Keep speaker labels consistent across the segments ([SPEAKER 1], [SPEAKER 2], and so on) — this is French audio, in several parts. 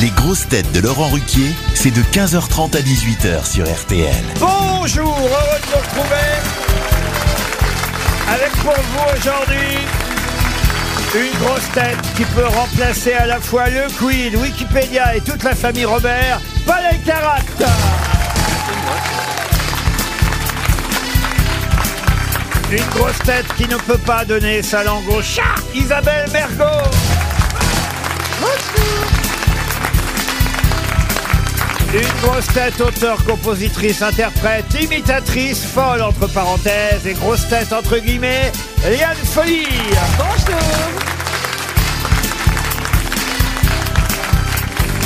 [SPEAKER 1] Les grosses têtes de Laurent Ruquier, c'est de 15h30 à 18h sur RTL.
[SPEAKER 2] Bonjour, heureux de vous retrouver avec pour vous aujourd'hui une grosse tête qui peut remplacer à la fois le Queen, Wikipédia et toute la famille Robert, Paul Elkarat. Une grosse tête qui ne peut pas donner sa langue au chat, Isabelle Mergot. Une grosse tête, auteur, compositrice, interprète, imitatrice, folle entre parenthèses et grosse tête entre guillemets, Liane Folie. Bonjour.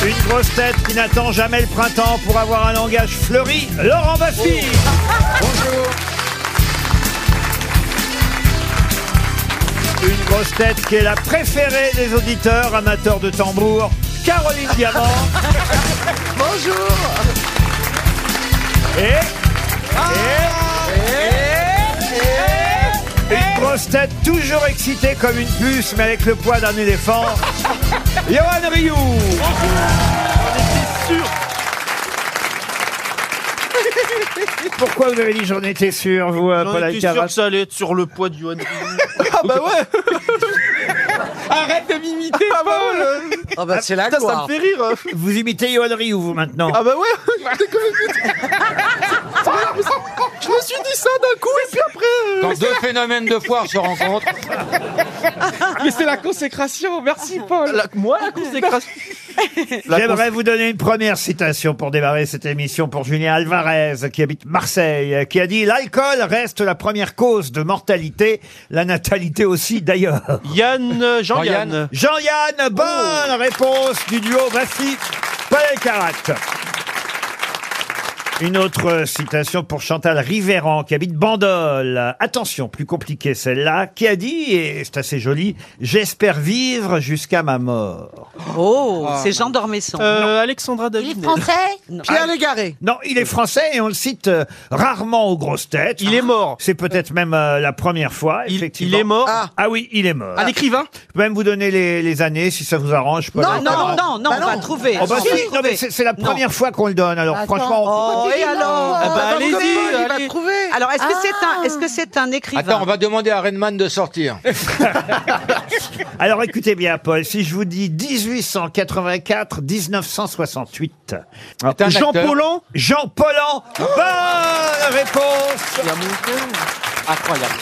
[SPEAKER 2] Une grosse tête qui n'attend jamais le printemps pour avoir un langage fleuri, Laurent Baffy. Bonjour. Une grosse tête qui est la préférée des auditeurs amateurs de tambour, Caroline Diamant. Bonjour. Et, Eh, et- et- une grosse tête toujours excitée comme une puce, mais avec le poids d'un éléphant. Johan Rioux. Euh, Pourquoi vous avez dit j'en étais sûr, vous, euh, Paul
[SPEAKER 3] J'en étais sûr
[SPEAKER 2] Alcaraz
[SPEAKER 3] que ça allait être sur le poids du One
[SPEAKER 2] Ah bah ouais
[SPEAKER 3] Arrête de m'imiter, Paul
[SPEAKER 2] Ah bah c'est la
[SPEAKER 3] Putain,
[SPEAKER 2] gloire.
[SPEAKER 3] Ça me fait rire
[SPEAKER 2] Vous imitez Johan Rioux, vous, maintenant Ah
[SPEAKER 3] bah ouais j'étais comme une pute. Je me suis dit ça d'un coup et puis après... euh,
[SPEAKER 4] Quand deux phénomènes de foire se rencontrent,
[SPEAKER 3] Mais c'est la consécration, merci Paul Moi la consécration
[SPEAKER 2] J'aimerais vous donner une première citation pour démarrer cette émission pour Julien Alvarez, qui habite Marseille, euh, qui a dit L'alcool reste la première cause de mortalité, la natalité aussi d'ailleurs.
[SPEAKER 3] Yann, euh, Jean-Yann. Oh.
[SPEAKER 2] Jean-Yann, bonne réponse du duo Bassi Palais-Carac. Une autre euh, citation pour Chantal Rivéran, qui habite Bandol. Attention, plus compliquée celle-là, qui a dit, et c'est assez joli, J'espère vivre jusqu'à ma mort.
[SPEAKER 5] Oh, c'est Jean Dormesson.
[SPEAKER 3] Ah. Euh, Alexandra David. Ah Il est
[SPEAKER 5] français
[SPEAKER 3] Pierre Légaré.
[SPEAKER 2] Non, il est français et on le cite euh, rarement aux grosses têtes. Il est mort. C'est peut-être même euh, la première fois, effectivement.
[SPEAKER 3] il est mort
[SPEAKER 2] Ah, oui, il est mort.
[SPEAKER 3] Un écrivain
[SPEAKER 2] Je peux même vous donner les, les années si ça vous arrange. Paul
[SPEAKER 5] Non, non,
[SPEAKER 2] Alcaraz.
[SPEAKER 5] non, non, Bah on va non. trouver.
[SPEAKER 2] Oh, Ah, bah
[SPEAKER 5] On
[SPEAKER 2] si,
[SPEAKER 5] va
[SPEAKER 2] non, mais c'est c'est la première fois qu'on le donne, alors franchement...
[SPEAKER 5] Oh, et alors
[SPEAKER 3] Ah bah allez-y,
[SPEAKER 5] Il va
[SPEAKER 3] allez.
[SPEAKER 5] trouver. Alors, est-ce que c'est un, est-ce que c'est un écrivain
[SPEAKER 4] attends, on va demander à Redman de sortir.
[SPEAKER 2] Alors écoutez bien, Paul, si je vous dis 1884-1968. Alors,
[SPEAKER 4] un
[SPEAKER 2] Jean
[SPEAKER 4] acteur. Oh
[SPEAKER 2] Pollan Jean Pollan Bonne réponse
[SPEAKER 4] Incroyable.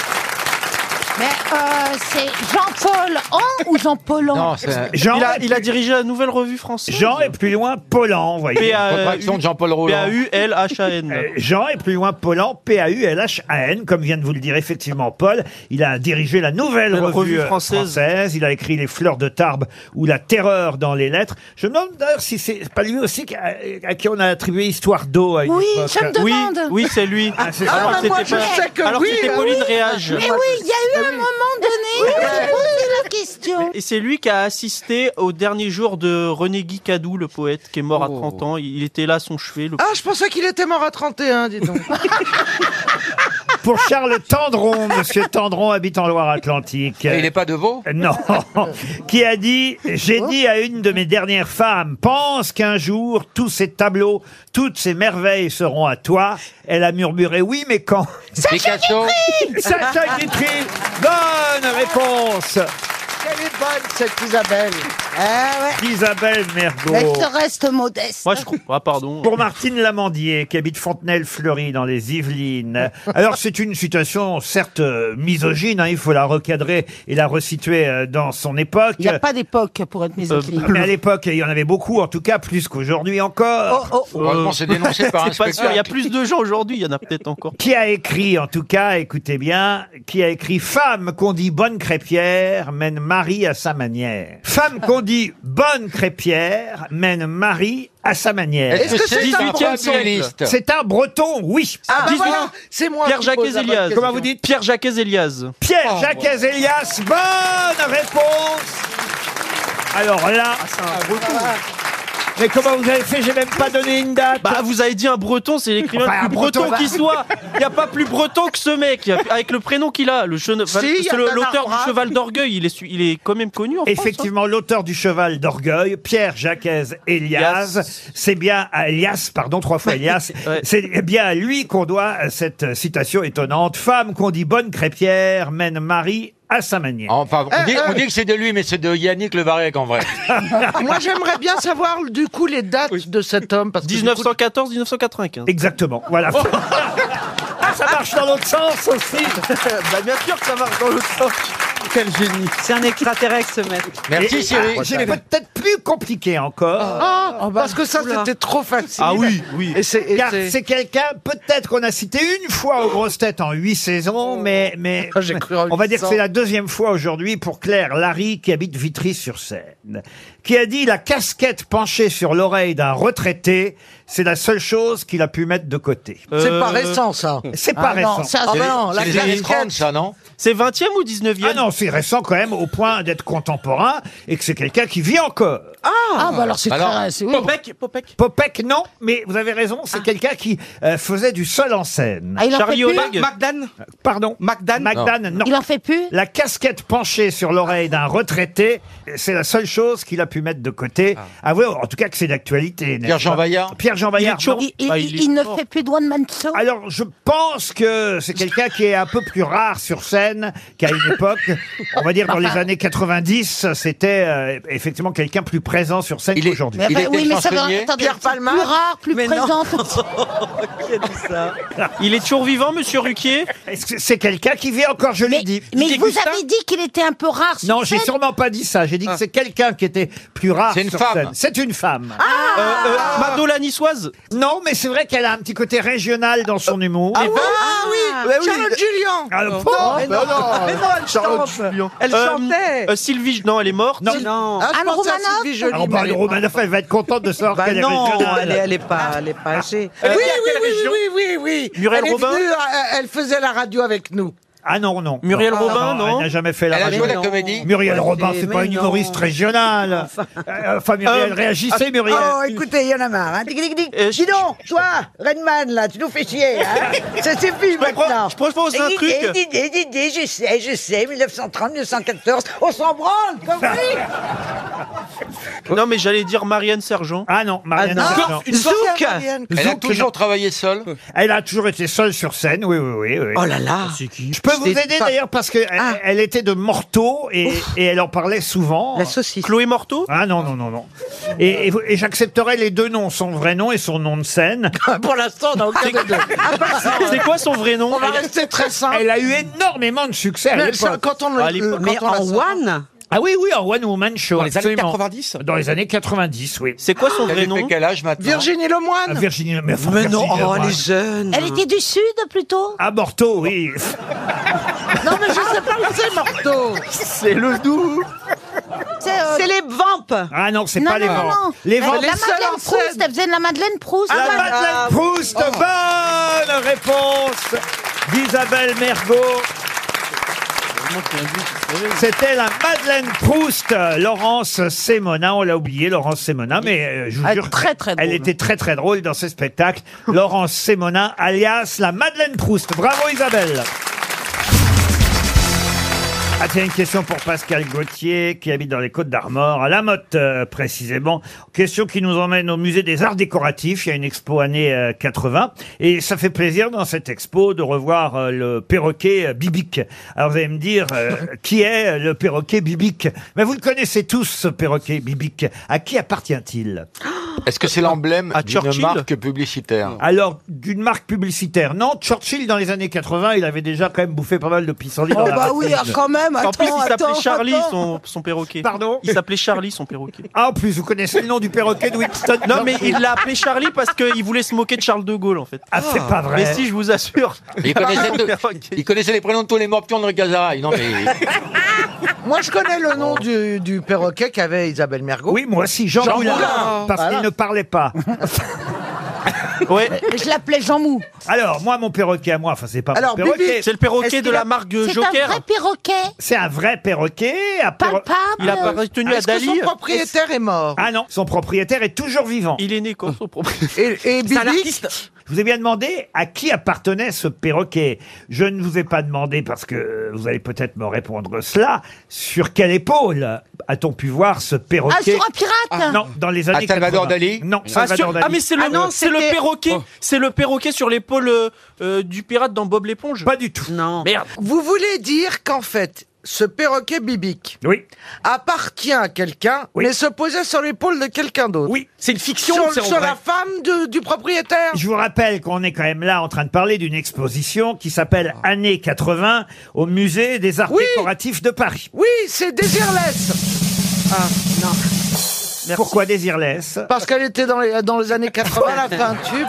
[SPEAKER 6] Mais euh, c'est Jean-Paul An ou Jean-Paul An
[SPEAKER 4] Non, c'est
[SPEAKER 2] Jean,
[SPEAKER 3] il, a, il a dirigé la nouvelle revue française.
[SPEAKER 2] Jean est plus loin, Pollan, vous voyez.
[SPEAKER 3] PA,
[SPEAKER 4] contraction de Jean-Paul Roland.
[SPEAKER 2] Euh,
[SPEAKER 3] B-A-U-L-H-A-N.
[SPEAKER 2] Jean est plus loin Paulan, P-A-U-L-H-A-N, comme vient de vous le dire effectivement Paul. Il a dirigé la nouvelle
[SPEAKER 3] Nouvelle
[SPEAKER 2] revue,
[SPEAKER 3] revue
[SPEAKER 2] euh, française.
[SPEAKER 3] française.
[SPEAKER 2] Il a écrit Les fleurs de Tarbes ou La terreur dans les lettres. Je me demande d'ailleurs si c'est pas lui aussi qui a- euh, à qui on a attribué Histoire d'eau. à une
[SPEAKER 6] Oui,
[SPEAKER 2] époque.
[SPEAKER 6] je me demande.
[SPEAKER 3] Oui, oui, c'est lui.
[SPEAKER 2] Ah, c'est ça.
[SPEAKER 3] Alors
[SPEAKER 2] Ah,
[SPEAKER 3] que
[SPEAKER 2] bah,
[SPEAKER 3] c'était pas- alors que
[SPEAKER 2] hein.
[SPEAKER 3] c'était Pauline Réage.
[SPEAKER 6] Ah, Mais oui, il y a eu un moment donné où j'ai posé la question.
[SPEAKER 3] Et c'est lui qui a assisté au dernier jour de René Guy Cadou, le poète, qui est mort à
[SPEAKER 4] Oh.
[SPEAKER 3] 30 ans. Il était là à son chevet. Le...
[SPEAKER 7] Ah, je pensais qu'il était mort à 31, dis donc.
[SPEAKER 2] Pour Charles Tendron, Monsieur Tendron habite en Loire-Atlantique.
[SPEAKER 4] Et il n'est pas de veau
[SPEAKER 2] Non, qui a dit J'ai dit à une de mes dernières femmes, pense qu'un jour tous ces tableaux, toutes ces merveilles seront à toi. Elle a murmuré Oui, mais quand
[SPEAKER 4] Picasso
[SPEAKER 2] Sacha Guitry, bonne réponse
[SPEAKER 7] Quelle est bonne, cette Isabelle.
[SPEAKER 6] Ah ouais,
[SPEAKER 2] Isabelle Mergot.
[SPEAKER 6] elle se reste modeste.
[SPEAKER 3] Moi, je crois. Ah, pardon.
[SPEAKER 2] Pour Martine Lamandier, qui habite Fontenelle-Fleury dans les Yvelines. Alors, c'est une citation, certes, euh, misogyne, hein, il faut la recadrer et la resituer euh, dans son époque. Euh,
[SPEAKER 8] Il n'y a pas d'époque pour être misogyne.
[SPEAKER 2] Mais à l'époque, il y en avait beaucoup, en tout cas, plus qu'aujourd'hui encore.
[SPEAKER 7] Oh,
[SPEAKER 8] Oh,
[SPEAKER 4] Heureusement, c'est dénoncé par un
[SPEAKER 3] C'est pas sûr. Il y a
[SPEAKER 4] spectacle.
[SPEAKER 3] plus de gens aujourd'hui. Il y en a peut-être encore.
[SPEAKER 2] Qui a écrit, en tout cas, écoutez bien, qui a écrit Femme qu'on dit bonne crêpière mène Marie à sa manière. Femme qu'on dit bonne crêpière mène Marie à sa manière.
[SPEAKER 4] Est-ce que
[SPEAKER 7] Est-ce que
[SPEAKER 4] c'est
[SPEAKER 7] c'est
[SPEAKER 4] 18
[SPEAKER 7] un
[SPEAKER 4] e
[SPEAKER 7] breton
[SPEAKER 4] signaliste
[SPEAKER 2] C'est un breton, oui.
[SPEAKER 7] Ah, bah
[SPEAKER 3] 18.
[SPEAKER 7] voilà, c'est moi.
[SPEAKER 3] Pierre
[SPEAKER 7] qui
[SPEAKER 3] Jacques
[SPEAKER 7] pose la bonne
[SPEAKER 3] Elias.
[SPEAKER 7] question. Ah,
[SPEAKER 3] Comment vous dites Pierre Jacques Elias.
[SPEAKER 4] Ah,
[SPEAKER 2] Pierre Jacques Elias,
[SPEAKER 7] Ah,
[SPEAKER 2] bonne réponse. Alors là, Ah, Mais comment vous avez fait J'ai même pas donné une date.
[SPEAKER 3] Bah, vous avez dit un breton, c'est l'écrivain
[SPEAKER 7] Enfin,
[SPEAKER 3] le
[SPEAKER 7] un
[SPEAKER 3] plus breton,
[SPEAKER 7] breton,
[SPEAKER 3] qui
[SPEAKER 7] bah.
[SPEAKER 3] soit. Il n'y a pas plus breton que ce mec, y a- avec le prénom qu'il a. Le chene-
[SPEAKER 7] Si, y a
[SPEAKER 3] c'est le-
[SPEAKER 7] Bernard
[SPEAKER 3] l'auteur du
[SPEAKER 7] Braque.
[SPEAKER 3] Cheval d'Orgueil. Il est, su- il est quand même connu en France. hein.
[SPEAKER 2] Effectivement, l'auteur du Cheval d'Orgueil, Pierre Jacques Elias,
[SPEAKER 3] Elias.
[SPEAKER 2] c'est bien à Elias, pardon, trois fois Elias,
[SPEAKER 3] Ouais.
[SPEAKER 2] c'est bien à lui qu'on doit euh, cette citation étonnante. Femme qu'on dit bonne crêpière mène Marie à sa manière.
[SPEAKER 4] Enfin, on
[SPEAKER 7] Eh,
[SPEAKER 4] dit,
[SPEAKER 7] eh.
[SPEAKER 4] on dit que c'est de lui, mais c'est de Yannick Le Varec en vrai.
[SPEAKER 7] Moi, j'aimerais bien savoir du coup les dates de cet homme. Parce que, du coup,
[SPEAKER 3] 1914, 1995.
[SPEAKER 2] Exactement, voilà.
[SPEAKER 3] Oh,
[SPEAKER 2] Ah, ça marche dans l'autre sens aussi.
[SPEAKER 3] bien sûr que ça marche dans l'autre sens.
[SPEAKER 9] Quel génie.
[SPEAKER 5] C'est un extraterrestre, ce mec.
[SPEAKER 4] Merci
[SPEAKER 2] Et-
[SPEAKER 4] Cyril.
[SPEAKER 2] ah, J'ai peut-être plus compliqué encore.
[SPEAKER 7] Ah,
[SPEAKER 2] bah,
[SPEAKER 7] parce que ça, c'était trop facile.
[SPEAKER 3] Ah oui, oui.
[SPEAKER 7] Et c'est. et
[SPEAKER 2] Car
[SPEAKER 7] c'est-
[SPEAKER 2] c'est quelqu'un, peut-être qu'on a cité une fois aux grosses têtes en huit saisons, mais, mais
[SPEAKER 7] Ah, j'ai cru en
[SPEAKER 2] on va dire que
[SPEAKER 7] 800.
[SPEAKER 2] c'est la deuxième fois aujourd'hui pour Claire Larry, qui habite Vitry-sur-Seine, qui a dit la casquette penchée sur l'oreille d'un retraité, c'est la seule chose qu'il a pu mettre de côté.
[SPEAKER 7] C'est
[SPEAKER 3] Euh,
[SPEAKER 7] pas récent, ça.
[SPEAKER 2] C'est pas récent.
[SPEAKER 7] Non, ça, ah, bah non, la
[SPEAKER 4] C'est les années
[SPEAKER 7] casquette.
[SPEAKER 4] 30, ça, non
[SPEAKER 3] C'est 20e ou 19e
[SPEAKER 2] Ah non, c'est récent quand même au point d'être contemporain et que c'est quelqu'un qui vit encore.
[SPEAKER 9] Ah, bah alors c'est
[SPEAKER 4] Alors-
[SPEAKER 9] très. c'est- oui.
[SPEAKER 3] Popek, Popek.
[SPEAKER 2] Popek, non, mais vous avez raison, c'est quelqu'un qui euh, faisait du seul en scène.
[SPEAKER 6] Ah, il en
[SPEAKER 3] Charlie
[SPEAKER 6] fait plus
[SPEAKER 3] Oleg.
[SPEAKER 10] Magdan
[SPEAKER 2] Pardon
[SPEAKER 10] Magdan
[SPEAKER 2] Magdan, non.
[SPEAKER 6] Il en fait plus
[SPEAKER 2] La casquette penchée sur l'oreille d'un retraité, c'est la seule chose qu'il a pu mettre de côté. Avouez, en tout cas, que c'est d'actualité. n'est-ce
[SPEAKER 4] Pierre-Jean
[SPEAKER 2] pas
[SPEAKER 4] Vaillard
[SPEAKER 2] Bah, Pierre-Jean Vaillard. non.
[SPEAKER 6] Il, il-
[SPEAKER 3] Bah, il
[SPEAKER 6] il
[SPEAKER 3] est
[SPEAKER 6] ne
[SPEAKER 3] mort.
[SPEAKER 6] fait plus de One Man Show
[SPEAKER 2] Alors, je pense que c'est quelqu'un qui est un peu plus rare sur scène qu'à une époque. On va dire dans les années 90, c'était euh, effectivement quelqu'un plus présent sur scène
[SPEAKER 4] Il est-
[SPEAKER 2] qu'aujourd'hui.
[SPEAKER 4] Mais- Il
[SPEAKER 6] Bah
[SPEAKER 4] était
[SPEAKER 6] Oui, mais ça veut
[SPEAKER 4] chansonnier.
[SPEAKER 6] attendez,
[SPEAKER 7] Pierre
[SPEAKER 6] c'est
[SPEAKER 7] Palmade.
[SPEAKER 6] Plus rare, plus
[SPEAKER 5] Mais non.
[SPEAKER 6] présent.
[SPEAKER 5] Qui a dit ça
[SPEAKER 3] Il est toujours vivant, monsieur Ruquier
[SPEAKER 2] Est-ce que C'est quelqu'un qui vit encore, je l'ai
[SPEAKER 6] Mais,
[SPEAKER 2] dit.
[SPEAKER 6] mais
[SPEAKER 3] Didier
[SPEAKER 6] vous
[SPEAKER 3] Gustin
[SPEAKER 6] avez dit qu'il était un peu rare. sur
[SPEAKER 2] Non, j'ai
[SPEAKER 6] scène.
[SPEAKER 2] sûrement pas dit ça. J'ai dit que c'est quelqu'un qui était plus rare.
[SPEAKER 4] C'est une
[SPEAKER 2] sur
[SPEAKER 4] femme.
[SPEAKER 2] scène. C'est une femme.
[SPEAKER 6] Ah.
[SPEAKER 3] euh, euh, Mado la niçoise
[SPEAKER 2] Non, mais c'est vrai qu'elle a un petit côté régional dans son humour.
[SPEAKER 3] Et ben,
[SPEAKER 7] Ah oui,
[SPEAKER 3] Ouais, oui.
[SPEAKER 7] Charlotte Julien.
[SPEAKER 2] Alors, bon,
[SPEAKER 9] Ah, bah non,
[SPEAKER 10] Mais non, elle
[SPEAKER 9] Charlotte
[SPEAKER 10] chante
[SPEAKER 9] Julien.
[SPEAKER 10] Elle
[SPEAKER 3] euh,
[SPEAKER 10] chantait
[SPEAKER 3] euh, Sylvie, non, elle est morte.
[SPEAKER 2] Non.
[SPEAKER 5] Non.
[SPEAKER 7] Ah, je
[SPEAKER 6] Anne
[SPEAKER 7] pensais à
[SPEAKER 6] Romanoff
[SPEAKER 7] Sylvie Joly,
[SPEAKER 2] Alors,
[SPEAKER 7] mais
[SPEAKER 2] bah,
[SPEAKER 7] elle est
[SPEAKER 2] Romanoff, elle va être contente de savoir
[SPEAKER 5] Bah
[SPEAKER 2] qu'elle est
[SPEAKER 5] non,
[SPEAKER 2] régionale.
[SPEAKER 5] elle est, elle est
[SPEAKER 2] Ah.
[SPEAKER 5] pas, elle est pas
[SPEAKER 7] Oui,
[SPEAKER 5] âgée.
[SPEAKER 3] Euh,
[SPEAKER 7] Ah oui,
[SPEAKER 3] quelle
[SPEAKER 7] oui,
[SPEAKER 3] région
[SPEAKER 7] oui, oui, oui, oui.
[SPEAKER 3] Muriel
[SPEAKER 7] elle est
[SPEAKER 3] Robin
[SPEAKER 7] venue, euh, elle faisait la radio avec nous.
[SPEAKER 2] Ah non, non.
[SPEAKER 3] Muriel Robin, non.
[SPEAKER 2] Elle n'a jamais fait la
[SPEAKER 4] Elle a
[SPEAKER 2] radio.
[SPEAKER 4] joué la
[SPEAKER 5] non.
[SPEAKER 4] comédie
[SPEAKER 2] Muriel Robin, c'est
[SPEAKER 5] mais
[SPEAKER 2] pas une humoriste régionale. Euh, Enfin, Muriel,
[SPEAKER 7] Ah.
[SPEAKER 3] Euh,
[SPEAKER 2] réagissez, Muriel.
[SPEAKER 10] Oh, écoutez, il y en a marre. hein. Tic, tic, tic.
[SPEAKER 3] Euh,
[SPEAKER 10] Dis donc, toi, Redman, là, tu nous fais chier. Hein Ça suffit
[SPEAKER 3] Je propose-
[SPEAKER 10] maintenant.
[SPEAKER 3] je propose un
[SPEAKER 10] Et
[SPEAKER 3] truc.
[SPEAKER 10] et dis- et dis- dis- je sais, je sais, 1930, 1914, on s'en branle, compris
[SPEAKER 3] Non, mais j'allais dire Marianne Sergent.
[SPEAKER 2] Ah non, Marianne
[SPEAKER 5] Ah,
[SPEAKER 2] Sergent.
[SPEAKER 5] Une Zouk
[SPEAKER 4] Elle a toujours travaillé seule.
[SPEAKER 2] Elle a toujours été seule sur scène, oui, oui, oui. oui.
[SPEAKER 5] Oh là là
[SPEAKER 2] Je peux vous aider d'ailleurs parce que elle-
[SPEAKER 5] Ah.
[SPEAKER 2] elle était de Morteau et, et elle en parlait souvent.
[SPEAKER 5] La saucisse.
[SPEAKER 3] Chloé Morteau
[SPEAKER 2] Ah non, non, non, non. Et, et- et j'accepterai les deux noms, son vrai nom et son nom de scène.
[SPEAKER 7] Ah,
[SPEAKER 2] Ah, bah,
[SPEAKER 7] Pour l'instant, on n'a aucun des deux.
[SPEAKER 3] C'est quoi son vrai nom
[SPEAKER 7] On va rester très simple.
[SPEAKER 2] Elle a eu énormément de succès à
[SPEAKER 7] Mais ça,
[SPEAKER 2] l'époque.
[SPEAKER 7] quand on le-
[SPEAKER 3] Ah, À l'époque.
[SPEAKER 7] quand
[SPEAKER 5] Mais
[SPEAKER 7] on la
[SPEAKER 5] en
[SPEAKER 7] sort-
[SPEAKER 5] one
[SPEAKER 2] Ah oui, oui, en One Woman Show.
[SPEAKER 10] Dans les années
[SPEAKER 2] absolument.
[SPEAKER 10] 90
[SPEAKER 2] Dans les années 90, oui.
[SPEAKER 3] C'est quoi son
[SPEAKER 4] Elle
[SPEAKER 3] vrai
[SPEAKER 4] a fait
[SPEAKER 3] nom
[SPEAKER 4] quel âge maintenant
[SPEAKER 7] Virginie
[SPEAKER 2] Ah,
[SPEAKER 7] Lemoine.
[SPEAKER 2] Virginie, mais, enfin,
[SPEAKER 5] Mais non,
[SPEAKER 2] Virginie
[SPEAKER 5] oh,
[SPEAKER 2] Lemoine.
[SPEAKER 5] les jeunes
[SPEAKER 6] Elle était du sud plutôt
[SPEAKER 2] À Morteau, oui.
[SPEAKER 7] Non, mais je sais pas où c'est, Morteau.
[SPEAKER 3] C'est le doux
[SPEAKER 5] C'est les vampes
[SPEAKER 2] Ah non, c'est
[SPEAKER 6] Non,
[SPEAKER 2] pas les
[SPEAKER 6] euh, non, non,
[SPEAKER 2] vents.
[SPEAKER 6] non.
[SPEAKER 2] Les
[SPEAKER 6] Elle-
[SPEAKER 2] vents.
[SPEAKER 6] La
[SPEAKER 7] les seuls en
[SPEAKER 6] Madeleine Proust,
[SPEAKER 7] scène.
[SPEAKER 6] elle faisait de la Madeleine Proust.
[SPEAKER 2] La Ah, Madeleine Proust,
[SPEAKER 9] Oh.
[SPEAKER 2] bonne réponse d'Isabelle Mergot. C'était la Madeleine Proust, euh, Laurence Sémona. On l'a oublié, Laurence Sémona, mais euh, je vous
[SPEAKER 9] Elle
[SPEAKER 2] jure,
[SPEAKER 9] Ah, très, très
[SPEAKER 2] elle
[SPEAKER 9] drôle.
[SPEAKER 2] était très très drôle dans ce spectacle. Laurence Sémona, alias la Madeleine Proust. Bravo Isabelle. Ah tiens, une question pour Pascal Gauthier, qui habite dans les Côtes d'Armor, à La Motte euh, précisément. Question qui nous emmène au musée des arts décoratifs. Il y a une expo année euh, 80. Et ça fait plaisir dans cette expo de revoir euh, le perroquet euh, Bibic. Alors vous allez me dire, euh, qui est euh, le perroquet Bibic Mais vous le connaissez tous, ce perroquet Bibic. À qui appartient-il
[SPEAKER 4] Est-ce que c'est l'emblème
[SPEAKER 3] À
[SPEAKER 4] d'une
[SPEAKER 3] Churchill
[SPEAKER 4] marque publicitaire
[SPEAKER 2] Alors, d'une marque publicitaire. Non, Churchill, dans les années 80, il avait déjà quand même bouffé pas mal de pissenlits dans
[SPEAKER 9] Oh
[SPEAKER 2] la
[SPEAKER 9] bah oui, ah,
[SPEAKER 2] racine.
[SPEAKER 9] quand même.
[SPEAKER 3] En
[SPEAKER 9] attends,
[SPEAKER 3] plus, il s'appelait
[SPEAKER 9] attends,
[SPEAKER 3] Charlie,
[SPEAKER 9] attends.
[SPEAKER 3] son, son perroquet.
[SPEAKER 2] Pardon
[SPEAKER 3] Il s'appelait Charlie, son perroquet.
[SPEAKER 2] Ah, en plus, vous connaissez le nom du perroquet de Winston
[SPEAKER 3] Non, mais il l'a appelé Charlie parce qu'il voulait se moquer de Charles de Gaulle, en fait.
[SPEAKER 2] Ah, c'est pas vrai.
[SPEAKER 3] Mais si, je vous assure.
[SPEAKER 4] il connaissait, tout- il connaissait les prénoms de tous les morpions de Cazarail. Non, mais
[SPEAKER 7] Moi, je connais le nom du, du perroquet qu'avait Isabelle Mergot.
[SPEAKER 2] Oui, moi aussi, Jean,
[SPEAKER 7] Jean
[SPEAKER 2] Moulin.
[SPEAKER 7] Moulin.
[SPEAKER 2] Parce
[SPEAKER 7] Voilà.
[SPEAKER 2] qu'il ne parlait pas.
[SPEAKER 6] Je l'appelais Jean Mou.
[SPEAKER 2] Alors, moi, mon perroquet à moi, enfin, c'est pas
[SPEAKER 6] Alors,
[SPEAKER 2] mon perroquet.
[SPEAKER 6] Bibi, C'est le perroquet est-ce de qu'il la a- marque c'est un Joker. vrai perroquet
[SPEAKER 2] C'est un vrai perroquet. un perro-
[SPEAKER 6] Palpable. Il a appartenu à
[SPEAKER 7] Est-ce que son
[SPEAKER 6] Dali
[SPEAKER 7] propriétaire est mort
[SPEAKER 2] Ah non, son propriétaire est toujours vivant.
[SPEAKER 3] Il est né quand son propriétaire
[SPEAKER 7] Et, et Bibi
[SPEAKER 2] Je vous ai bien demandé à qui appartenait ce perroquet. Je ne vous ai pas demandé, parce que vous allez peut-être me répondre cela, sur quelle épaule a-t-on pu voir ce perroquet
[SPEAKER 6] Ah, sur un pirate
[SPEAKER 2] Non, dans les années
[SPEAKER 4] À Salvador
[SPEAKER 2] 80.
[SPEAKER 4] Dali
[SPEAKER 2] Non,
[SPEAKER 3] Ah,
[SPEAKER 2] Salvador
[SPEAKER 3] sur-
[SPEAKER 2] Dali.
[SPEAKER 3] ah, mais c'est le,
[SPEAKER 7] Ah non,
[SPEAKER 3] c'est le
[SPEAKER 7] c'était-
[SPEAKER 3] perroquet,
[SPEAKER 4] Oh.
[SPEAKER 3] c'est le perroquet sur l'épaule euh, euh, du pirate dans Bob l'éponge.
[SPEAKER 2] Pas du tout.
[SPEAKER 5] Non.
[SPEAKER 3] Merde.
[SPEAKER 7] Vous voulez dire qu'en fait, ce perroquet bibique
[SPEAKER 2] Oui,
[SPEAKER 7] appartient à quelqu'un,
[SPEAKER 2] Oui.
[SPEAKER 7] mais se posait sur l'épaule de quelqu'un d'autre
[SPEAKER 2] oui.
[SPEAKER 11] C'est une fiction,
[SPEAKER 7] Sur,
[SPEAKER 11] c'est en
[SPEAKER 7] sur
[SPEAKER 11] vrai.
[SPEAKER 7] la femme de- du propriétaire
[SPEAKER 2] Je vous rappelle qu'on est quand même là en train de parler d'une exposition qui s'appelle Années 80 au musée des arts
[SPEAKER 7] Oui.
[SPEAKER 2] décoratifs de Paris.
[SPEAKER 7] Oui, c'est Ah, Désirless
[SPEAKER 2] Pourquoi Désirless
[SPEAKER 7] Parce qu'elle était dans les, dans les années 80, la fin de tube.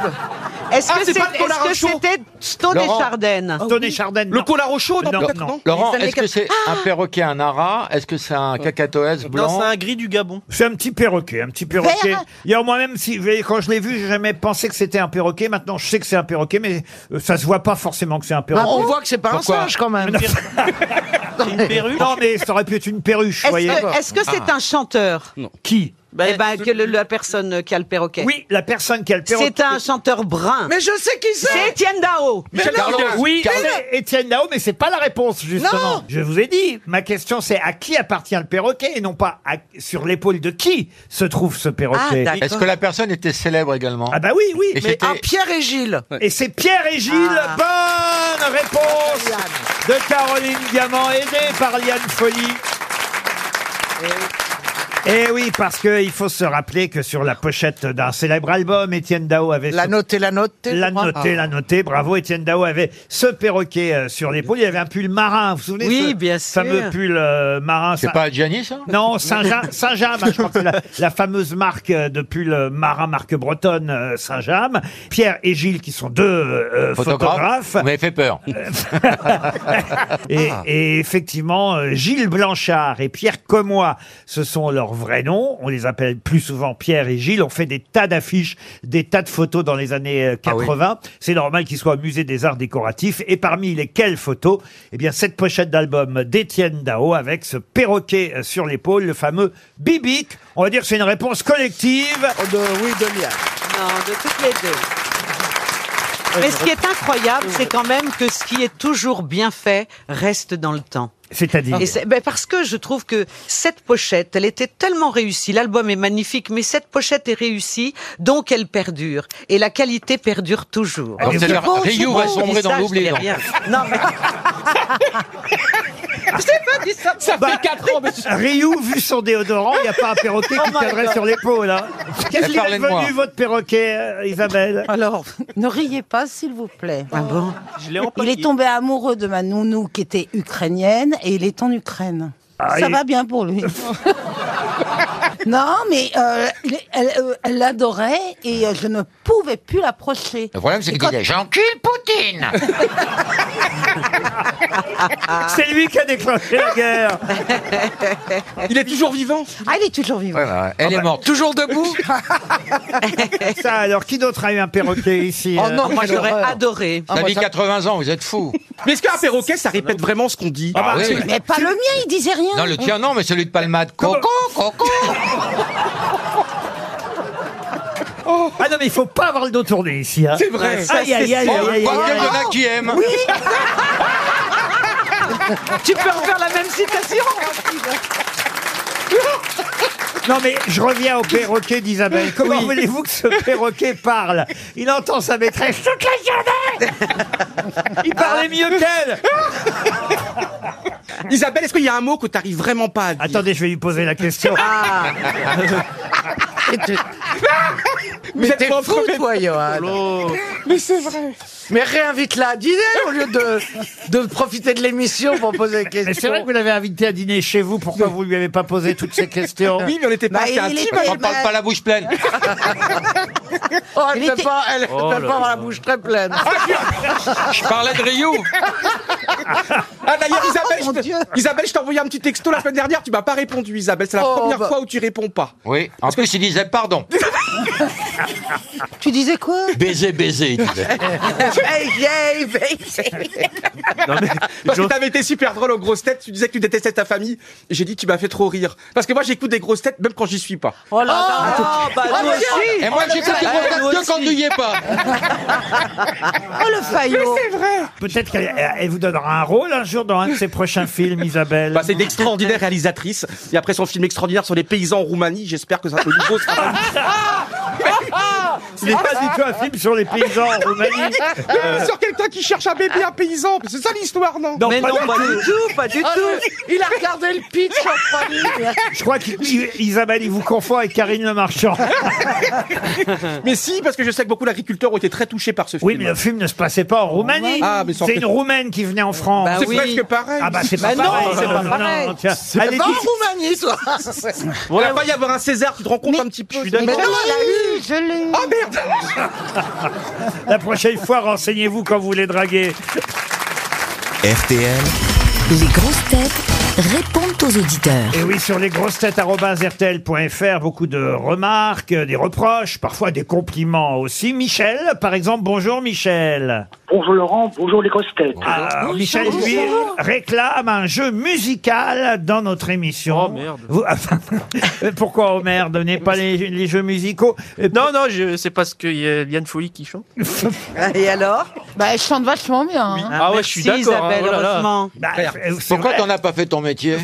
[SPEAKER 5] Est-ce
[SPEAKER 11] Ah,
[SPEAKER 5] que
[SPEAKER 11] c'est
[SPEAKER 5] c'est-
[SPEAKER 11] pas le Colin
[SPEAKER 5] est-ce que
[SPEAKER 11] Rochon
[SPEAKER 5] c'était Stone et
[SPEAKER 4] Laurent.
[SPEAKER 5] Chardenne
[SPEAKER 2] Tony Chardin,
[SPEAKER 11] Le
[SPEAKER 2] non.
[SPEAKER 11] cola rochaud, non,
[SPEAKER 2] Non,
[SPEAKER 11] peut-être,
[SPEAKER 2] non.
[SPEAKER 11] non,
[SPEAKER 4] Laurent,
[SPEAKER 5] Les années
[SPEAKER 4] est-ce que c'est un perroquet, un ara Est-ce que c'est un cacatoès
[SPEAKER 3] Non,
[SPEAKER 4] blanc
[SPEAKER 3] c'est un gris du Gabon.
[SPEAKER 2] C'est un petit perroquet, un petit perroquet.
[SPEAKER 6] Vert.
[SPEAKER 2] Hier, moi-même, si, vous voyez, quand je l'ai vu, j'ai jamais pensé que c'était un perroquet. Maintenant, je sais que c'est un perroquet, mais euh, ça se voit pas forcément que c'est un
[SPEAKER 7] Bah, on
[SPEAKER 2] perroquet.
[SPEAKER 7] voit que c'est pas
[SPEAKER 4] Pourquoi
[SPEAKER 7] un singe quand même.
[SPEAKER 3] C'est une perruque.
[SPEAKER 2] non, mais ça aurait pu être une perruche, vous
[SPEAKER 5] Est-ce
[SPEAKER 2] voyez.
[SPEAKER 5] que est-ce que c'est
[SPEAKER 2] Ah.
[SPEAKER 5] un chanteur
[SPEAKER 2] Qui
[SPEAKER 3] Bah,
[SPEAKER 5] Eh ben, que le- la personne qui a le perroquet.
[SPEAKER 2] Oui, la personne qui a le perroquet.
[SPEAKER 5] C'est un chanteur brun.
[SPEAKER 7] Mais je sais qui
[SPEAKER 5] C'est
[SPEAKER 7] c'est
[SPEAKER 5] Étienne Dao.
[SPEAKER 4] Carlos,
[SPEAKER 11] Oui,
[SPEAKER 4] Carlos.
[SPEAKER 2] C'est Étienne Dao, mais c'est pas la réponse, justement.
[SPEAKER 7] Non.
[SPEAKER 2] Je vous ai dit, ma question c'est à qui appartient le perroquet et non pas à- sur l'épaule de qui se trouve ce perroquet.
[SPEAKER 5] Ah, d'accord.
[SPEAKER 4] Est-ce que la personne était célèbre également
[SPEAKER 2] Ah bah oui, oui.
[SPEAKER 4] Et
[SPEAKER 2] mais-
[SPEAKER 4] c'était-
[SPEAKER 7] Ah, Pierre et Gilles
[SPEAKER 2] Et c'est Pierre et Gilles.
[SPEAKER 5] Ah.
[SPEAKER 2] Bonne réponse de Caroline Diamant, aidée par Liane Folly. Et Eh oui, parce que il faut se rappeler que sur la pochette d'un célèbre album, Étienne Dao avait
[SPEAKER 7] La
[SPEAKER 2] ce-
[SPEAKER 7] note et la note.
[SPEAKER 2] la noté, la noté, bravo. Étienne Dao avait ce perroquet euh, sur l'épaule. Il avait un pull marin, vous vous souvenez
[SPEAKER 5] Oui,
[SPEAKER 2] ce
[SPEAKER 5] bien sûr.
[SPEAKER 2] Fameux pull euh, marin.
[SPEAKER 4] C'est
[SPEAKER 2] ça-
[SPEAKER 4] pas Gianni, ça
[SPEAKER 2] non, Saint-Jean, Saint-Jean, je crois que c'est la, la fameuse marque euh, de pull euh, marin, marque bretonne euh, Saint-Jean. Pierre et Gilles, qui sont deux euh, photographes.
[SPEAKER 4] Vous m'avez fait peur.
[SPEAKER 2] Et,
[SPEAKER 4] Ah.
[SPEAKER 2] et effectivement, euh, Gilles Blanchard et Pierre Comoy, ce sont leurs vrais noms. On les appelle plus souvent Pierre et Gilles. On fait des tas d'affiches, des tas de photos dans les années euh,
[SPEAKER 4] Ah oui.
[SPEAKER 2] 80. C'est normal qu'ils soient au musée des arts décoratifs. Et parmi lesquelles photos, eh bien, cette pochette d'album d'Étienne Dao avec ce perroquet euh, sur l'épaule, le fameux Bibic. On va dire que c'est une réponse collective.
[SPEAKER 7] oui, de
[SPEAKER 5] Non, de toutes les deux. Mais ce qui est incroyable, c'est quand même que ce qui est toujours bien fait reste dans le temps.
[SPEAKER 2] C'est-à-dire.
[SPEAKER 5] Et c'est- ben, parce que je trouve que cette pochette, elle était tellement réussie. L'album est magnifique, mais cette pochette est réussie, donc elle perdure. Et la qualité perdure toujours.
[SPEAKER 4] Alors,
[SPEAKER 2] Et
[SPEAKER 4] c'est-à-dire,
[SPEAKER 5] Bon, c'est
[SPEAKER 4] Ryu
[SPEAKER 5] bon,
[SPEAKER 4] va
[SPEAKER 5] on
[SPEAKER 4] sombrer
[SPEAKER 5] dit
[SPEAKER 4] dans
[SPEAKER 5] ça, je
[SPEAKER 4] l'oubli.
[SPEAKER 5] dis
[SPEAKER 4] non
[SPEAKER 5] rien. Non, mais... Je pas dit ça.
[SPEAKER 11] ça
[SPEAKER 2] Bah,
[SPEAKER 11] fait 4 ans, mais c'est-
[SPEAKER 2] Ryu, vu son déodorant, il n'y a pas un perroquet qui tiendrait sur l'épaule. Hein. Qu'est-ce qu'il est
[SPEAKER 4] Parlez de moi.
[SPEAKER 2] devenu, votre perroquet, euh, Isabelle
[SPEAKER 8] Alors, ne riez pas, s'il vous plaît.
[SPEAKER 5] Ah bon
[SPEAKER 3] Je l'ai
[SPEAKER 8] Il
[SPEAKER 3] empaillé.
[SPEAKER 8] est tombé amoureux de ma nounou qui était ukrainienne et il est en Ukraine.
[SPEAKER 2] Ah,
[SPEAKER 8] Ça
[SPEAKER 2] il-
[SPEAKER 8] va bien pour lui. non, mais euh, il est- elle euh, elle l'adorait et euh, je ne pouvais plus l'approcher.
[SPEAKER 4] Le problème, c'est
[SPEAKER 8] Et
[SPEAKER 4] qu'il
[SPEAKER 8] quand-
[SPEAKER 4] disait J'encule Poutine
[SPEAKER 2] C'est
[SPEAKER 8] Ah.
[SPEAKER 2] lui qui a déclenché la guerre.
[SPEAKER 11] il est toujours vivant.
[SPEAKER 8] Ah, il est toujours vivant.
[SPEAKER 4] Ouais, bah, Elle est morte.
[SPEAKER 7] Toujours debout
[SPEAKER 2] Ça, alors, qui d'autre a eu un perroquet ici
[SPEAKER 7] Oh
[SPEAKER 2] euh
[SPEAKER 7] non,
[SPEAKER 5] Moi,
[SPEAKER 7] quelle
[SPEAKER 5] j'aurais
[SPEAKER 7] horreur.
[SPEAKER 5] adoré.
[SPEAKER 4] T'as dit 80 ans, vous êtes fou.
[SPEAKER 11] Mais est-ce qu'un perroquet, ça répète vraiment ce qu'on dit
[SPEAKER 4] Ah oui.
[SPEAKER 8] Mais pas le mien, il disait rien.
[SPEAKER 4] Non, le tien, non, mais celui de Palmade. Coco, coco
[SPEAKER 2] Ah non, mais il faut pas avoir le dos tourné ici. Hein.
[SPEAKER 11] C'est vrai.
[SPEAKER 5] Ouais, ça,
[SPEAKER 2] Aïe, aïe, aïe,
[SPEAKER 4] Bon,
[SPEAKER 2] aïe, aïe,
[SPEAKER 4] quoique, Oh,
[SPEAKER 2] aïe.
[SPEAKER 4] il y en a qui aiment.
[SPEAKER 5] Tu peux refaire la même citation
[SPEAKER 3] Ah
[SPEAKER 2] Non, mais je reviens au perroquet d'Isabelle. Comment voulez-vous que ce perroquet parle Il entend sa maîtresse toute la journée Il parlait mieux qu'elle
[SPEAKER 11] Isabelle, est-ce qu'il y a un mot que t'arrives vraiment pas à dire
[SPEAKER 2] Attendez, je vais lui poser la question.
[SPEAKER 11] mais
[SPEAKER 7] T'es fou, toi, Johan
[SPEAKER 11] Mais c'est vrai.
[SPEAKER 7] Mais réinvite-la à dîner au lieu de, de profiter de l'émission pour poser des
[SPEAKER 2] Mais c'est vrai
[SPEAKER 7] questions.
[SPEAKER 2] que vous l'avez invité à dîner chez vous, pourquoi vous lui avez pas posé toutes ces questions
[SPEAKER 11] Oui, mais on était pas
[SPEAKER 8] Bah,
[SPEAKER 11] assez
[SPEAKER 8] il
[SPEAKER 11] intimes.
[SPEAKER 8] était-
[SPEAKER 4] On parle pas la bouche pleine.
[SPEAKER 7] Oh, elle
[SPEAKER 8] Il
[SPEAKER 7] peut
[SPEAKER 8] était-
[SPEAKER 7] pas, elle
[SPEAKER 3] Oh
[SPEAKER 7] peut pas
[SPEAKER 3] là
[SPEAKER 7] avoir
[SPEAKER 3] là.
[SPEAKER 7] la bouche très pleine.
[SPEAKER 4] Je parlais de Rio.
[SPEAKER 11] Ah d'ailleurs, Isabelle,
[SPEAKER 8] mon
[SPEAKER 11] je t'ai-
[SPEAKER 8] Dieu.
[SPEAKER 11] Isabelle, je t'ai envoyé un petit texto la semaine dernière, tu m'as pas répondu, Isabelle. C'est la
[SPEAKER 7] Oh,
[SPEAKER 11] première
[SPEAKER 7] bah.
[SPEAKER 11] fois où tu réponds pas.
[SPEAKER 4] Oui, en plus, il disait pardon.
[SPEAKER 6] Tu disais quoi
[SPEAKER 4] Baiser, baiser, il disait.
[SPEAKER 6] Veillez, veillez.
[SPEAKER 11] Parce que t'avais été super drôle aux grosses têtes, tu disais que tu détestais ta famille. Et J'ai dit, tu m'as fait trop rire. Parce que moi, j'écoute des grosses têtes même quand j'y suis pas.
[SPEAKER 8] Oh là là. Ah, bah, nous aussi.
[SPEAKER 11] Et moi,
[SPEAKER 8] Oh,
[SPEAKER 4] Ah,
[SPEAKER 11] j'écoute des
[SPEAKER 8] le
[SPEAKER 4] bah,
[SPEAKER 11] grosses
[SPEAKER 8] faillot.
[SPEAKER 11] têtes que quand tu y es pas.
[SPEAKER 6] Oh le faillot.
[SPEAKER 11] Ah, c'est vrai.
[SPEAKER 2] Peut-être qu'elle elle vous donnera un rôle un jour dans un de ses prochains films, Isabelle.
[SPEAKER 11] Bah, c'est une extraordinaire réalisatrice. Et après son film extraordinaire sur les paysans en Roumanie, j'espère que ça le nouveau sera pas-
[SPEAKER 2] Ce n'est pas du tout un film sur les paysans en Roumanie.
[SPEAKER 11] Euh, Mais Sur quelqu'un qui cherche un bébé, un paysan. C'est ça l'histoire, non
[SPEAKER 2] Non, pas du tout.
[SPEAKER 5] tout, pas du
[SPEAKER 7] Ah, Il a regardé le pitch en trois lignes.
[SPEAKER 2] Je crois qu'Isabelle, il vous confond avec Karine Le Marchand.
[SPEAKER 11] Mais si, parce que je sais que beaucoup d'agriculteurs ont été très touchés par ce film.
[SPEAKER 2] Oui, mais le film ne se passait pas en Roumanie.
[SPEAKER 11] Ah, mais sans
[SPEAKER 2] c'est
[SPEAKER 11] fait-
[SPEAKER 2] une Roumaine qui venait en France.
[SPEAKER 11] c'est
[SPEAKER 5] oui.
[SPEAKER 11] presque pareil.
[SPEAKER 2] Ah bah c'est pas
[SPEAKER 5] Bah non,
[SPEAKER 2] pareil.
[SPEAKER 5] c'est pas
[SPEAKER 2] Non,
[SPEAKER 5] pareil.
[SPEAKER 2] non, tiens. Allez,
[SPEAKER 8] Pas en
[SPEAKER 2] dis-
[SPEAKER 8] Roumanie, toi.
[SPEAKER 11] Il va pas y avoir un César, tu te rends compte un petit peu.
[SPEAKER 3] suis d'accord.
[SPEAKER 11] Mais non,
[SPEAKER 6] Je l'ai eu, je l'ai eu.
[SPEAKER 11] Ah merde
[SPEAKER 2] la prochaine fois, renseignez-vous quand vous voulez draguer.
[SPEAKER 12] RTL,
[SPEAKER 1] Les grosses têtes répondent aux auditeurs.
[SPEAKER 2] Et oui, sur lesgrossetêtes.rtl.fr, beaucoup de remarques, euh, des reproches, parfois des compliments aussi. Michel, par exemple, bonjour Michel.
[SPEAKER 13] Bonjour Laurent, bonjour les grosses têtes.
[SPEAKER 2] Alors, Ah, Michel, lui, réclame un jeu musical dans notre émission.
[SPEAKER 3] Oh, merde.
[SPEAKER 2] Vous- ah, Pourquoi, oh merde, n'est pas les, les jeux musicaux Euh,
[SPEAKER 3] Non, non, je- c'est parce qu'il y a Liane Folly qui chante.
[SPEAKER 5] Et alors
[SPEAKER 14] Bah, je chante vachement bien. hein.
[SPEAKER 3] Ah ouais, je suis
[SPEAKER 5] Merci,
[SPEAKER 3] d'accord, hein,
[SPEAKER 5] Isabelle,
[SPEAKER 3] oh là là.
[SPEAKER 5] heureusement.
[SPEAKER 2] bah, euh, c'est
[SPEAKER 4] Pourquoi
[SPEAKER 2] vrai.
[SPEAKER 4] t'en as pas fait ton métier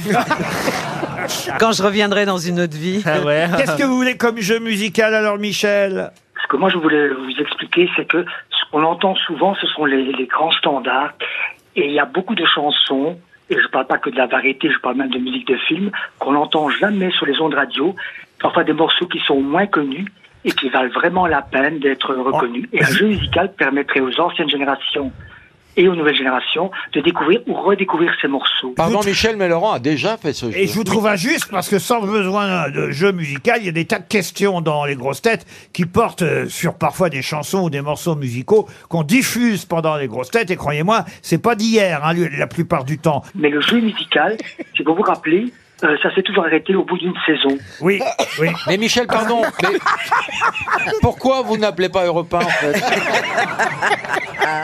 [SPEAKER 5] Quand je reviendrai dans une autre vie.
[SPEAKER 3] Ah ouais.
[SPEAKER 2] Qu'est-ce que vous voulez comme jeu musical alors, Michel
[SPEAKER 13] Ce que moi je voulais vous expliquer, c'est que ce qu'on entend souvent, ce sont les, les grands standards. Et il y a beaucoup de chansons, et je ne parle pas que de la variété, je parle même de musique de film, qu'on n'entend jamais sur les ondes radio. Parfois des morceaux qui sont moins connus et qui valent vraiment la peine d'être reconnus. Et un jeu musical permettrait aux anciennes générations et aux nouvelles générations de découvrir ou redécouvrir ces morceaux.
[SPEAKER 4] Pardon, Michel, mais Laurent a déjà fait ce jeu.
[SPEAKER 2] Et je vous trouve injuste parce que sans besoin de jeu musical, il y a des tas de questions dans les grosses têtes qui portent euh, sur parfois des chansons ou des morceaux musicaux qu'on diffuse pendant les grosses têtes. Et croyez-moi, c'est pas d'hier, hein, la plupart du temps.
[SPEAKER 13] Mais le jeu musical, si vous vous rappelez, euh, ça s'est toujours arrêté au bout d'une saison.
[SPEAKER 2] Oui, oui.
[SPEAKER 4] Mais Michel, pardon, mais pourquoi vous n'appelez pas Europe 1, en fait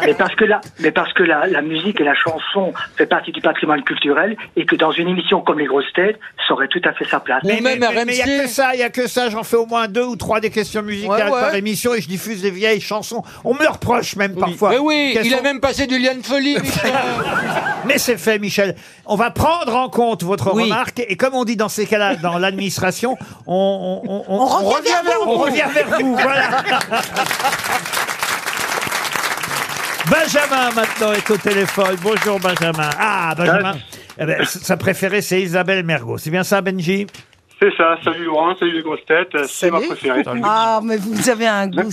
[SPEAKER 13] Mais parce que la, mais parce que la, la musique et la chanson fait partie du patrimoine culturel et que dans une émission comme les grosses têtes, ça aurait tout à fait sa place.
[SPEAKER 4] Ou même
[SPEAKER 2] mais il y a que
[SPEAKER 4] RMC
[SPEAKER 2] ça, il y a que ça. J'en fais au moins deux ou trois des questions musicales
[SPEAKER 7] Ouais, ouais.
[SPEAKER 2] par émission et je diffuse des vieilles chansons. On me le reproche même parfois.
[SPEAKER 4] Mais oui,
[SPEAKER 2] qu'elles
[SPEAKER 4] il
[SPEAKER 2] sont-
[SPEAKER 4] a même passé du Liane Folie, Michel
[SPEAKER 2] Mais c'est fait, Michel. On va prendre en compte votre
[SPEAKER 5] Oui.
[SPEAKER 2] remarque. Et comme on dit dans ces cas-là, dans l'administration, on, on, on, on
[SPEAKER 6] revient vers vous.
[SPEAKER 2] On revient vers vous, voilà. Benjamin, maintenant, est au téléphone. Bonjour, Benjamin. Ah, Benjamin. Eh ben, s- sa préférée, c'est Isabelle Mergot. C'est bien ça, Benji
[SPEAKER 15] C'est ça, salut Laurent, salut les grosses têtes, euh, c'est ma préférée.
[SPEAKER 6] Ah, mais vous avez un goût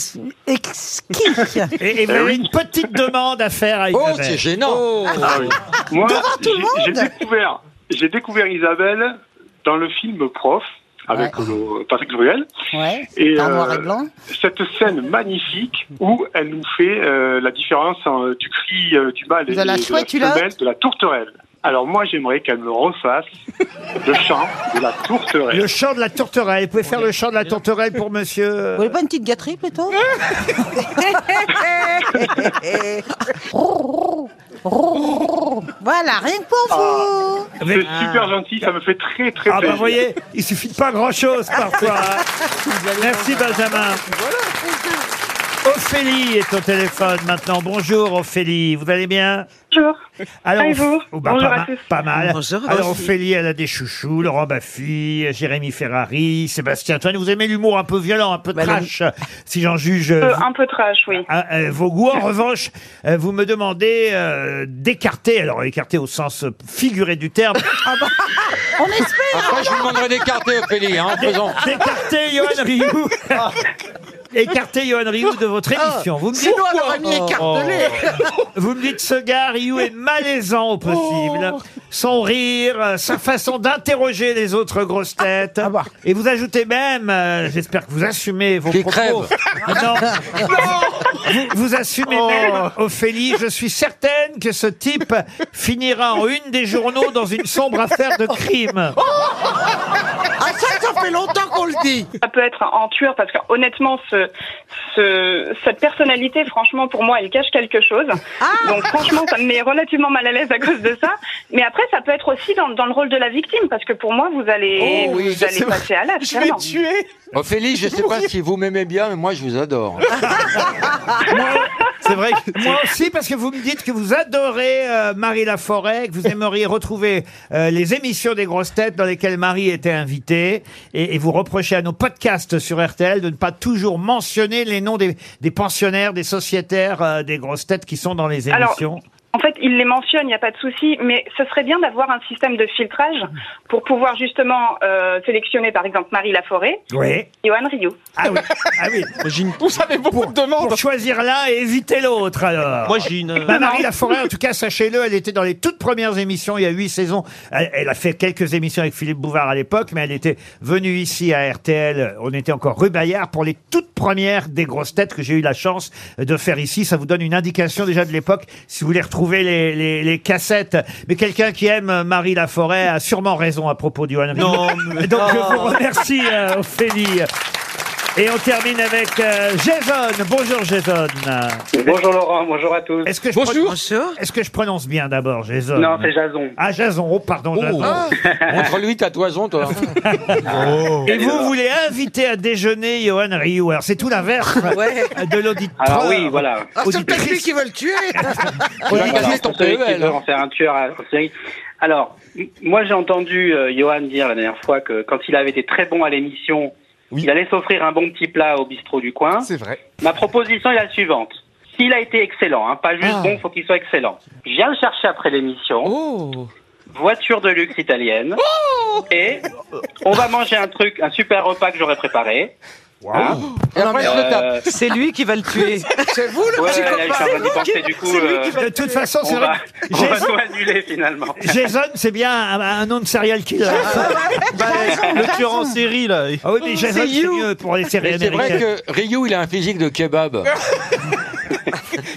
[SPEAKER 6] exquis.
[SPEAKER 2] Et, et vous avez une petite demande à faire à
[SPEAKER 4] Oh,
[SPEAKER 2] Isabelle. Oh.
[SPEAKER 4] c'est gênant
[SPEAKER 15] Ah oui. Moi,
[SPEAKER 6] Devant tout le
[SPEAKER 15] j'ai-
[SPEAKER 6] monde.
[SPEAKER 15] j'ai découvert, j'ai découvert Isabelle dans le film Prof avec le- Patrick Bruel.
[SPEAKER 6] Ouais.
[SPEAKER 15] Et
[SPEAKER 6] En noir
[SPEAKER 15] euh,
[SPEAKER 6] et blanc.
[SPEAKER 15] cette scène magnifique où elle nous fait euh, la différence hein, du cri euh, du mâle et
[SPEAKER 14] De la chouette, tu l'as
[SPEAKER 15] femelle, de la tourterelle. Alors moi, j'aimerais qu'elle me refasse le chant de la tourterelle.
[SPEAKER 2] Le chant de la tourterelle. Vous pouvez faire le chant de la tourterelle pour monsieur. euh,
[SPEAKER 6] Vous voulez pas une petite gâterie plutôt Voilà, rien que pour vous.
[SPEAKER 15] C'est super gentil, ça me fait très très
[SPEAKER 2] Ah bah
[SPEAKER 15] plaisir.
[SPEAKER 2] voyez, il suffit de pas grand chose parfois. hein. Merci Benjamin. Ophélie est au téléphone maintenant. Bonjour Ophélie, vous allez bien
[SPEAKER 16] Bonjour.
[SPEAKER 2] Alors,
[SPEAKER 16] Allez, vous
[SPEAKER 2] oh, bah,
[SPEAKER 16] Bonjour
[SPEAKER 2] pas,
[SPEAKER 16] à
[SPEAKER 2] ma-
[SPEAKER 16] tous.
[SPEAKER 2] pas mal.
[SPEAKER 5] Bonjour,
[SPEAKER 2] Alors
[SPEAKER 5] Ophélie.
[SPEAKER 2] Ophélie, elle a des chouchous, Laurent Baffy, Jérémy Ferrari, Sébastien Toine. Vous aimez l'humour un peu violent, un peu
[SPEAKER 5] Bah,
[SPEAKER 2] trash, si j'en juge euh,
[SPEAKER 16] Euh, un peu trash, oui.
[SPEAKER 2] ah, euh, vos goûts. En revanche, euh, vous me demandez euh, d'écarter, alors écarter au sens figuré du terme,
[SPEAKER 6] On espère.
[SPEAKER 4] Après, je vous demanderai d'écarter Ophélie, hein, en faisant.
[SPEAKER 2] d'écarter Ah, Johan Rioux. Écarter Johan Rioux de votre
[SPEAKER 4] Ah.
[SPEAKER 2] émission. Vous me dites, Oh.
[SPEAKER 7] Sinon, elle aurait mis écartelé.
[SPEAKER 2] vous me dites ce gars, Rioux est malaisant au
[SPEAKER 4] Oh.
[SPEAKER 2] possible. Son rire, euh, sa façon d'interroger les autres grosses têtes.
[SPEAKER 4] Ah,
[SPEAKER 2] Et vous ajoutez même, euh, j'espère que vous assumez vos
[SPEAKER 4] bah. Qu'il
[SPEAKER 2] propos. Ah,
[SPEAKER 4] crève. Oh.
[SPEAKER 2] Non. vous, vous assumez même, Ophélie, je suis certaine que ce type finira en une des journaux dans une sombre affaire de crime.
[SPEAKER 7] Ah ça, ça fait longtemps qu'on le dit.
[SPEAKER 16] Ça peut être en tueur parce que honnêtement, ce, ce- cette personnalité, franchement, pour moi, elle cache quelque chose.
[SPEAKER 4] Ah.
[SPEAKER 16] Donc franchement, ça me met relativement mal à l'aise à cause de ça. Mais après, ça peut être aussi dans, dans le rôle de la victime parce que pour moi, vous allez,
[SPEAKER 4] Oh oui,
[SPEAKER 16] vous
[SPEAKER 4] je
[SPEAKER 16] allez
[SPEAKER 4] sais.
[SPEAKER 16] passer à l'âge.
[SPEAKER 4] Je vais tuer. Ophélie, je sais pas si vous m'aimez bien, mais moi je vous adore.
[SPEAKER 2] C'est vrai. Moi aussi, parce que vous me dites que vous adorez euh, Marie Laforêt, que vous aimeriez retrouver euh, les émissions des grosses têtes dans lesquelles Marie était invitée, et, et vous reprochez à nos podcasts sur RTL de ne pas toujours mentionner les noms des, des pensionnaires, des sociétaires, euh, des grosses têtes qui sont dans les
[SPEAKER 16] Alors,
[SPEAKER 2] émissions.
[SPEAKER 16] en fait, il les mentionne, il n'y a pas de souci, mais ce serait bien d'avoir un système de filtrage pour pouvoir justement euh, sélectionner, par exemple, Marie Laforêt,
[SPEAKER 2] Oui.
[SPEAKER 16] Johan Rioux.
[SPEAKER 2] Ah oui, ah oui. Vous avez beaucoup de demandes. Pour choisir l'un et éviter l'autre, alors.
[SPEAKER 3] Moi, j'ai une-
[SPEAKER 2] Bah, Marie Laforêt, en tout cas, sachez-le, elle était dans les toutes premières émissions, il y a huit saisons. Elle, elle a fait quelques émissions avec Philippe Bouvard à l'époque, mais elle était venue ici à RTL. On était encore rue Bayard pour les toutes premières des grosses têtes que j'ai eu la chance de faire ici. Ça vous donne une indication déjà de l'époque, si vous voulez retrouver les, les- les cassettes. Mais quelqu'un qui aime Marie Laforêt a sûrement raison à propos du One
[SPEAKER 3] Non, mais-
[SPEAKER 2] Donc, je
[SPEAKER 3] Oh.
[SPEAKER 2] vous remercie, euh, Ophélie. Et on termine avec euh, Jason. Bonjour Jason.
[SPEAKER 17] Bonjour Laurent, bonjour à tous.
[SPEAKER 2] Est-ce que je Bonjour. Est-ce que je prononce bien d'abord Jason
[SPEAKER 17] Non, c'est Jason.
[SPEAKER 2] Ah Jason, oh pardon Jason.
[SPEAKER 4] Entre lui, t'as toison, toi. hein.
[SPEAKER 2] Oh. Et
[SPEAKER 17] Oh.
[SPEAKER 2] vous voulez inviter à déjeuner Johan Rioux. Alors c'est tout l'inverse de l'auditeur.
[SPEAKER 17] Alors oui, voilà.
[SPEAKER 7] Ah, c'est peut-être lui qui veut le tuer.
[SPEAKER 17] Voilà, voilà, pour ceux qui veulent en faire un tueur à- en série. Alors, m- moi j'ai entendu euh, Johan dire la dernière fois que quand il avait été très bon à l'émission, il allait s'offrir un bon petit plat au bistrot du coin. C'est vrai. Ma proposition est la suivante. S'il a été excellent, hein, pas juste bon, faut qu'il soit excellent. Je viens le chercher après l'émission. Oh. Voiture de luxe italienne. et on va manger un truc, un super repas que j'aurais préparé. Hein.
[SPEAKER 5] Ah
[SPEAKER 17] Euh,
[SPEAKER 5] C'est lui qui va le tuer.
[SPEAKER 7] C'est vous le
[SPEAKER 17] Ouais, ouais,
[SPEAKER 7] petit
[SPEAKER 17] je suis en train d'y
[SPEAKER 7] copain.
[SPEAKER 17] penser, du coup, euh,
[SPEAKER 2] De toute façon,
[SPEAKER 17] on
[SPEAKER 2] c'est vrai
[SPEAKER 17] va-
[SPEAKER 2] que
[SPEAKER 17] On va
[SPEAKER 2] Jason-
[SPEAKER 17] tout annuler finalement.
[SPEAKER 2] Jason, c'est bien un, un nom de serial killer. Bah,
[SPEAKER 3] le tueur en série, là.
[SPEAKER 2] Ah oui,
[SPEAKER 6] Oh,
[SPEAKER 2] mais Jason,
[SPEAKER 4] C'est
[SPEAKER 2] c'est mieux pour les séries
[SPEAKER 4] Mais c'est vrai
[SPEAKER 2] américaines.
[SPEAKER 4] que Ryu, il a un physique de kebab.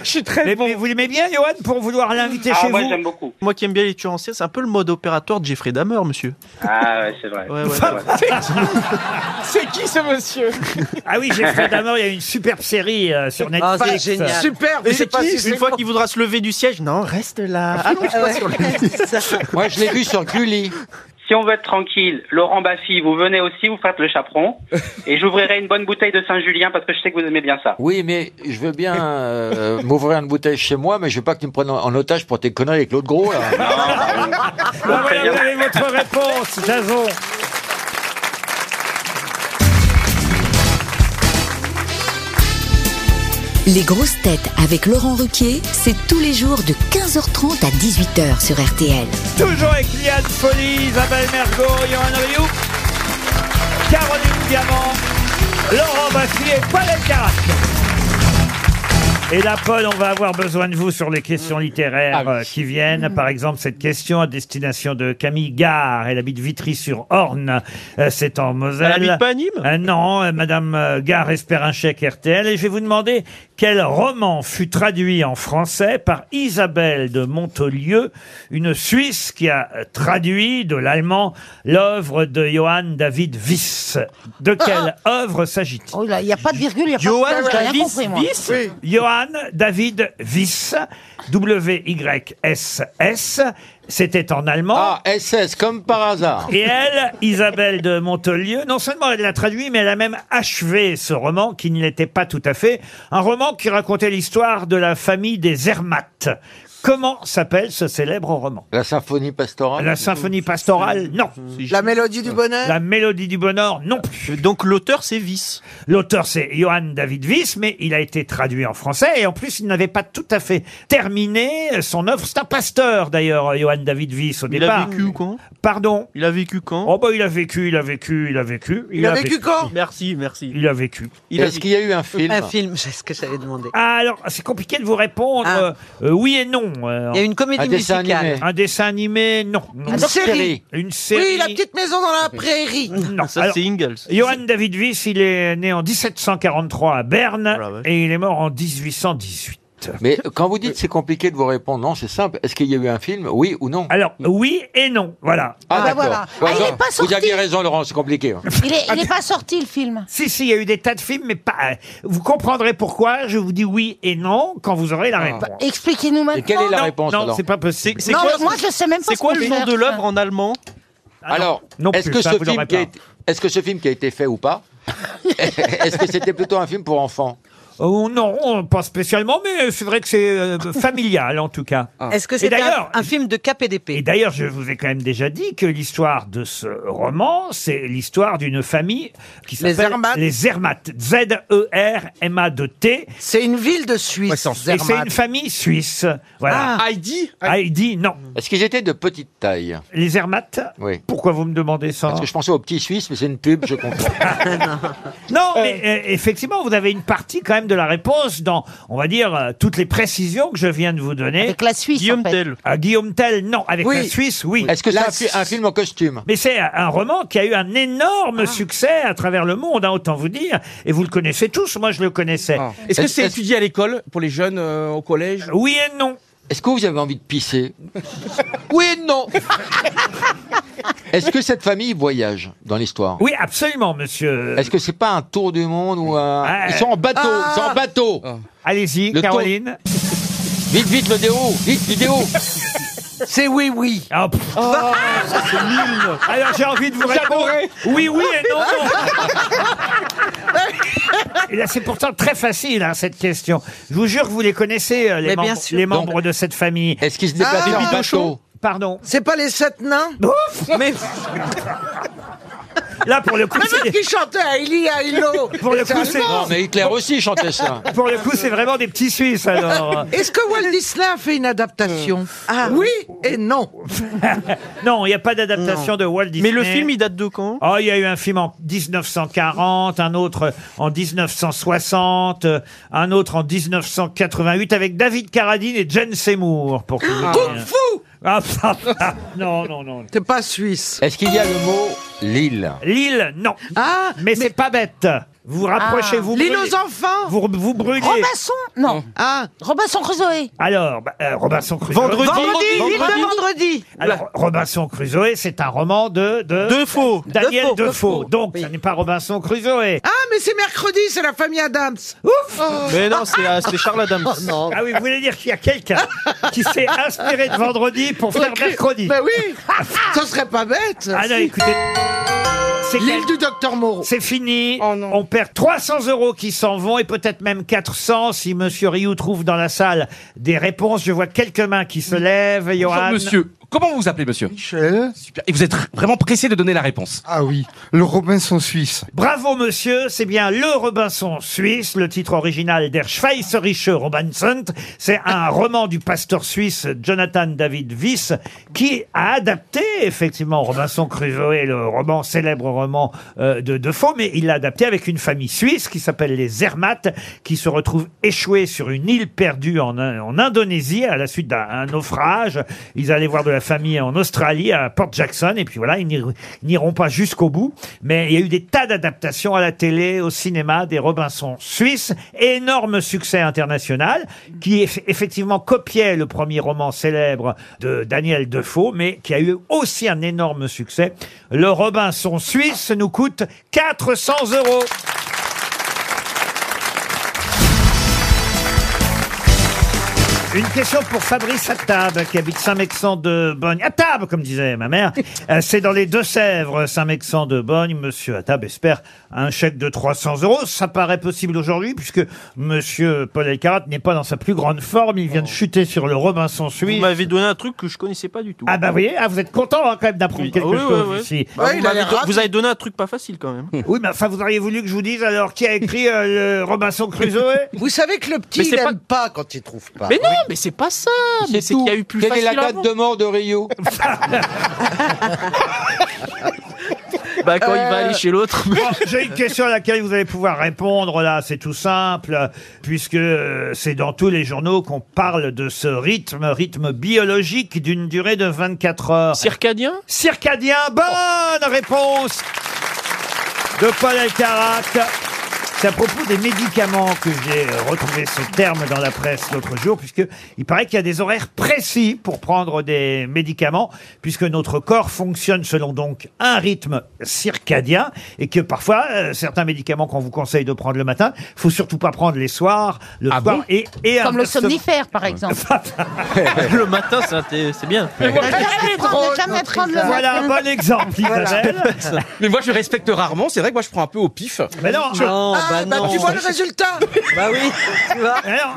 [SPEAKER 2] Je suis très mais, mais vous l'aimez bien, Johan, pour vouloir l'inviter chez vous
[SPEAKER 17] Ah, beaucoup.
[SPEAKER 3] Moi qui aime bien les tueurs en série, c'est un peu le mode opératoire de Jeffrey Dahmer, monsieur.
[SPEAKER 17] Ah ouais, c'est vrai.
[SPEAKER 3] Ouais, ouais,
[SPEAKER 17] C'est vrai.
[SPEAKER 2] C'est qui ce monsieur Ah oui, Jeffrey Dahmer, il y a une superbe série euh, sur Netflix.
[SPEAKER 3] Ah, Mais c'est pas une fois qu'il voudra se lever du siège, non, reste là.
[SPEAKER 2] Ah
[SPEAKER 7] Ah
[SPEAKER 3] Allonge-toi
[SPEAKER 17] Ouais.
[SPEAKER 3] sur le
[SPEAKER 4] Moi, je l'ai vu sur Gulli.
[SPEAKER 17] Si on veut être tranquille, Laurent Baffy, vous venez aussi, vous faites le chaperon. Et j'ouvrirai une bonne bouteille de Saint-Julien parce que je sais que vous aimez bien ça.
[SPEAKER 4] Oui, mais je veux bien euh, m'ouvrir une bouteille chez moi, mais je veux pas que tu me prennes en en otage pour tes conneries avec l'autre gros, là.
[SPEAKER 2] Bon, voilà, vous avez votre réponse, Jason.
[SPEAKER 18] Les grosses têtes avec Laurent Ruquier, c'est tous les jours de 15h30 à 18h sur RTL.
[SPEAKER 2] Toujours avec Liane Folie, Isabelle Mergot, Johan Rioux, Caroline Diamant, Laurent Bassi et Paul Elkarat. Et là, Paul, on va avoir besoin de vous sur les questions
[SPEAKER 3] Ah
[SPEAKER 2] littéraires euh, qui viennent. Par exemple, cette question à destination de Camille Gare. Elle habite Vitry-sur-Orne. Euh, C'est en Moselle.
[SPEAKER 3] Elle habite pas à Nîmes
[SPEAKER 2] Euh, Non, euh, Madame euh, Gare espère un chèque RTL. Et je vais vous demander quel roman fut traduit en français par Isabelle de Montolieu, une Suisse qui a euh, traduit de l'allemand l'œuvre de Johann David Wyss. De quelle œuvre s'agit-il
[SPEAKER 8] Oh là, il n'y a pas de virgule, il n'y a pas de j'ai rien compris, moi.
[SPEAKER 2] Johann David Wyss, W-Y-S-S. C'était en allemand. Ah,
[SPEAKER 4] SS, comme par hasard.
[SPEAKER 2] Et elle, Isabelle de Montolieu, non seulement elle l'a traduit, mais elle a même achevé ce roman qui ne l'était pas tout à fait. Un roman qui racontait l'histoire de la famille des Hermates. Comment s'appelle ce célèbre roman
[SPEAKER 4] La symphonie pastorale
[SPEAKER 2] La symphonie pastorale, non. La mélodie du bonheur La mélodie du bonheur, non plus. Donc l'auteur, c'est Vice. L'auteur, c'est Johann David Vice, mais il a été traduit en français et en plus, il n'avait pas tout à fait terminé son œuvre. C'est un pasteur, d'ailleurs, Johann David Vice, au
[SPEAKER 3] Il a
[SPEAKER 2] départ.
[SPEAKER 3] vécu ou quand
[SPEAKER 2] Pardon
[SPEAKER 3] Il a vécu quand
[SPEAKER 2] Oh bah il a vécu, il a vécu, il a vécu.
[SPEAKER 3] Merci, merci.
[SPEAKER 2] Il a vécu.
[SPEAKER 5] Un film, c'est ce que j'avais demandé.
[SPEAKER 2] Ah, alors, c'est compliqué de vous répondre euh, euh, oui et non. euh,
[SPEAKER 5] Il y a une comédie Un dessin musicale. animé.
[SPEAKER 2] Un dessin animé, non.
[SPEAKER 7] Une série.
[SPEAKER 2] Une série.
[SPEAKER 7] Oui, la petite maison dans la prairie.
[SPEAKER 2] Non. Alors, Johann
[SPEAKER 3] Oh
[SPEAKER 2] David Wyss, il est né en 1743 à Berne et il est mort en 1818.
[SPEAKER 4] Mais quand vous dites c'est compliqué de vous répondre, non, c'est simple. Est-ce qu'il y a eu un film, oui ou non
[SPEAKER 2] Alors, oui et non, voilà.
[SPEAKER 4] Ah,
[SPEAKER 6] Ah, bah
[SPEAKER 4] d'accord.
[SPEAKER 6] voilà. Ah, il est
[SPEAKER 4] Pardon.
[SPEAKER 6] pas
[SPEAKER 4] vous
[SPEAKER 6] sorti.
[SPEAKER 4] aviez raison, Laurent, c'est compliqué. hein.
[SPEAKER 6] Il est, il est pas sorti le film.
[SPEAKER 2] Ah, Si, si, il y a eu des tas de films, mais pas. euh, Vous comprendrez pourquoi je vous dis oui et non quand vous aurez la réponse.
[SPEAKER 6] Expliquez-nous maintenant.
[SPEAKER 2] Non, Non, c'est pas possible.
[SPEAKER 6] Non, mais moi je sais même pas.
[SPEAKER 3] C'est
[SPEAKER 6] ce
[SPEAKER 3] quoi
[SPEAKER 6] qu'on
[SPEAKER 3] le nom
[SPEAKER 6] cherche.
[SPEAKER 3] de l'œuvre en allemand
[SPEAKER 4] Alors,
[SPEAKER 2] Ah non
[SPEAKER 4] est-ce
[SPEAKER 2] plus,
[SPEAKER 4] que,
[SPEAKER 2] ça,
[SPEAKER 4] ce
[SPEAKER 2] vous
[SPEAKER 4] film
[SPEAKER 2] l'aurez
[SPEAKER 4] qui a
[SPEAKER 2] pas.
[SPEAKER 4] été- est-ce que ce film qui a été fait ou pas Est-ce que c'était plutôt un film pour enfants
[SPEAKER 2] Oh non, pas spécialement, mais c'est vrai que c'est euh, familial en tout cas.
[SPEAKER 7] Ah.
[SPEAKER 5] Est-ce que
[SPEAKER 2] Et
[SPEAKER 5] c'est un,
[SPEAKER 2] d'ailleurs,
[SPEAKER 5] un film de KPDP
[SPEAKER 2] Et d'ailleurs, je vous ai quand même déjà dit que l'histoire de ce roman, c'est l'histoire d'une famille qui
[SPEAKER 7] Les
[SPEAKER 2] s'appelle
[SPEAKER 7] Zermatt.
[SPEAKER 2] les E Zermatt. Z-E-R-M-A-T.
[SPEAKER 7] C'est une ville de Suisse.
[SPEAKER 2] Et c'est
[SPEAKER 7] Zermatt.
[SPEAKER 2] une famille suisse. Voilà.
[SPEAKER 7] Ah.
[SPEAKER 2] Heidi Heidi, non.
[SPEAKER 4] Est-ce qu'ils étaient de petite taille
[SPEAKER 2] Les Zermatt
[SPEAKER 4] Oui.
[SPEAKER 2] Pourquoi vous me demandez ça
[SPEAKER 4] Parce que je pensais aux petits Suisses, mais c'est une pub, je comprends.
[SPEAKER 2] Non, mais euh, effectivement, vous avez une partie quand même de la réponse dans, on va dire, euh, toutes les précisions que je viens de vous donner. Avec
[SPEAKER 6] la Suisse,
[SPEAKER 2] Guillaume Tell. Ah, Guillaume Tell, non. Avec
[SPEAKER 4] Oui.
[SPEAKER 2] la Suisse, oui.
[SPEAKER 4] Est-ce que c'est
[SPEAKER 2] La
[SPEAKER 4] un, fi- un film en costume
[SPEAKER 2] mais c'est un roman qui a eu un énorme
[SPEAKER 6] Ah.
[SPEAKER 2] succès à travers le monde, hein, autant vous dire. Et vous le connaissez tous, moi je le connaissais.
[SPEAKER 11] Est-ce que c'est
[SPEAKER 2] Est-ce-
[SPEAKER 11] étudié à l'école pour les jeunes euh, au collège
[SPEAKER 2] Oui et non.
[SPEAKER 4] Est-ce que vous avez envie de pisser Oui et non Est-ce que cette famille voyage dans l'histoire
[SPEAKER 2] Oui, absolument, monsieur.
[SPEAKER 4] Est-ce que c'est pas un tour du monde ou un...
[SPEAKER 2] Ah,
[SPEAKER 4] Ils sont en bateau,
[SPEAKER 2] ah.
[SPEAKER 4] ils sont en bateau
[SPEAKER 2] Allez-y,
[SPEAKER 4] Le
[SPEAKER 2] Caroline.
[SPEAKER 4] Vite, vite, le déo Vite, vidéo
[SPEAKER 2] C'est oui, oui. Ah, Alors j'ai envie de vous répondre. Oui, oui et non. non. Et là, c'est pourtant très facile, hein, cette question. Je vous jure que vous les connaissez, euh, les,
[SPEAKER 7] Mais bien
[SPEAKER 2] membres,
[SPEAKER 7] sûr.
[SPEAKER 2] les membres de cette famille.
[SPEAKER 4] Est-ce qu'ils se
[SPEAKER 7] déplacent Ah, en les bateau
[SPEAKER 2] Pardon.
[SPEAKER 7] C'est pas les sept nains Mais
[SPEAKER 2] Là, pour le coup,
[SPEAKER 7] Mais
[SPEAKER 2] c'est
[SPEAKER 7] qui chantait à Ili, à Ilo.
[SPEAKER 2] Pour le
[SPEAKER 7] C'est
[SPEAKER 2] coup, c'est-
[SPEAKER 7] allemand.
[SPEAKER 4] Non, mais Hitler aussi chantait ça
[SPEAKER 2] pour le coup, c'est vraiment des petits Suisses, alors. euh, ah.
[SPEAKER 7] Est-ce que Walt Disney a fait une adaptation Ah. Oui et non. Ah,
[SPEAKER 2] Non, il n'y a pas d'adaptation
[SPEAKER 3] Non.
[SPEAKER 2] de Walt Disney.
[SPEAKER 3] Mais le film, il date de quand
[SPEAKER 2] Oh, il y a eu un film en 1940, un autre en 1960, euh, un autre en 1988 avec David Carradine et Jane Seymour. Pour que vous donniez-
[SPEAKER 7] Fou
[SPEAKER 2] Ah, ça, ça, non, non, non.
[SPEAKER 7] T'es pas suisse.
[SPEAKER 4] Est-ce qu'il y a le mot
[SPEAKER 2] Ah.
[SPEAKER 4] Lille
[SPEAKER 2] Lille, non. Ah, mais, c'est pas bête. Vous vous rapprochez,
[SPEAKER 6] Ah.
[SPEAKER 2] vous
[SPEAKER 7] L'île
[SPEAKER 2] brûlez.
[SPEAKER 7] aux enfants
[SPEAKER 2] Vous, vous brûlez.
[SPEAKER 6] Robinson Non.
[SPEAKER 7] Ah,
[SPEAKER 6] Robinson Crusoe.
[SPEAKER 2] Alors, bah, euh, Robinson Crusoe.
[SPEAKER 3] Vendredi.
[SPEAKER 7] Vendredi, l'île de vendredi.
[SPEAKER 2] Alors, Robinson Crusoe, c'est un roman de... de...
[SPEAKER 3] Defoe.
[SPEAKER 2] Daniel
[SPEAKER 7] Defoe,
[SPEAKER 2] Defoe. Donc, ce n'est pas Robinson Crusoe.
[SPEAKER 7] Ah, mais c'est mercredi, c'est la famille Adams. Oh.
[SPEAKER 2] Ouf
[SPEAKER 3] Mais non, c'est euh, c'est Charles Adams.
[SPEAKER 2] Ah oui, vous voulez dire qu'il y a quelqu'un qui s'est inspiré de vendredi pour faire mercredi
[SPEAKER 7] Ben oui, ça serait pas bête.
[SPEAKER 2] Ah non, écoutez. C'est quel-
[SPEAKER 7] L'île du docteur Moreau.
[SPEAKER 2] C'est fini. On perd 300 euros qui s'en vont et peut-être même 400 si Monsieur Rioux trouve dans la salle des réponses. Je vois quelques mains qui se lèvent.
[SPEAKER 11] Bonjour,
[SPEAKER 2] Johan.
[SPEAKER 11] monsieur. Comment vous vous appelez, monsieur
[SPEAKER 19] Michel.
[SPEAKER 11] Super. Et vous êtes vraiment pressé de donner la réponse.
[SPEAKER 19] Ah oui, le Robinson suisse.
[SPEAKER 2] Bravo, monsieur. C'est bien Le Robinson Suisse. Le titre original Der Schweizerische Robinson. C'est un roman du pasteur suisse Jonathan David Wyss qui a adapté, effectivement, Robinson Crusoe, le roman, célèbre roman euh, de Defoe, mais il l'a adapté avec une famille suisse qui s'appelle les Zermatt, qui se retrouve échouée sur une île perdue en, In- en Indonésie à la suite d'un un naufrage. Ils allaient voir de la famille en Australie, à Port Jackson, et puis voilà, ils n'ir- n'iront pas jusqu'au bout. Mais il y a eu des tas d'adaptations à la télé, au cinéma, des Robinson Suisse, énorme succès international, qui eff- effectivement copiait le premier roman célèbre de Daniel Defoe, mais qui a eu aussi un énorme succès. Le Robinson Suisse nous coûte 400 euros. Une question pour Fabrice Attab, qui habite Saint-Mexan de Bogne. Attab, comme disait ma mère. Euh, C'est dans les Deux-Sèvres, Saint-Mexan de Bogne. Monsieur Attab espère un chèque de 300 euros. Ça paraît possible aujourd'hui, puisque monsieur Paul Elkarat n'est pas dans sa plus grande forme. Il vient
[SPEAKER 7] Oh.
[SPEAKER 2] de chuter sur le Robinson
[SPEAKER 3] Vous
[SPEAKER 2] Suisse.
[SPEAKER 3] m'avez donné un truc que je connaissais pas du tout.
[SPEAKER 2] Ah bah vous voyez, ah, vous êtes content hein, quand même d'apprendre
[SPEAKER 3] Oui.
[SPEAKER 2] quelque
[SPEAKER 3] Ah oui,
[SPEAKER 2] chose
[SPEAKER 3] ouais, ouais.
[SPEAKER 2] ici.
[SPEAKER 3] Bah, vous, m'avez don- vous avez donné un truc pas facile quand
[SPEAKER 7] Hum.
[SPEAKER 3] même.
[SPEAKER 2] Oui, mais enfin, vous auriez voulu que je vous dise alors qui a écrit euh, le Robinson Crusoe
[SPEAKER 7] Vous savez que le petit,
[SPEAKER 3] Mais
[SPEAKER 7] il
[SPEAKER 3] c'est
[SPEAKER 7] aime pas... quand il trouve pas.
[SPEAKER 3] Mais non, mais c'est pas ça. Mais c'est qu'il y a eu plus
[SPEAKER 4] Quelle est
[SPEAKER 3] facile
[SPEAKER 4] la date
[SPEAKER 3] avant.
[SPEAKER 4] de mort de Rio
[SPEAKER 3] Bah quand il va
[SPEAKER 4] Euh.
[SPEAKER 3] aller chez l'autre.
[SPEAKER 2] Bon, J'ai une question à laquelle vous allez pouvoir répondre là, c'est tout simple, puisque euh, c'est dans tous les journaux qu'on parle de ce rythme, rythme biologique d'une durée de 24 heures.
[SPEAKER 3] Circadien
[SPEAKER 2] Circadien, bonne réponse de Paul Elkarat. C'est à propos des médicaments que j'ai euh, retrouvé ce terme dans la presse l'autre jour, puisque il paraît qu'il y a des horaires précis pour prendre des médicaments, puisque notre corps fonctionne selon donc un rythme circadien, et que parfois euh, certains médicaments qu'on vous conseille de prendre le matin, faut surtout pas prendre les soirs, le soir Ah et, et
[SPEAKER 6] Ah Comme le
[SPEAKER 2] inversement.
[SPEAKER 6] somnifère, par exemple.
[SPEAKER 3] le matin, ça, t'es- c'est bien.
[SPEAKER 6] jamais prendre le
[SPEAKER 2] Voilà un bon exemple, Isabelle.
[SPEAKER 11] Mais moi, je respecte rarement. C'est vrai que moi, je prends un peu au pif.
[SPEAKER 2] Mais non,
[SPEAKER 11] Je-
[SPEAKER 7] ah, bah, tu vois le résultat
[SPEAKER 2] Bah oui,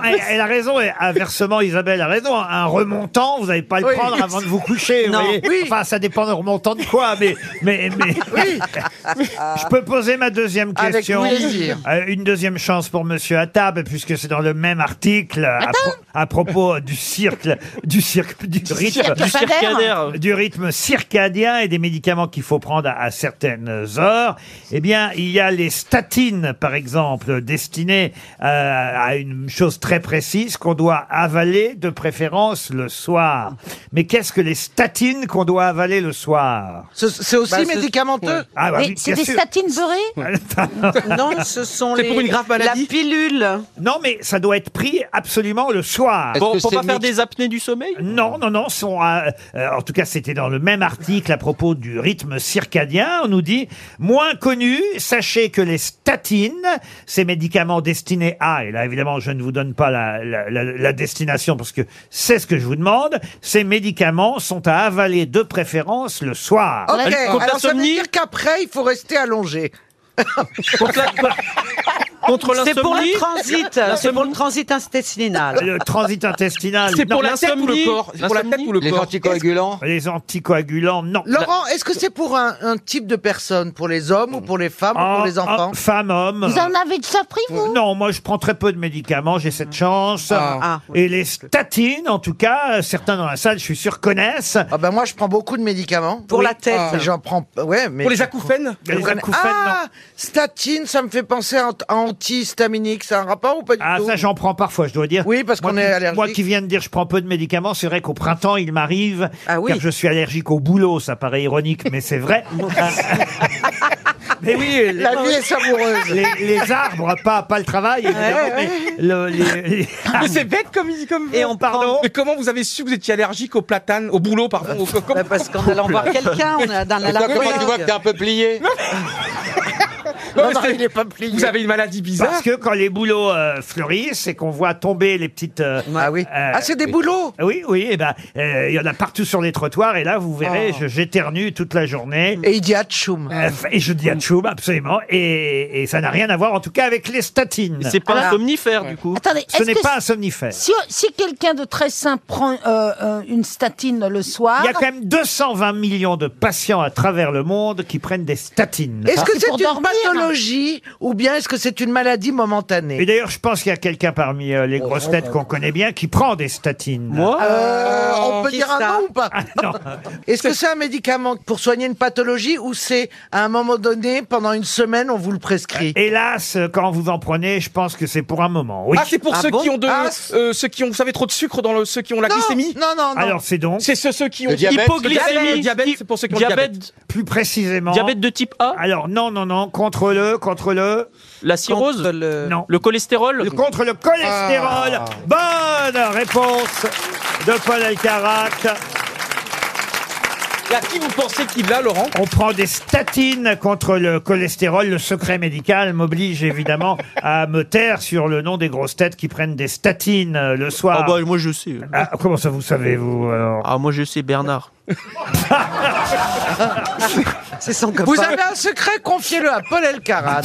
[SPEAKER 2] elle, elle a raison, et inversement, Isabelle a raison. Un remontant, vous n'allez pas le
[SPEAKER 7] Oui.
[SPEAKER 2] prendre avant de vous coucher. vous
[SPEAKER 7] Non.
[SPEAKER 2] voyez. Enfin, ça dépend de remontant de quoi, mais. mais, mais... Je peux poser ma deuxième
[SPEAKER 7] Avec
[SPEAKER 2] question.
[SPEAKER 7] plaisir.
[SPEAKER 2] Euh, une deuxième chance pour monsieur Attab, puisque c'est dans le même article à, pro- à propos du cirque, du cirque, du, rythme,
[SPEAKER 3] cirque Du circadaire.
[SPEAKER 2] du rythme circadien et des médicaments qu'il faut prendre à, à certaines heures. Eh bien, il y a les statines, par exemple, destinées euh, à une chose très précise qu'on doit avaler de préférence le soir. Mais qu'est-ce que les statines qu'on doit avaler le soir
[SPEAKER 7] C'est aussi Bah, ce- médicamenteux
[SPEAKER 2] Ah, bah
[SPEAKER 6] Mais
[SPEAKER 2] oui,
[SPEAKER 6] c'est
[SPEAKER 2] bien
[SPEAKER 6] des
[SPEAKER 2] sûr.
[SPEAKER 6] statines beurrées
[SPEAKER 2] Ah, non,
[SPEAKER 7] ce sont C'est les- pour une grave maladie
[SPEAKER 2] La pilule. Non, mais ça doit être pris absolument le soir.
[SPEAKER 3] Est-ce Bon, que pour c'est pas faire mixte des
[SPEAKER 2] apnées du sommeil Non, non, non. sont, euh, euh, en tout cas, c'était dans le même article à propos du rythme circadien. On nous dit moins connu. Sachez que les statines, ces médicaments destinés à, et là évidemment, je ne vous donne pas la, la- la- la destination parce que c'est ce que je vous demande. Ces médicaments sont à avaler de préférence le soir.
[SPEAKER 7] Ok, alors ça veut dire qu'après, il faut rester allongé.
[SPEAKER 2] Contre
[SPEAKER 5] C'est pour
[SPEAKER 2] l'insomnie
[SPEAKER 5] le transit, c'est pour le transit intestinal.
[SPEAKER 2] Ah, Le transit intestinal.
[SPEAKER 5] C'est
[SPEAKER 2] non.
[SPEAKER 5] pour la tête ou le corps
[SPEAKER 2] L'insomnie
[SPEAKER 5] C'est pour la tête ou le Les corps
[SPEAKER 4] anticoagulants
[SPEAKER 2] Les anticoagulants, non.
[SPEAKER 7] Laurent, est-ce que c'est pour un, un type de personne Pour les hommes ou pour les femmes ou pour les enfants
[SPEAKER 2] Femme, homme. Euh,
[SPEAKER 6] Vous en avez de ça pris, vous
[SPEAKER 2] Non, moi je prends très peu de médicaments, j'ai cette chance.
[SPEAKER 7] Ah.
[SPEAKER 2] Et les statines, en tout cas, euh, certains dans la salle, je suis sûr, connaissent.
[SPEAKER 7] Ah ben moi je prends beaucoup de médicaments.
[SPEAKER 2] Pour la tête.
[SPEAKER 7] Mais J'en prends. Bah Ouais, mais
[SPEAKER 2] Pour les acouphènes
[SPEAKER 7] Je
[SPEAKER 2] Les
[SPEAKER 7] prends-
[SPEAKER 2] acouphènes,
[SPEAKER 7] ah, statine, ça me fait penser à ant- à antihistaminique. C'est un rapport ou pas du
[SPEAKER 2] Ah,
[SPEAKER 7] tout
[SPEAKER 2] ça j'en prends parfois, je dois dire. Oui, parce
[SPEAKER 7] qu'on est allergique.
[SPEAKER 2] Moi qui viens de dire je prends peu de médicaments, c'est vrai qu'au printemps il m'arrive,
[SPEAKER 7] Ah oui.
[SPEAKER 2] car je suis allergique au boulot, ça paraît ironique, mais c'est vrai. mais oui,
[SPEAKER 7] La vie est savoureuse.
[SPEAKER 2] Les, les arbres, pas, pas le travail, évidemment,
[SPEAKER 7] Ouais, ouais.
[SPEAKER 2] mais le- les- les-
[SPEAKER 11] Ah, Mais c'est bête comme il comme Et on pardon. Mais comment vous avez su que vous étiez allergique au platane, au boulot, pardon Parce qu'on allait en
[SPEAKER 5] voir quelqu'un, on est dans la laverie.
[SPEAKER 11] peu plié
[SPEAKER 2] Non, non, il est pas plié.
[SPEAKER 11] Vous avez une maladie bizarre.
[SPEAKER 2] Parce que quand les bouleaux euh, fleurissent et qu'on voit tomber les petites. ah oui.
[SPEAKER 7] Ah, c'est des bouleaux
[SPEAKER 2] Oui, oui. Et ben, euh, il y en a partout sur les trottoirs. Et là, vous verrez,
[SPEAKER 7] Oh.
[SPEAKER 2] je- j'éternue toute la journée.
[SPEAKER 7] Et il dit atchoum.
[SPEAKER 2] Euh, et je dis atchoum, absolument. Et, et ça n'a rien à voir, en tout cas, avec les statines.
[SPEAKER 3] C'est pas un somnifère, du coup.
[SPEAKER 6] Attendez,
[SPEAKER 2] Ce
[SPEAKER 6] est-ce
[SPEAKER 2] n'est
[SPEAKER 6] que
[SPEAKER 2] pas
[SPEAKER 6] si-
[SPEAKER 2] un somnifère.
[SPEAKER 6] Si, si quelqu'un de très sain prend euh, euh, une statine le soir.
[SPEAKER 2] Il
[SPEAKER 7] Ah,
[SPEAKER 2] y a quand même 220 millions de patients à travers le monde qui prennent des statines. Ah.
[SPEAKER 7] Est-ce que c'est
[SPEAKER 6] pour
[SPEAKER 7] une
[SPEAKER 6] dormir.
[SPEAKER 7] pathologie ou bien est-ce que c'est une maladie momentanée
[SPEAKER 2] Et d'ailleurs, je pense qu'il y a quelqu'un parmi euh, les grosses têtes qu'on connaît bien qui prend des statines.
[SPEAKER 3] Moi
[SPEAKER 7] Euh, on peut
[SPEAKER 2] Qui
[SPEAKER 7] dire un
[SPEAKER 2] ça
[SPEAKER 7] nom ou pas Est-ce que c'est un médicament pour soigner une pathologie ou c'est à un moment donné, pendant une semaine, on vous le prescrit
[SPEAKER 2] Hélas, euh, quand vous en prenez, je pense que c'est pour un moment. Oui.
[SPEAKER 11] Ah, c'est pour ceux qui ont de,
[SPEAKER 7] Ah,
[SPEAKER 11] euh, ceux qui ont, vous savez, trop de sucre dans le, ceux qui ont la
[SPEAKER 7] Non,
[SPEAKER 11] glycémie.
[SPEAKER 7] non, non, non.
[SPEAKER 2] Alors, c'est donc
[SPEAKER 11] C'est ceux, ceux qui ont
[SPEAKER 2] Le diabète.
[SPEAKER 11] hypoglycémie. Le diabète, c'est pour ceux qui ont le diabète.
[SPEAKER 2] Plus précisément.
[SPEAKER 3] Diabète de type A
[SPEAKER 2] Alors non, non, non, contre le, contre le...
[SPEAKER 3] La cirrhose
[SPEAKER 2] Contre le... Non.
[SPEAKER 3] Le cholestérol
[SPEAKER 2] Contre le
[SPEAKER 11] Ah.
[SPEAKER 2] cholestérol. Bonne réponse de Paul Alcarat.
[SPEAKER 11] Et à qui vous pensez qu'il l'a, Laurent
[SPEAKER 2] On prend des statines contre le cholestérol. Le secret médical m'oblige évidemment à me taire sur le nom des grosses têtes qui prennent des statines euh, le soir.
[SPEAKER 3] Ah bah, moi je sais.
[SPEAKER 2] Ah, comment ça vous savez, vous
[SPEAKER 3] Ah, moi je sais, Bernard.
[SPEAKER 5] C'est son copain.
[SPEAKER 7] Vous avez un secret, confiez-le à Paul Elkarat.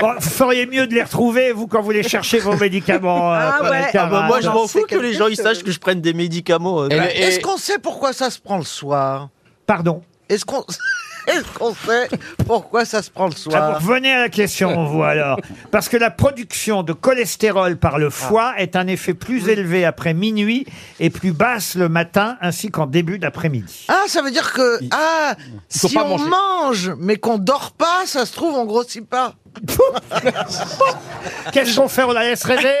[SPEAKER 2] Oh, vous feriez mieux de les retrouver, vous, quand vous les cherchez vos médicaments. euh, Paul Alcarat.
[SPEAKER 3] bah, moi je m'en fous
[SPEAKER 7] c'est
[SPEAKER 3] que les gens ils
[SPEAKER 7] quelqu'un
[SPEAKER 3] sachent que je prenne des médicaments. euh.
[SPEAKER 7] Bah, Est-ce qu'on sait pourquoi ça se prend le soir
[SPEAKER 2] Pardon
[SPEAKER 7] Est-ce qu'on est-ce qu'on sait pourquoi ça se prend le
[SPEAKER 2] Ah, vous
[SPEAKER 7] soir
[SPEAKER 2] revenez à la question, vous alors. Parce que la production de cholestérol par
[SPEAKER 11] Ah.
[SPEAKER 2] le foie est un effet plus élevé après minuit et plus basse le matin ainsi qu'en début d'après-midi.
[SPEAKER 7] Ah, ça veut dire que ah,
[SPEAKER 2] faut
[SPEAKER 7] si
[SPEAKER 2] pas
[SPEAKER 7] on
[SPEAKER 2] manger.
[SPEAKER 7] mange mais qu'on dort pas, ça se trouve on grossit pas.
[SPEAKER 2] Qu'est-ce qu'on fait On la laisse rêver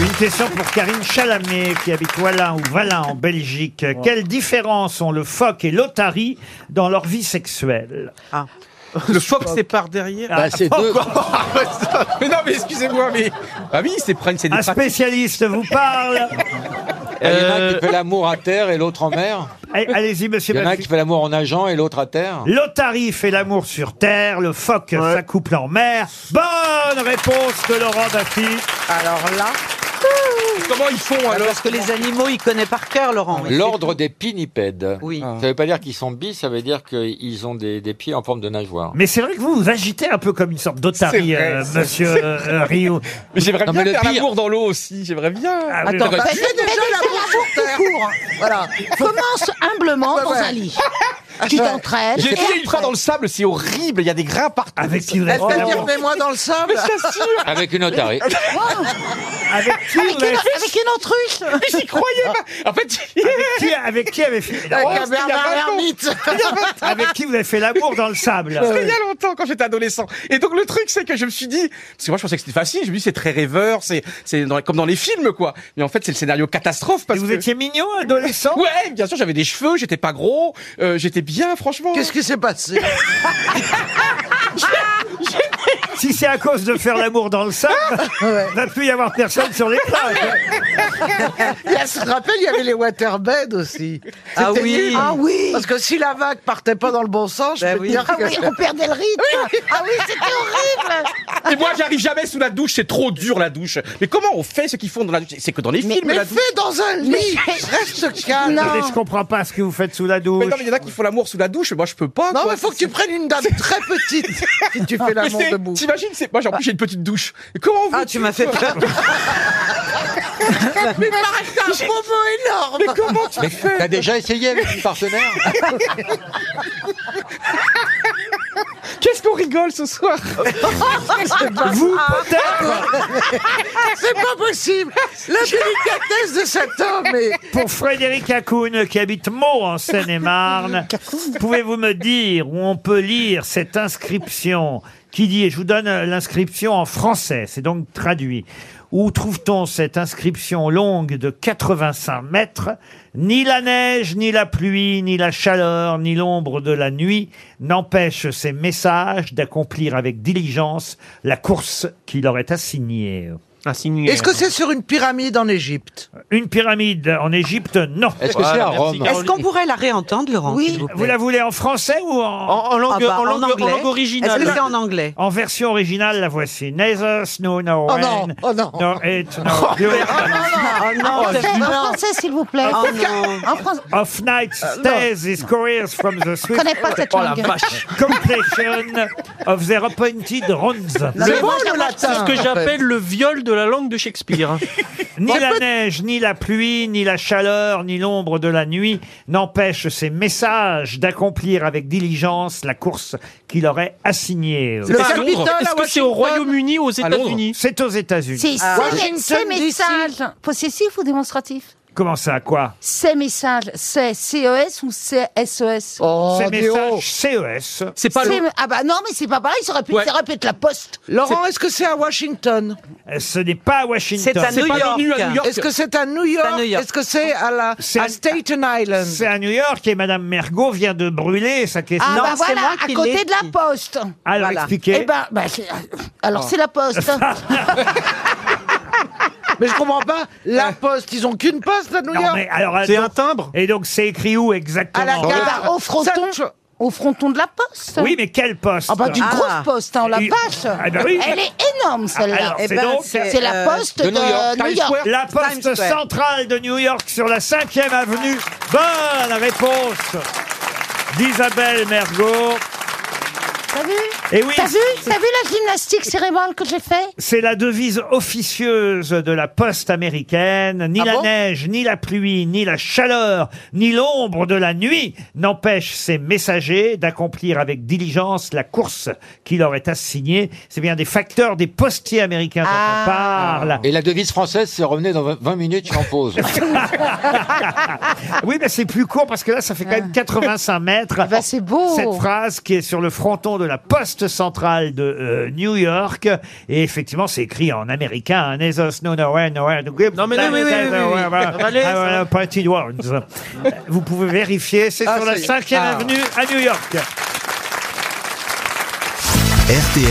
[SPEAKER 2] Une question pour Karine Chalamet qui habite Wallin ou Valin en Belgique. Quelle différence ont le phoque et l'otarie dans leur vie sexuelle
[SPEAKER 11] Ah. Le phoque, c'est par derrière.
[SPEAKER 2] Bah, c'est deux.
[SPEAKER 11] mais non, mais excusez-moi, mais. Ah oui, c'est prennent, c'est des
[SPEAKER 2] Un spécialiste euh, vous parle.
[SPEAKER 4] Il y en a un qui fait l'amour à terre et l'autre en mer.
[SPEAKER 2] Allez-y, monsieur.
[SPEAKER 4] Il y en a un
[SPEAKER 2] Baffy.
[SPEAKER 4] qui fait l'amour en nageant et l'autre à terre.
[SPEAKER 2] L'otarie fait l'amour sur terre, le phoque s'accouple en mer. Bonne réponse de Laurent Baffy.
[SPEAKER 5] Alors là.
[SPEAKER 11] Comment ils font
[SPEAKER 5] alors Parce que les animaux, ils connaissent par cœur, Laurent.
[SPEAKER 4] L'ordre des pinnipèdes.
[SPEAKER 5] Ah, Oui.
[SPEAKER 4] Ça veut pas dire qu'ils sont bis, ça veut dire qu'ils ont des, des pieds en forme de nageoire.
[SPEAKER 2] Mais c'est vrai que vous vous agitez un peu comme une sorte d'otarie,
[SPEAKER 4] C'est vrai,
[SPEAKER 2] euh,
[SPEAKER 4] c'est-
[SPEAKER 2] monsieur
[SPEAKER 4] c'est
[SPEAKER 2] euh,
[SPEAKER 4] vrai.
[SPEAKER 2] euh, Rio.
[SPEAKER 11] Mais j'aimerais
[SPEAKER 2] Non,
[SPEAKER 11] bien
[SPEAKER 2] mais le
[SPEAKER 11] faire
[SPEAKER 2] pire-
[SPEAKER 11] l'amour dans l'eau aussi, j'aimerais bien. Ah,
[SPEAKER 2] Attends,
[SPEAKER 11] J'aimerais-
[SPEAKER 2] bah,
[SPEAKER 11] Fais
[SPEAKER 8] Mais
[SPEAKER 11] déjà
[SPEAKER 8] c'est
[SPEAKER 11] l'amour.
[SPEAKER 8] la court. Voilà. Commence humblement
[SPEAKER 11] Ouais,
[SPEAKER 8] dans
[SPEAKER 11] ouais.
[SPEAKER 8] un lit.
[SPEAKER 11] Ah,
[SPEAKER 8] Tu t'entraînes.
[SPEAKER 11] J'ai
[SPEAKER 8] et
[SPEAKER 11] fait une
[SPEAKER 8] après-
[SPEAKER 11] fois dans le sable, c'est horrible, il y a des grains partout. Avec qui
[SPEAKER 2] vous avez fait l'amour
[SPEAKER 7] moi dans le sable.
[SPEAKER 11] Mais je t'assure.
[SPEAKER 4] Avec une otarie.
[SPEAKER 2] Avec qui
[SPEAKER 8] Avec
[SPEAKER 2] vous avez-
[SPEAKER 8] une, avec une autruche.
[SPEAKER 11] Mais j'y croyais pas. En fait,
[SPEAKER 2] Avec qui, avec qui avait fait
[SPEAKER 11] Avec
[SPEAKER 2] Oh,
[SPEAKER 11] un
[SPEAKER 2] c'était il y a
[SPEAKER 11] Bernard
[SPEAKER 2] 20 ans.
[SPEAKER 11] Lermite. Il y a 20 ans.
[SPEAKER 2] Avec qui vous avez fait l'amour dans le sable
[SPEAKER 11] C'était il y a longtemps quand j'étais adolescent. Et donc le truc c'est que je me suis dit, parce que moi je pensais que c'était facile, je me dis c'est très rêveur, c'est c'est dans- comme dans les films quoi. Mais en fait c'est le scénario catastrophe parce
[SPEAKER 2] vous
[SPEAKER 11] que
[SPEAKER 2] étiez mignon adolescent.
[SPEAKER 11] Ouais, bien sûr j'avais des cheveux, j'étais pas gros, euh, j'étais bien franchement. Qu'est-ce
[SPEAKER 7] qui s'est passé
[SPEAKER 2] Si c'est à cause de faire l'amour dans le sable, va plus y avoir personne sur les plages.
[SPEAKER 7] Il y a, je te rappelle, il y avait les waterbeds aussi.
[SPEAKER 2] Ah
[SPEAKER 7] C'était
[SPEAKER 2] oui.
[SPEAKER 7] nul.
[SPEAKER 2] Ah
[SPEAKER 8] oui.
[SPEAKER 7] Parce que si la vague partait pas dans le bon sens, je peux te dire
[SPEAKER 8] Ah
[SPEAKER 7] que-
[SPEAKER 8] oui, on perdait le rythme. Ah oui, c'était horrible.
[SPEAKER 11] Et moi j'arrive jamais sous la douche, c'est trop dur la douche. Mais comment on fait ce qu'ils font dans la douche C'est que dans les films
[SPEAKER 7] mais
[SPEAKER 11] la
[SPEAKER 7] fais
[SPEAKER 11] douche-
[SPEAKER 7] dans un lit. Reste calme.
[SPEAKER 2] Attendez, je comprends pas ce que vous faites sous la douche.
[SPEAKER 11] Mais non, mais il y en a qui font l'amour sous la douche, mais moi je peux pas.
[SPEAKER 7] Non,
[SPEAKER 11] quoi.
[SPEAKER 7] mais faut que tu prennes une dame très petite si tu fais l'amour
[SPEAKER 11] Mais c'est-
[SPEAKER 7] debout.
[SPEAKER 11] T'imagines, c'est moi, j'ai- en plus, j'ai une petite douche. Et Comment vous
[SPEAKER 5] Ah, tu m'as fait peur.
[SPEAKER 7] mais pareil, t'as un bobo énorme.
[SPEAKER 11] Mais comment tu
[SPEAKER 4] Mais
[SPEAKER 11] fais
[SPEAKER 4] t'as déjà essayé avec une partenaire
[SPEAKER 11] Qu'est-ce qu'on rigole ce soir
[SPEAKER 2] Vous, peut-être
[SPEAKER 7] Ah C'est pas possible La délicatesse de cet homme est...
[SPEAKER 2] Pour Frédéric Hakoun, qui habite Meaux en Seine-et-Marne, pouvez-vous me dire où on peut lire cette inscription qui dit, et je vous donne l'inscription en français, c'est donc traduit. Où trouve-t-on cette inscription longue de 85 mètres Ni la neige, ni la pluie, ni la chaleur, ni l'ombre de la nuit n'empêchent ces messages d'accomplir avec diligence la course qui leur est assignée. Assignée.
[SPEAKER 7] Est-ce que c'est sur une pyramide en Égypte
[SPEAKER 2] Une pyramide en Égypte, non.
[SPEAKER 4] Est-ce que c'est à Rome
[SPEAKER 5] Est-ce qu'on pourrait la réentendre, Laurent
[SPEAKER 2] Oui.
[SPEAKER 5] s'il vous, plaît
[SPEAKER 2] Vous la voulez en français ou en,
[SPEAKER 5] Ah bah, anglais. Est-ce que c'est en anglais
[SPEAKER 2] En version originale, la voici. Neither snow nor
[SPEAKER 5] Oh
[SPEAKER 2] rain.
[SPEAKER 5] non,
[SPEAKER 2] oh non. Oh, Nor heat, nor dew.
[SPEAKER 6] Ah,
[SPEAKER 2] Oh,
[SPEAKER 6] En français, en français, s'il vous plaît.
[SPEAKER 5] Oh non.
[SPEAKER 6] En français.
[SPEAKER 2] Of night stays is couriers from the Swiss
[SPEAKER 6] Euh, connais pas cette Oh la langue. vache.
[SPEAKER 2] completion of their appointed rounds.
[SPEAKER 3] Le- C'est ce que j'appelle le viol de la langue de Shakespeare.
[SPEAKER 2] Ni la neige, ni la pluie, ni la chaleur, ni l'ombre de la nuit n'empêchent ces messages d'accomplir avec diligence la course qui leur est assignée.
[SPEAKER 3] C'est pas à Londres. Est-ce que c'est au Royaume-Uni ou aux
[SPEAKER 2] À Londres.
[SPEAKER 3] États-Unis
[SPEAKER 2] C'est aux États-Unis. Ah.
[SPEAKER 6] C'est ces- ces messages possessifs ou démonstratifs
[SPEAKER 2] Comment ça, quoi
[SPEAKER 6] Ces messages, c'est CES ou CSES oh,
[SPEAKER 2] Ces messages E CES.
[SPEAKER 11] C'est
[SPEAKER 6] Ah bah non, mais c'est pas pareil, ça aurait pu, ça aurait pu être la poste.
[SPEAKER 7] Laurent, est-ce que c'est à Washington
[SPEAKER 2] Euh, Ce n'est pas à Washington.
[SPEAKER 7] Est-ce que c'est à New York, Est-ce que c'est à la
[SPEAKER 2] C'est
[SPEAKER 7] à
[SPEAKER 2] à-
[SPEAKER 7] Staten
[SPEAKER 6] Euh,
[SPEAKER 7] Island
[SPEAKER 2] C'est à New York et Madame Mergot vient de brûler sa question.
[SPEAKER 6] Ah bah voilà, à côté de la poste.
[SPEAKER 2] Alors,
[SPEAKER 6] Voilà.
[SPEAKER 2] expliquez.
[SPEAKER 6] Eh ben, bah, c'est- alors c'est la poste.
[SPEAKER 7] hein. Mais je comprends pas. La poste, ils ont qu'une poste à New
[SPEAKER 2] Non,
[SPEAKER 7] York.
[SPEAKER 2] mais alors, euh, donc- Et donc c'est écrit où exactement
[SPEAKER 6] à la gare, au fronton, au fronton de la poste.
[SPEAKER 2] Oui, mais quel poste
[SPEAKER 6] Ah bah du grosse poste, hein, la
[SPEAKER 2] Et-
[SPEAKER 6] vache
[SPEAKER 2] Ah bah oui.
[SPEAKER 6] Elle est énorme
[SPEAKER 8] Ah,
[SPEAKER 6] celle-là Eh ben,
[SPEAKER 2] Alors, Eh ben, c'est donc
[SPEAKER 6] C'est la poste de New York.
[SPEAKER 2] La poste centrale de New York sur la 5e avenue. Bonne réponse d'Isabelle Mergot.
[SPEAKER 6] T'as vu
[SPEAKER 2] Eh oui.
[SPEAKER 6] T'as vu T'as vu la gymnastique cérébrale que j'ai fait
[SPEAKER 2] C'est la devise officieuse de la poste américaine. Ni
[SPEAKER 6] Ah
[SPEAKER 2] la
[SPEAKER 6] bon
[SPEAKER 2] neige, ni la pluie, ni la chaleur, ni l'ombre de la nuit n'empêchent ces messagers d'accomplir avec diligence la course qui leur est assignée. C'est bien des facteurs des postiers américains dont
[SPEAKER 11] Ah.
[SPEAKER 2] on parle.
[SPEAKER 4] Et la devise française, c'est revenez dans 20 minutes, je suis en pause.
[SPEAKER 2] Oui, mais c'est plus court parce que là, ça fait quand même 85 mètres.
[SPEAKER 6] c'est beau.
[SPEAKER 2] Cette phrase qui est sur le fronton de la poste l'Ouest central de euh, New York. Et effectivement, c'est écrit en américain. hein, Nezos, no, nowhere, nowhere. Non,
[SPEAKER 3] mais non, oui, oui, oui, oui.
[SPEAKER 2] Ah,
[SPEAKER 3] Allez, ça va.
[SPEAKER 2] Vous pouvez vérifier, c'est
[SPEAKER 1] Ah,
[SPEAKER 2] sur
[SPEAKER 1] ça
[SPEAKER 2] la
[SPEAKER 1] y est.
[SPEAKER 2] 5e
[SPEAKER 1] Ah.
[SPEAKER 2] avenue à New York.
[SPEAKER 1] RTL,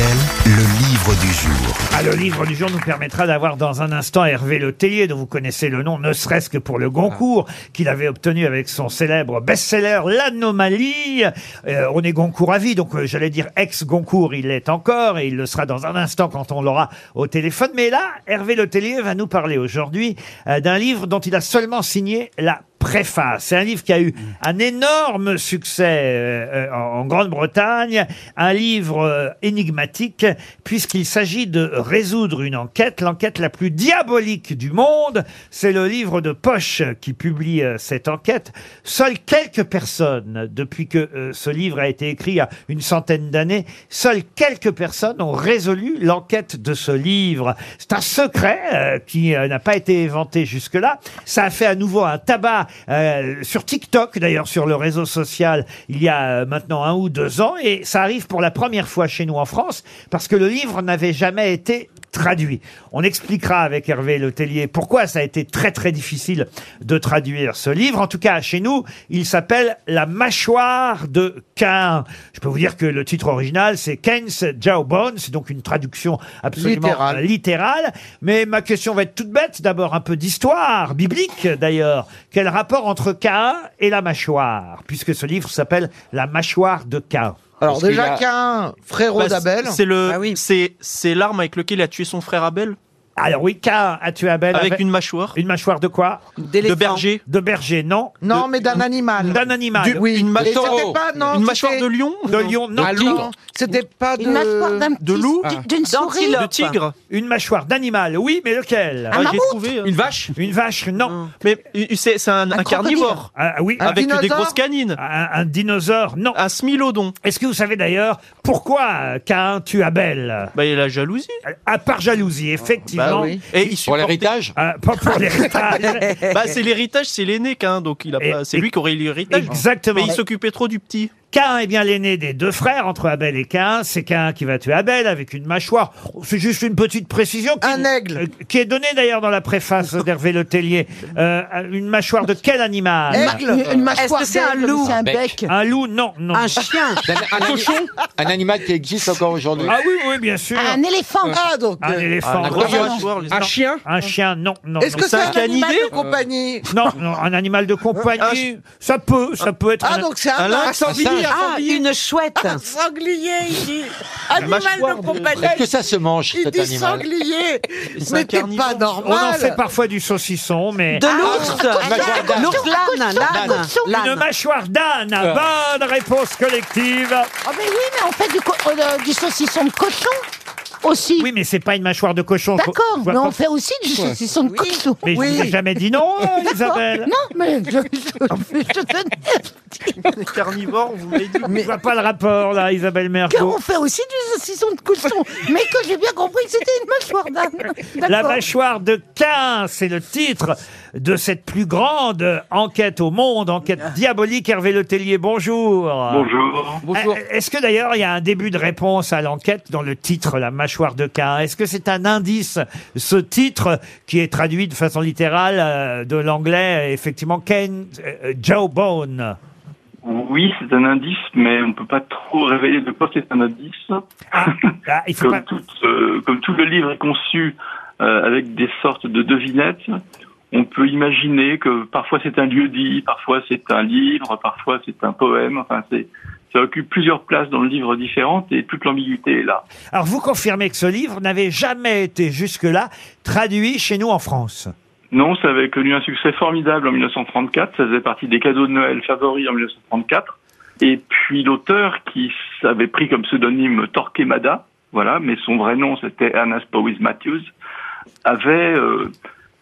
[SPEAKER 1] le livre du jour.
[SPEAKER 2] Ah, le livre du jour nous permettra d'avoir dans un instant Hervé Le Tellier, dont vous connaissez le nom, ne serait-ce que pour le Goncourt, qu'il avait obtenu avec son célèbre best-seller L'Anomalie. Euh, on est Goncourt à vie, donc euh, j'allais dire ex-Goncourt, il l'est encore, et il le sera dans un instant quand on l'aura au téléphone. Mais là, Hervé Le Tellier va nous parler aujourd'hui euh, d'un livre dont il a seulement signé la préface. C'est un livre qui a eu un énorme succès euh, euh, en en Grande-Bretagne, un livre euh, énigmatique puisqu'il s'agit de résoudre une enquête, l'enquête la plus diabolique du monde. C'est le livre de poche qui publie euh, cette enquête. Seules quelques personnes, depuis que euh, ce livre a été écrit il y a une centaine d'années, seules quelques personnes ont résolu l'enquête de ce livre. C'est un secret euh, qui euh, n'a pas été inventé jusque-là. Ça a fait à nouveau un tabac euh, sur TikTok, d'ailleurs sur le réseau social, il y a euh, maintenant un ou deux ans, et ça arrive pour la première fois chez nous en France, parce que le livre n'avait jamais été traduit. On expliquera avec Hervé Letellier pourquoi ça a été très très difficile de traduire ce livre. En tout cas, chez nous, il s'appelle La mâchoire de Cain. Je peux vous dire que le titre original, c'est Cain's Jawbone, c'est donc une traduction absolument
[SPEAKER 7] Littérale.
[SPEAKER 2] littérale. Euh, Mais ma question va être toute bête. D'abord, un peu d'histoire biblique, d'ailleurs. Quel rapport entre Cain et la mâchoire Puisque ce livre s'appelle La mâchoire de Cain.
[SPEAKER 7] Alors déjà qu'un frérot
[SPEAKER 3] Bah, c'est-
[SPEAKER 7] d'Abel.
[SPEAKER 3] C'est le, c'est, c'est l'arme avec lequel il a tué son frère Abel.
[SPEAKER 2] Alors oui, Cain a tué Abel
[SPEAKER 3] avec
[SPEAKER 2] avec-
[SPEAKER 3] une mâchoire.
[SPEAKER 2] Une mâchoire de quoi
[SPEAKER 3] De berger.
[SPEAKER 2] De berger, non.
[SPEAKER 7] Non, mais d'un animal.
[SPEAKER 2] D'un animal.
[SPEAKER 7] Du- oui.
[SPEAKER 2] Une
[SPEAKER 7] Et
[SPEAKER 2] mâchoire-
[SPEAKER 7] c'était pas- non,
[SPEAKER 2] Une
[SPEAKER 7] c'était-
[SPEAKER 2] mâchoire de lion De lion, non.
[SPEAKER 7] Un
[SPEAKER 2] Tigre.
[SPEAKER 7] loup. C'était pas de.
[SPEAKER 8] Une mâchoire d'un petit- d- d'une souris.
[SPEAKER 2] De tigre. Une mâchoire d'animal, oui, mais lequel
[SPEAKER 3] Ah, j'ai mammouth trouvé, hein.
[SPEAKER 2] Une vache Une vache, non.
[SPEAKER 3] Mais euh, c'est, c'est un, un carnivore.
[SPEAKER 2] Ah, oui.
[SPEAKER 3] Avec des grosses canines.
[SPEAKER 2] Un, un dinosaure, non. Un smilodon. Est-ce que vous savez d'ailleurs pourquoi euh, Cain tue Abel
[SPEAKER 3] Bah, il a la jalousie.
[SPEAKER 2] À part jalousie, effectivement.
[SPEAKER 3] Bah oui. Et il supportait- Pour l'héritage
[SPEAKER 2] Ah, Pas pour l'héritage.
[SPEAKER 3] bah, c'est l'héritage, c'est l'aîné, qu'un, donc il a pas- c'est lui qui aurait eu l'héritage.
[SPEAKER 2] Exactement.
[SPEAKER 3] Mais il s'occupait trop du petit.
[SPEAKER 2] Cain est bien l'aîné des deux frères, entre Abel et Cain. C'est Cain qui va tuer Abel avec une mâchoire. Oh, C'est juste une petite précision. un aigle. qui est donnée d'ailleurs dans la préface d'Hervé Le Tellier. Euh, une mâchoire de quel animal
[SPEAKER 8] Aigle. Une- une mâchoire Est-ce que c'est un d'aigle, loup c'est un
[SPEAKER 4] bec
[SPEAKER 2] Un loup, non, non. Un chien.
[SPEAKER 4] Un, un animal qui existe encore aujourd'hui.
[SPEAKER 2] Ah oui, oui, bien sûr. euh,
[SPEAKER 8] Un éléphant.
[SPEAKER 7] Ah, donc.
[SPEAKER 2] Un éléphant.
[SPEAKER 4] Un coyote.
[SPEAKER 2] Un chien Un chien, non, non.
[SPEAKER 7] Est-ce que c'est un animal
[SPEAKER 4] Euh,
[SPEAKER 7] de
[SPEAKER 2] compagnie
[SPEAKER 7] compagnie
[SPEAKER 2] non, non, un animal de compagnie, ça peut, ça peut être.
[SPEAKER 7] Ah,
[SPEAKER 2] un-
[SPEAKER 7] donc c'est un- un sanglier, un
[SPEAKER 2] Ah,
[SPEAKER 5] une chouette.
[SPEAKER 9] Sanglier, il dit.
[SPEAKER 4] Animal
[SPEAKER 9] de compagnie.
[SPEAKER 4] Est-ce que ça se mange,
[SPEAKER 9] Il
[SPEAKER 4] cet
[SPEAKER 9] dit
[SPEAKER 4] animal
[SPEAKER 9] sanglier.
[SPEAKER 4] C'est un
[SPEAKER 9] Mais t'es
[SPEAKER 4] carnivore.
[SPEAKER 9] pas
[SPEAKER 2] On
[SPEAKER 7] Oh
[SPEAKER 2] en
[SPEAKER 9] normal.
[SPEAKER 2] fait parfois du saucisson, mais.
[SPEAKER 9] De l'ours.
[SPEAKER 8] Ah,
[SPEAKER 2] Une mâchoire d'âne.
[SPEAKER 9] L'ours, l'âne, l'âne, l'âne.
[SPEAKER 2] Une mâchoire d'âne
[SPEAKER 4] Ah.
[SPEAKER 2] Bonne réponse collective
[SPEAKER 8] Oh, mais oui, mais on fait du, co- euh, du saucisson de cochon aussi.
[SPEAKER 2] Oui, mais c'est pas une mâchoire de cochon.
[SPEAKER 8] D'accord,
[SPEAKER 2] Je vois
[SPEAKER 8] mais on
[SPEAKER 2] pas-
[SPEAKER 8] fait aussi du saucisson de cochon.
[SPEAKER 2] Mais je vous ai jamais dit non,
[SPEAKER 8] D'accord.
[SPEAKER 2] Isabelle
[SPEAKER 8] Non, mais je, je, je te
[SPEAKER 3] Carnivore, vous voulez dire.
[SPEAKER 2] Je vois pas le rapport, là, Isabelle Mergo.
[SPEAKER 8] On fait aussi du saucisson de cochon, mais que j'ai bien compris que c'était une mâchoire d'âne.
[SPEAKER 2] La
[SPEAKER 8] D'accord.
[SPEAKER 2] mâchoire de Cain, c'est le titre de cette plus grande enquête au monde, enquête diabolique. Hervé Le Tellier, bonjour.
[SPEAKER 20] Bonjour.
[SPEAKER 2] Bonjour. Est-ce que d'ailleurs il y a un début de réponse à l'enquête dans le titre La mâchoire de Cain Est-ce que c'est un indice, ce titre qui est traduit de façon littérale euh, de l'anglais, euh, effectivement, Cain euh, euh, Jawbone
[SPEAKER 20] Oui, c'est un indice, mais on peut pas trop révéler de quoi c'est un indice.
[SPEAKER 2] Ah, il faut
[SPEAKER 20] comme,
[SPEAKER 2] pas-
[SPEAKER 20] tout, euh, comme tout le livre est conçu euh, avec des sortes de devinettes, on peut imaginer que parfois c'est un lieu dit, parfois c'est un livre, parfois c'est un poème. Enfin, c'est ça occupe plusieurs places dans le livre différentes et toute l'ambiguïté est là.
[SPEAKER 2] Alors vous confirmez que ce livre n'avait jamais été jusque-là traduit chez nous en France
[SPEAKER 20] Non, ça avait connu un succès formidable en 1934. Ça faisait partie des cadeaux de Noël favoris en 1934. Et puis l'auteur qui avait pris comme pseudonyme Torquemada, voilà, mais son vrai nom c'était Ernest Powys Matthews, avait euh,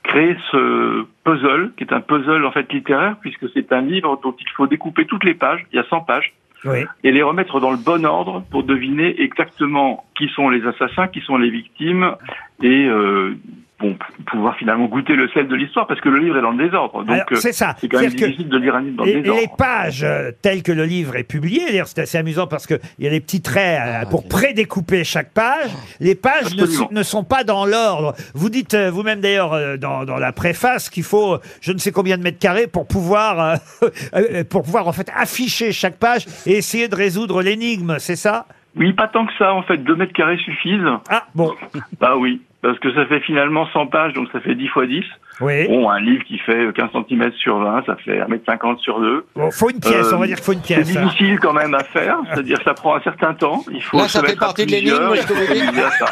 [SPEAKER 20] créé ce puzzle, qui est un puzzle en fait littéraire, puisque c'est un livre dont il faut découper toutes les pages, il y a 100 pages,
[SPEAKER 2] Oui.
[SPEAKER 20] et les remettre dans le bon ordre pour deviner exactement qui sont les assassins, qui sont les victimes, et euh, bon, p- pouvoir finalement goûter le sel de l'histoire, parce que le livre est dans le désordre. Donc,
[SPEAKER 2] Alors, c'est
[SPEAKER 20] euh,
[SPEAKER 2] ça.
[SPEAKER 20] C'est quand même
[SPEAKER 2] C'est-à-dire que
[SPEAKER 20] difficile de lire un livre dans le
[SPEAKER 2] les,
[SPEAKER 20] désordre.
[SPEAKER 2] les pages euh, telles que le livre est publié, d'ailleurs c'est assez amusant parce qu'il y a des petits traits euh, pour prédécouper chaque page, les pages ne,
[SPEAKER 20] Absolument.
[SPEAKER 2] ne sont pas dans l'ordre. Vous dites euh, vous-même d'ailleurs euh, dans, dans la préface qu'il faut euh, je ne sais combien de mètres carrés pour pouvoir, euh, euh, pour pouvoir en fait afficher chaque page et essayer de résoudre l'énigme, c'est ça
[SPEAKER 20] Oui, pas tant que ça, en fait. Deux mètres carrés suffisent.
[SPEAKER 2] Ah, bon.
[SPEAKER 20] Bah oui, parce que ça fait finalement 100 pages, donc ça fait 10 fois 10.
[SPEAKER 2] Oui.
[SPEAKER 20] Bon, un livre qui fait 15 cm sur 20, ça fait 1m50 sur 2.
[SPEAKER 2] Bon, faut une pièce, on va dire qu'il faut une pièce,
[SPEAKER 20] C'est
[SPEAKER 2] hein.
[SPEAKER 20] difficile quand même à faire, c'est-à-dire ça prend un certain temps. Il faut
[SPEAKER 4] Là, ça
[SPEAKER 20] se
[SPEAKER 4] fait
[SPEAKER 20] mettre à
[SPEAKER 4] partie de l'énigme,
[SPEAKER 20] plusieurs,
[SPEAKER 4] je peux vous
[SPEAKER 20] il faut
[SPEAKER 4] dire.
[SPEAKER 20] s'amuser à ça.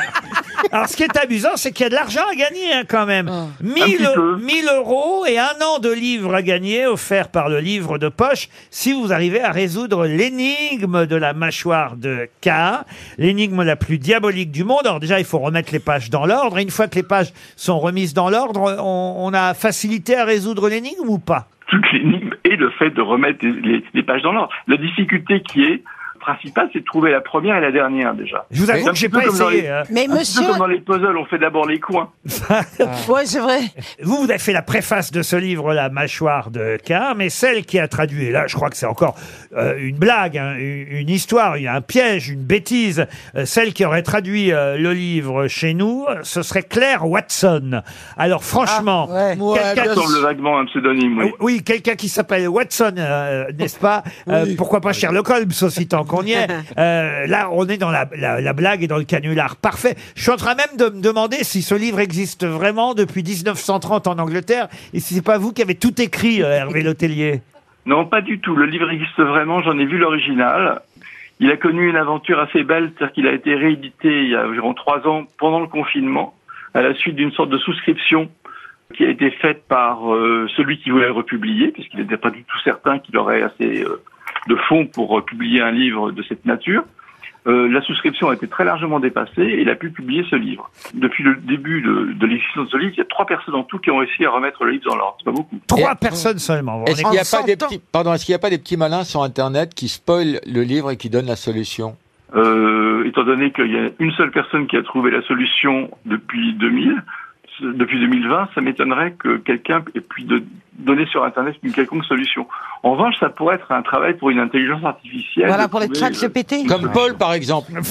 [SPEAKER 2] Alors, ce qui est amusant, c'est qu'il y a de l'argent à gagner hein, quand même. 1000,
[SPEAKER 20] Ah. petit peu.
[SPEAKER 2] 1000 euros et un an de livres à gagner, offert par le livre de poche, si vous arrivez à résoudre l'énigme de la mâchoire de K, l'énigme la plus diabolique du monde. Alors déjà, il faut remettre les pages dans l'ordre. Et une fois que les pages sont remises dans l'ordre, on, on a facilité à résoudre l'énigme ou pas
[SPEAKER 20] toute l'énigme et le fait de remettre les, les- les pages dans l'ordre. La difficulté qui est principale, c'est de trouver la première et la dernière déjà.
[SPEAKER 2] Je vous avoue
[SPEAKER 20] C'est
[SPEAKER 2] que
[SPEAKER 20] un petit
[SPEAKER 2] j'ai
[SPEAKER 20] peu
[SPEAKER 2] pas
[SPEAKER 20] comme dans
[SPEAKER 2] essayé,
[SPEAKER 20] les-
[SPEAKER 2] hein.
[SPEAKER 20] un
[SPEAKER 2] Mais
[SPEAKER 20] petit peu
[SPEAKER 2] monsieur-
[SPEAKER 20] comme dans les puzzles, on fait d'abord les coins.
[SPEAKER 2] Ouais, c'est vrai. Ah. Vous, vous avez fait la préface de ce livre, La mâchoire de K, mais celle qui a traduit, et là, je crois que c'est encore euh, une blague, hein, une une histoire, il y a un piège, une bêtise. Euh, celle qui aurait traduit euh, le livre chez nous, euh, ce serait Claire Watson. Alors, franchement,
[SPEAKER 20] Ça
[SPEAKER 2] quelqu'un
[SPEAKER 20] ressemble vaguement à un pseudonyme, oui.
[SPEAKER 2] oui, quelqu'un qui s'appelle Watson, euh, n'est-ce pas Euh, Pourquoi pas Sherlock Holmes aussi tant qu'on y est. Euh, là, on est dans la, la- la blague et dans le canular. Parfait. Je suis en train même de me demander si ce livre existe vraiment depuis 1930 en Angleterre et si c'est pas vous qui avez tout écrit, euh, Hervé Letellier.
[SPEAKER 20] Non, pas du tout. Le livre existe vraiment, j'en ai vu l'original. Il a connu une aventure assez belle, c'est-à-dire qu'il a été réédité il y a environ trois ans pendant le confinement, à la suite d'une sorte de souscription qui a été faite par euh, celui qui voulait le republier, puisqu'il n'était pas du tout certain qu'il aurait assez euh, de fonds pour euh, publier un livre de cette nature. Euh, la souscription a été très largement dépassée et il a pu publier ce livre. Depuis le début de, de l'existence de ce livre, il y a trois personnes en tout qui ont réussi à remettre le livre dans l'ordre. C'est pas beaucoup.
[SPEAKER 2] Trois personnes seulement. vous vous
[SPEAKER 4] Est-ce qu'il
[SPEAKER 2] rendez
[SPEAKER 4] n'y a,
[SPEAKER 2] compte
[SPEAKER 4] pas des petits- pardon, est-ce qu'il y a pas des petits malins sur Internet qui spoilent le livre et qui donnent la solution
[SPEAKER 20] Euh, étant donné qu'il y a une seule personne qui a trouvé la solution depuis 2000, ce- depuis 2020, ça m'étonnerait que quelqu'un ait pu de- donner sur Internet une quelconque solution. En revanche, ça pourrait être un travail pour une intelligence artificielle. de trouver, euh, une
[SPEAKER 4] Comme
[SPEAKER 20] solution.
[SPEAKER 4] Paul, par exemple.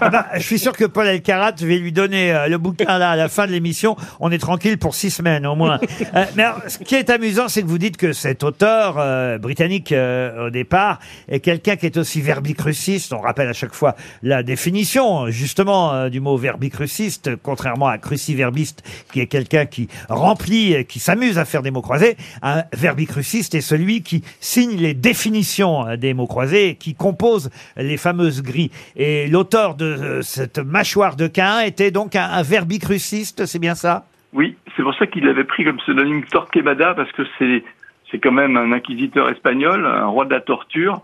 [SPEAKER 2] Ah bah, je suis sûr que Paul Elkarat, je vais lui donner euh, le bouquin là à la fin de l'émission. On est tranquille pour six semaines au moins. Euh, mais alors, ce qui est amusant, c'est que vous dites que cet auteur euh, britannique euh, au départ est quelqu'un qui est aussi verbicruciste. On rappelle à chaque fois la définition justement euh, du mot verbicruciste, contrairement à cruciverbiste, qui est quelqu'un qui remplit, et qui s'amuse à faire des mots croisés. Un verbicruciste est celui qui signe les définitions euh, des mots croisés et qui compose les fameuses grilles. Et l'auteur de euh, cette mâchoire de Cain était donc un, un verbicruciste, c'est bien ça
[SPEAKER 20] Oui, c'est pour ça qu'il avait pris comme pseudonyme Torquemada, parce que c'est c'est quand même un inquisiteur espagnol, un roi de la torture,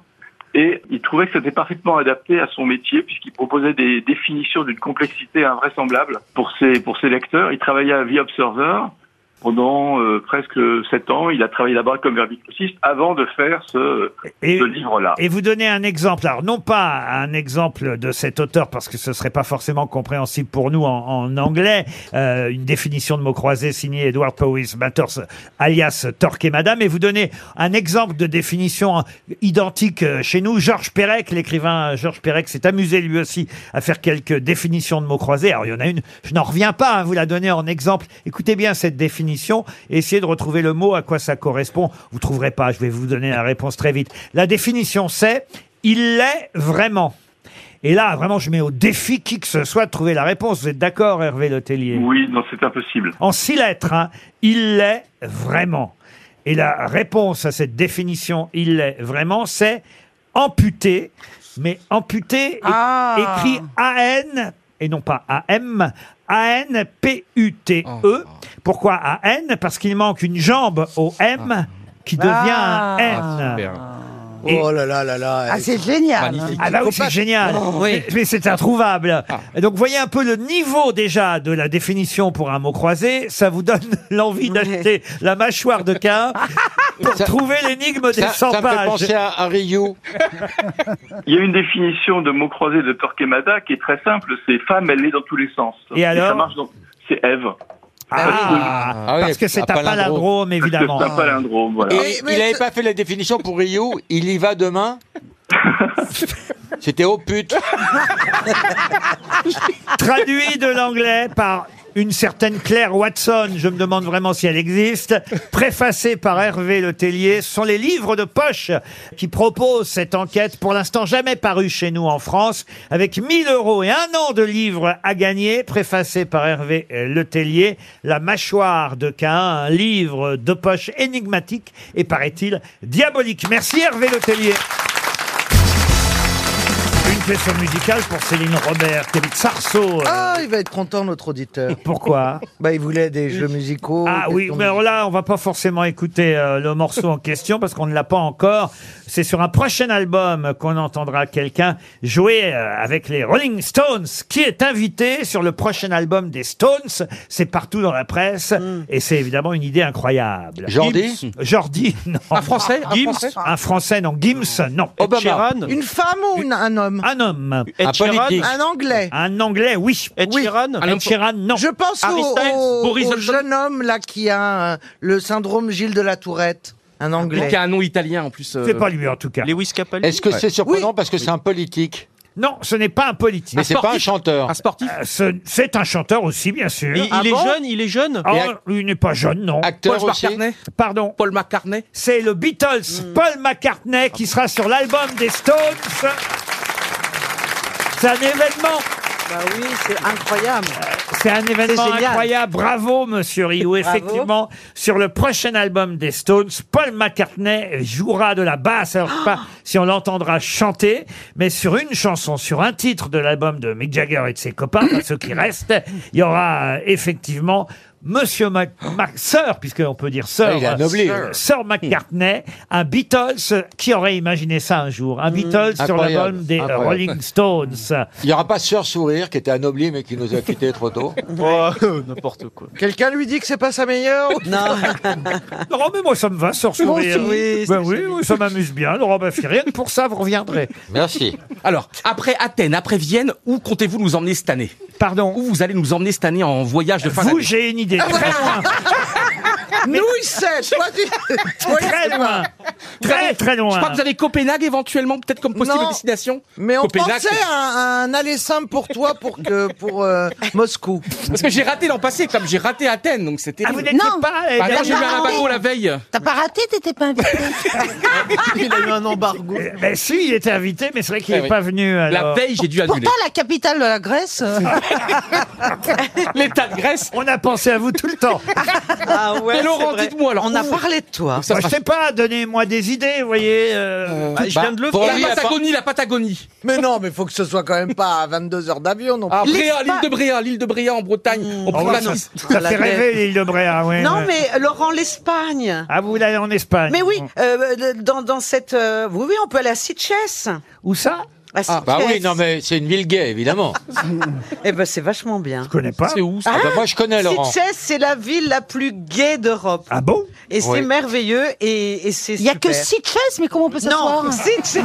[SPEAKER 20] et il trouvait que c'était parfaitement adapté à son métier, puisqu'il proposait des définitions d'une complexité invraisemblable pour ses, pour ses lecteurs. Il travaillait à The Observer pendant euh, presque sept ans. Il a travaillé là-bas comme verbicruciste avant de faire ce, ce livre-là.
[SPEAKER 2] Et vous donnez un exemple, alors non pas un exemple de cet auteur parce que ce serait pas forcément compréhensible pour nous en, en anglais, euh, une définition de mots croisés signée Edward Powys Matters alias Torquemada, mais vous donnez un exemple de définition hein, identique euh, chez nous. Georges Perec, l'écrivain euh, Georges Perec s'est amusé lui aussi à faire quelques définitions de mots croisés. Alors il y en a une, je n'en reviens pas, hein, vous la donnez en exemple. Écoutez bien cette définition, essayez de retrouver le mot, à quoi ça correspond. Vous trouverez pas, je vais vous donner la réponse très vite. La définition c'est il l'est vraiment. Et là, vraiment, je mets au défi qui que ce soit de trouver la réponse. Vous êtes d'accord, Hervé Letellier
[SPEAKER 20] Oui, non, c'est impossible.
[SPEAKER 2] en six lettres. hein. Il l'est vraiment. Et la réponse à cette définition, il l'est vraiment, c'est amputé, mais amputé é-
[SPEAKER 7] Ah.
[SPEAKER 2] écrit A-N et non pas A-M. A-N-P-U-T-E. Pourquoi A-N Parce qu'il manque une jambe au M qui devient
[SPEAKER 8] Ah.
[SPEAKER 2] un N.
[SPEAKER 8] Oh
[SPEAKER 2] là là là là.
[SPEAKER 8] Ah, c'est génial. hein.
[SPEAKER 2] Ah bah oui, c'est génial.
[SPEAKER 4] Oh.
[SPEAKER 2] Mais, mais c'est introuvable.
[SPEAKER 4] Ah.
[SPEAKER 2] Donc voyez un peu le niveau déjà de la définition pour un mot croisé. Ça vous donne l'envie d'acheter la mâchoire de Cain pour trouver l'énigme des
[SPEAKER 4] ça,
[SPEAKER 2] 100
[SPEAKER 4] ça me fait
[SPEAKER 2] pages.
[SPEAKER 4] penser à, à Ryu.
[SPEAKER 20] Il y a une définition de mots croisés de Torquemada qui est très simple, c'est femme, elle est dans tous les sens.
[SPEAKER 2] Et alors
[SPEAKER 20] ça marche dans... C'est Ève.
[SPEAKER 2] Ah, parce que c'est un palindrome, Oh, évidemment.
[SPEAKER 20] C'est un palindrome, voilà.
[SPEAKER 4] Et il n'avait pas fait la définition pour Rio, il y va demain C'était au pute.
[SPEAKER 2] Traduit de l'anglais par une certaine Claire Watson, je me demande vraiment si elle existe, préfacé par Hervé Le Tellier, ce sont les livres de poche qui proposent cette enquête, pour l'instant jamais parue chez nous en France, avec 1000 euros et un an de livres à gagner, préfacé par Hervé euh, Le Tellier, La mâchoire de Cain, un livre de poche énigmatique et paraît-il diabolique. Merci Hervé Le Tellier. Une question musicale pour Céline Robert, qui habite Sarceau. euh,
[SPEAKER 7] Ah, il va être content, notre auditeur.
[SPEAKER 2] Pourquoi
[SPEAKER 7] Bah, il voulait des jeux musicaux.
[SPEAKER 2] Ah
[SPEAKER 7] des
[SPEAKER 2] oui,
[SPEAKER 7] questions
[SPEAKER 2] mais alors là, on va pas forcément écouter euh, le morceau en question parce qu'on ne l'a pas encore. C'est sur un prochain album qu'on entendra quelqu'un jouer euh, avec les Rolling Stones, qui est invité sur le prochain album des Stones. C'est partout dans la presse
[SPEAKER 11] Hmm.
[SPEAKER 2] et c'est évidemment une idée incroyable.
[SPEAKER 4] Jordi
[SPEAKER 2] Gims Jordi, non.
[SPEAKER 11] Un Français Un
[SPEAKER 2] Gims
[SPEAKER 11] Français
[SPEAKER 2] Un Français, non. Gims, non.
[SPEAKER 7] Obama.
[SPEAKER 2] Ed Sheeran
[SPEAKER 7] Une femme ou une- un homme
[SPEAKER 2] Un homme.
[SPEAKER 7] Un Un politique. politique. Un Anglais.
[SPEAKER 2] Un Anglais, oui.
[SPEAKER 3] Ed Sheeran
[SPEAKER 2] Ed Sheeran, non.
[SPEAKER 7] Je pense au,
[SPEAKER 2] Harry Styles,
[SPEAKER 7] au-
[SPEAKER 2] Boris
[SPEAKER 7] au
[SPEAKER 2] Johnson.
[SPEAKER 7] jeune homme là qui a euh, le syndrome Gilles de la Tourette, un anglais.
[SPEAKER 11] Qui a un nom italien en plus. euh.
[SPEAKER 2] C'est pas lui en tout cas.
[SPEAKER 3] Lewis Capaldi.
[SPEAKER 4] Est-ce que c'est surprenant parce que c'est un politique
[SPEAKER 2] Non, ce n'est pas un politique.
[SPEAKER 4] Mais c'est pas un
[SPEAKER 5] Ah,
[SPEAKER 4] chanteur.
[SPEAKER 11] sportif
[SPEAKER 2] Euh, ce- C'est un chanteur aussi, bien sûr.
[SPEAKER 3] Il, il est jeune, il est jeune.
[SPEAKER 2] Ah, il n'est pas jeune, non.
[SPEAKER 4] Acteur Paul aussi
[SPEAKER 11] McCartney
[SPEAKER 2] Pardon.
[SPEAKER 11] Paul McCartney
[SPEAKER 2] C'est le Beatles,
[SPEAKER 3] Hmm.
[SPEAKER 2] Paul McCartney, qui sera sur l'album des Stones. C'est un événement.
[SPEAKER 5] Bah oui, c'est incroyable.
[SPEAKER 2] C'est un événement
[SPEAKER 5] C'est génial.
[SPEAKER 2] incroyable. Bravo, monsieur Rio.
[SPEAKER 5] Bravo.
[SPEAKER 2] Effectivement, sur le prochain album des Stones, Paul McCartney jouera de la basse. Alors, je sais
[SPEAKER 5] Ah
[SPEAKER 2] pas si on l'entendra chanter, mais sur une chanson, sur un titre de l'album de Mick Jagger et de ses copains, enfin, ceux qui restent, il y aura euh, effectivement Monsieur Mac, Mac- Sir, puisqu'on peut dire Sir,
[SPEAKER 4] Ah, il a
[SPEAKER 2] euh,
[SPEAKER 4] noblé,
[SPEAKER 2] Sir,
[SPEAKER 4] ouais.
[SPEAKER 2] Sir McCartney, un Beatles, euh, qui aurait imaginé ça un jour, un Beatles sur
[SPEAKER 4] Incroyable.
[SPEAKER 2] l'album des euh,
[SPEAKER 4] Incroyable.
[SPEAKER 2] Rolling Stones.
[SPEAKER 4] Il n'y aura pas Sœur Sourire qui était un oubli mais qui nous a quittés trop tôt.
[SPEAKER 3] N'importe quoi.
[SPEAKER 7] Quelqu'un lui dit que c'est pas sa meilleure
[SPEAKER 5] Non.
[SPEAKER 2] Laurent, mais moi, ça me va, sur sourire.
[SPEAKER 5] aussi. Oui,
[SPEAKER 2] Ben oui, oui, ça m'amuse bien. Laurent Baffy, rien que pour ça, vous reviendrez.
[SPEAKER 4] Merci.
[SPEAKER 11] Alors, après Athènes, après Vienne, où comptez-vous nous emmener cette année
[SPEAKER 2] Pardon
[SPEAKER 11] Où vous allez nous emmener cette année en voyage de fin
[SPEAKER 2] Vous,
[SPEAKER 11] d'année Ah,
[SPEAKER 2] j'ai une idée. Très loin.
[SPEAKER 7] Nous, il sait. Toi, tu... toi, il
[SPEAKER 2] Très
[SPEAKER 7] sait
[SPEAKER 2] loin.
[SPEAKER 7] pas.
[SPEAKER 2] Très, très
[SPEAKER 11] Je crois
[SPEAKER 2] loin.
[SPEAKER 11] que vous avez Copenhague éventuellement, peut-être comme possible
[SPEAKER 7] Non.
[SPEAKER 11] destination.
[SPEAKER 7] Mais on
[SPEAKER 11] Copenhague,
[SPEAKER 7] pensait à un, un aller simple pour toi, pour que pour euh, Moscou.
[SPEAKER 11] Parce que j'ai raté l'an passé, comme j'ai raté Athènes, donc c'était.
[SPEAKER 2] Ah, vous n'étiez
[SPEAKER 8] Non.
[SPEAKER 2] pas allé
[SPEAKER 11] Bah non,
[SPEAKER 2] dans-
[SPEAKER 11] j'ai eu un
[SPEAKER 8] non.
[SPEAKER 11] abago la veille.
[SPEAKER 8] T'as pas raté, t'étais pas invité.
[SPEAKER 3] Il a eu un embargo.
[SPEAKER 2] Eh Ben si, il était invité, mais c'est vrai qu'il
[SPEAKER 11] Ah
[SPEAKER 2] n'est
[SPEAKER 11] oui.
[SPEAKER 2] pas venu.
[SPEAKER 11] La
[SPEAKER 2] alors.
[SPEAKER 11] veille, j'ai dû annuler.
[SPEAKER 8] Pourtant, la capitale de la Grèce. euh,
[SPEAKER 11] L'état de Grèce.
[SPEAKER 2] On a pensé à vous tout le temps.
[SPEAKER 5] Ah ouais,
[SPEAKER 11] Et Laurent,
[SPEAKER 5] c'est vrai.
[SPEAKER 11] dites-moi alors.
[SPEAKER 5] On a parlé de toi.
[SPEAKER 2] Moi, je sais pas, donnez-moi des idées, vous voyez. euh,
[SPEAKER 3] Ah, je viens de le
[SPEAKER 4] Bah,
[SPEAKER 3] faire.
[SPEAKER 4] oui,
[SPEAKER 11] La Patagonie, la Patagonie.
[SPEAKER 7] Mais non, mais faut que ce soit quand même pas à 22 heures d'avion non plus. Mmh. Ah
[SPEAKER 11] Ah, Bréa, l'île de Bréa, l'île de Bréa en Bretagne. On prend
[SPEAKER 2] oh,
[SPEAKER 11] la
[SPEAKER 2] ça,
[SPEAKER 11] Nice.
[SPEAKER 2] ça fait rêver l'île de Bréa, oui.
[SPEAKER 5] Non, mais Laurent, l'Espagne.
[SPEAKER 2] Ah, vous allez en Espagne
[SPEAKER 5] Mais oui, euh, dans, dans cette. euh, oui, oui, on peut aller à Sitges.
[SPEAKER 2] Où ça
[SPEAKER 5] À
[SPEAKER 4] Ah, bah
[SPEAKER 5] Sitges.
[SPEAKER 4] oui, non mais c'est une ville gay évidemment.
[SPEAKER 5] Eh ben, c'est vachement bien.
[SPEAKER 2] Je connais pas.
[SPEAKER 11] C'est où ça
[SPEAKER 4] Ah, bah, moi je connais Laurent.
[SPEAKER 5] Sitges, c'est la ville la plus gaie d'Europe.
[SPEAKER 2] Ah bon
[SPEAKER 5] Et c'est
[SPEAKER 4] Oui.
[SPEAKER 5] merveilleux et, et c'est
[SPEAKER 8] Il y a que
[SPEAKER 5] super.
[SPEAKER 8] Sitges, mais comment on peut s'asseoir
[SPEAKER 5] Non, Sitges.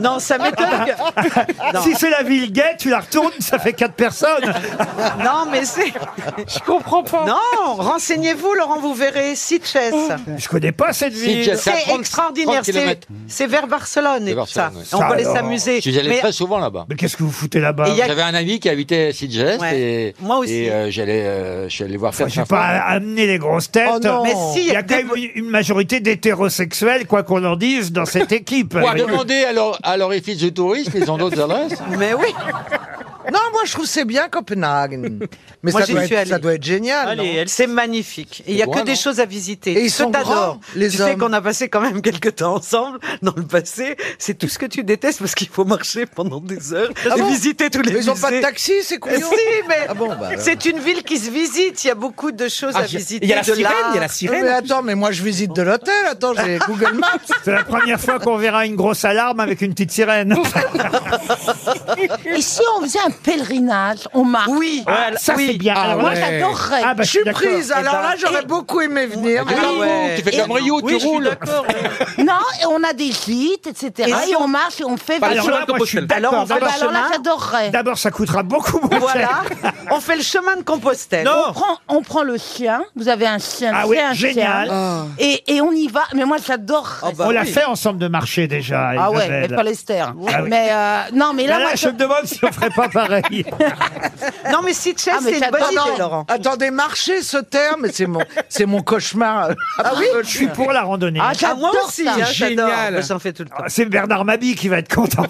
[SPEAKER 5] non, ça m'étonne. que- Non.
[SPEAKER 2] Si c'est la ville gay, tu la retournes, ça fait quatre personnes.
[SPEAKER 5] Non, mais c'est. Je comprends pas. Non, renseignez-vous, Laurent, vous verrez. Sitges.
[SPEAKER 2] Oh, Je connais pas cette ville.
[SPEAKER 4] C'est à
[SPEAKER 5] C'est
[SPEAKER 4] 30
[SPEAKER 5] extraordinaire.
[SPEAKER 4] 30
[SPEAKER 5] C'est-
[SPEAKER 4] kilomètres.
[SPEAKER 5] C'est vers Barcelone et
[SPEAKER 4] C'est
[SPEAKER 5] tout ça.
[SPEAKER 4] Barcelone, oui.
[SPEAKER 5] On
[SPEAKER 2] Ça
[SPEAKER 5] peut aller
[SPEAKER 2] alors.
[SPEAKER 5] s'amuser.
[SPEAKER 4] Je suis allé
[SPEAKER 5] Mais-
[SPEAKER 4] très souvent là-bas.
[SPEAKER 2] Mais qu'est-ce que vous foutez là-bas
[SPEAKER 5] Et il y a-
[SPEAKER 4] J'avais un ami qui habitait à Sitges
[SPEAKER 5] Ouais.
[SPEAKER 4] et,
[SPEAKER 5] Moi aussi.
[SPEAKER 4] et, euh, j'allais, euh, je suis allé voir faire
[SPEAKER 2] Enfin, je vais pas amener les grosses têtes.
[SPEAKER 7] Oh non.
[SPEAKER 5] Mais si,
[SPEAKER 2] il y a quand
[SPEAKER 5] des-
[SPEAKER 2] même une une majorité d'hétérosexuels, quoi qu'on en dise, dans cette équipe.
[SPEAKER 4] Pour demander à leur, à leur office de tourisme, ils ont d'autres adresses.
[SPEAKER 5] Mais oui.
[SPEAKER 7] Non, moi je trouve c'est bien Copenhague. Mais
[SPEAKER 5] Moi,
[SPEAKER 7] ça,
[SPEAKER 5] j'y
[SPEAKER 7] doit
[SPEAKER 5] suis
[SPEAKER 7] être,
[SPEAKER 5] allée.
[SPEAKER 7] ça doit être génial.
[SPEAKER 3] Allez,
[SPEAKER 7] non
[SPEAKER 3] elle-
[SPEAKER 5] C'est magnifique. Et Il n'y a
[SPEAKER 4] C'est
[SPEAKER 5] que
[SPEAKER 4] loin,
[SPEAKER 5] des
[SPEAKER 4] non
[SPEAKER 5] choses à visiter.
[SPEAKER 7] Et ils
[SPEAKER 5] Je
[SPEAKER 7] sont
[SPEAKER 5] t'adore.
[SPEAKER 7] grands, les
[SPEAKER 5] Tu sais
[SPEAKER 7] hommes.
[SPEAKER 5] qu'on a passé quand même quelques temps ensemble dans le passé. C'est tout ce que tu détestes parce qu'il faut marcher pendant des heures
[SPEAKER 7] Ah
[SPEAKER 5] et
[SPEAKER 7] bon
[SPEAKER 5] visiter tous les
[SPEAKER 7] Mais ils
[SPEAKER 5] musées.
[SPEAKER 7] ont pas de taxi, c'est
[SPEAKER 5] Euh,
[SPEAKER 7] couillon.
[SPEAKER 5] Si, mais
[SPEAKER 7] Ah bon, bah,
[SPEAKER 5] c'est une ville qui se visite. Il y a beaucoup de choses
[SPEAKER 11] Ah,
[SPEAKER 5] à
[SPEAKER 11] j'ai-
[SPEAKER 5] visiter.
[SPEAKER 11] Il y a la
[SPEAKER 5] de
[SPEAKER 11] sirène, il y a la
[SPEAKER 5] l'art.
[SPEAKER 7] Mais
[SPEAKER 11] sirène.
[SPEAKER 7] attends, mais moi je visite de l'hôtel. Attends, j'ai Google Maps.
[SPEAKER 2] C'est la première fois qu'on verra une grosse alarme avec une petite sirène.
[SPEAKER 8] Et si on faisait un pèlerinage, on marche.
[SPEAKER 7] Oui,
[SPEAKER 8] Ah,
[SPEAKER 2] Ah,
[SPEAKER 8] ça c'est bien. Alors moi j'adorerais. Eh ben,
[SPEAKER 7] Ah, bah, je suis prise. Alors
[SPEAKER 2] Eh
[SPEAKER 7] là,
[SPEAKER 2] ben,
[SPEAKER 7] j'aurais
[SPEAKER 8] beau
[SPEAKER 7] beaucoup aimé venir.
[SPEAKER 8] Ah,
[SPEAKER 7] Ah,
[SPEAKER 8] non, et on a des gîtes, etc.
[SPEAKER 7] Et
[SPEAKER 8] Et,
[SPEAKER 7] si
[SPEAKER 8] on marche et on fait.
[SPEAKER 2] Alors là, moi, je suis
[SPEAKER 8] alors,
[SPEAKER 2] d'accord.
[SPEAKER 8] on va-
[SPEAKER 2] D'abord,
[SPEAKER 8] alors là,
[SPEAKER 2] chemin.
[SPEAKER 8] j'adorerais.
[SPEAKER 2] D'abord, ça coûtera beaucoup moins
[SPEAKER 8] Voilà.
[SPEAKER 2] cher.
[SPEAKER 5] On fait le chemin de Compostelle.
[SPEAKER 8] On prend, on prend le chien. Vous avez un chien.
[SPEAKER 2] Ah
[SPEAKER 8] j'ai
[SPEAKER 2] oui,
[SPEAKER 8] un
[SPEAKER 2] génial.
[SPEAKER 8] chien. Et, et on y va. Mais moi, j'adore.
[SPEAKER 2] On l'a fait ensemble de marché déjà.
[SPEAKER 8] Ah ouais,
[SPEAKER 2] Isabelle.
[SPEAKER 8] mais pas l'Esther.
[SPEAKER 2] Ah oui.
[SPEAKER 8] Mais euh, non, mais là,
[SPEAKER 2] Là,
[SPEAKER 8] moi,
[SPEAKER 2] je me demande si on ferait pas pareil.
[SPEAKER 5] Non, mais si
[SPEAKER 7] Ah, mais
[SPEAKER 5] c'est une bonne
[SPEAKER 7] j'adore.
[SPEAKER 5] idée, Laurent.
[SPEAKER 7] Attendez, marcher ce terme, c'est mon, c'est mon cauchemar.
[SPEAKER 2] Ah oui Je suis pour la randonnée.
[SPEAKER 7] Ah, j'adore
[SPEAKER 5] moi aussi,
[SPEAKER 7] ça.
[SPEAKER 5] hein, j'adore.
[SPEAKER 7] Génial.
[SPEAKER 5] Moi, J'en fais tout le temps.
[SPEAKER 2] Ah, C'est Bernard Mabie qui va être content.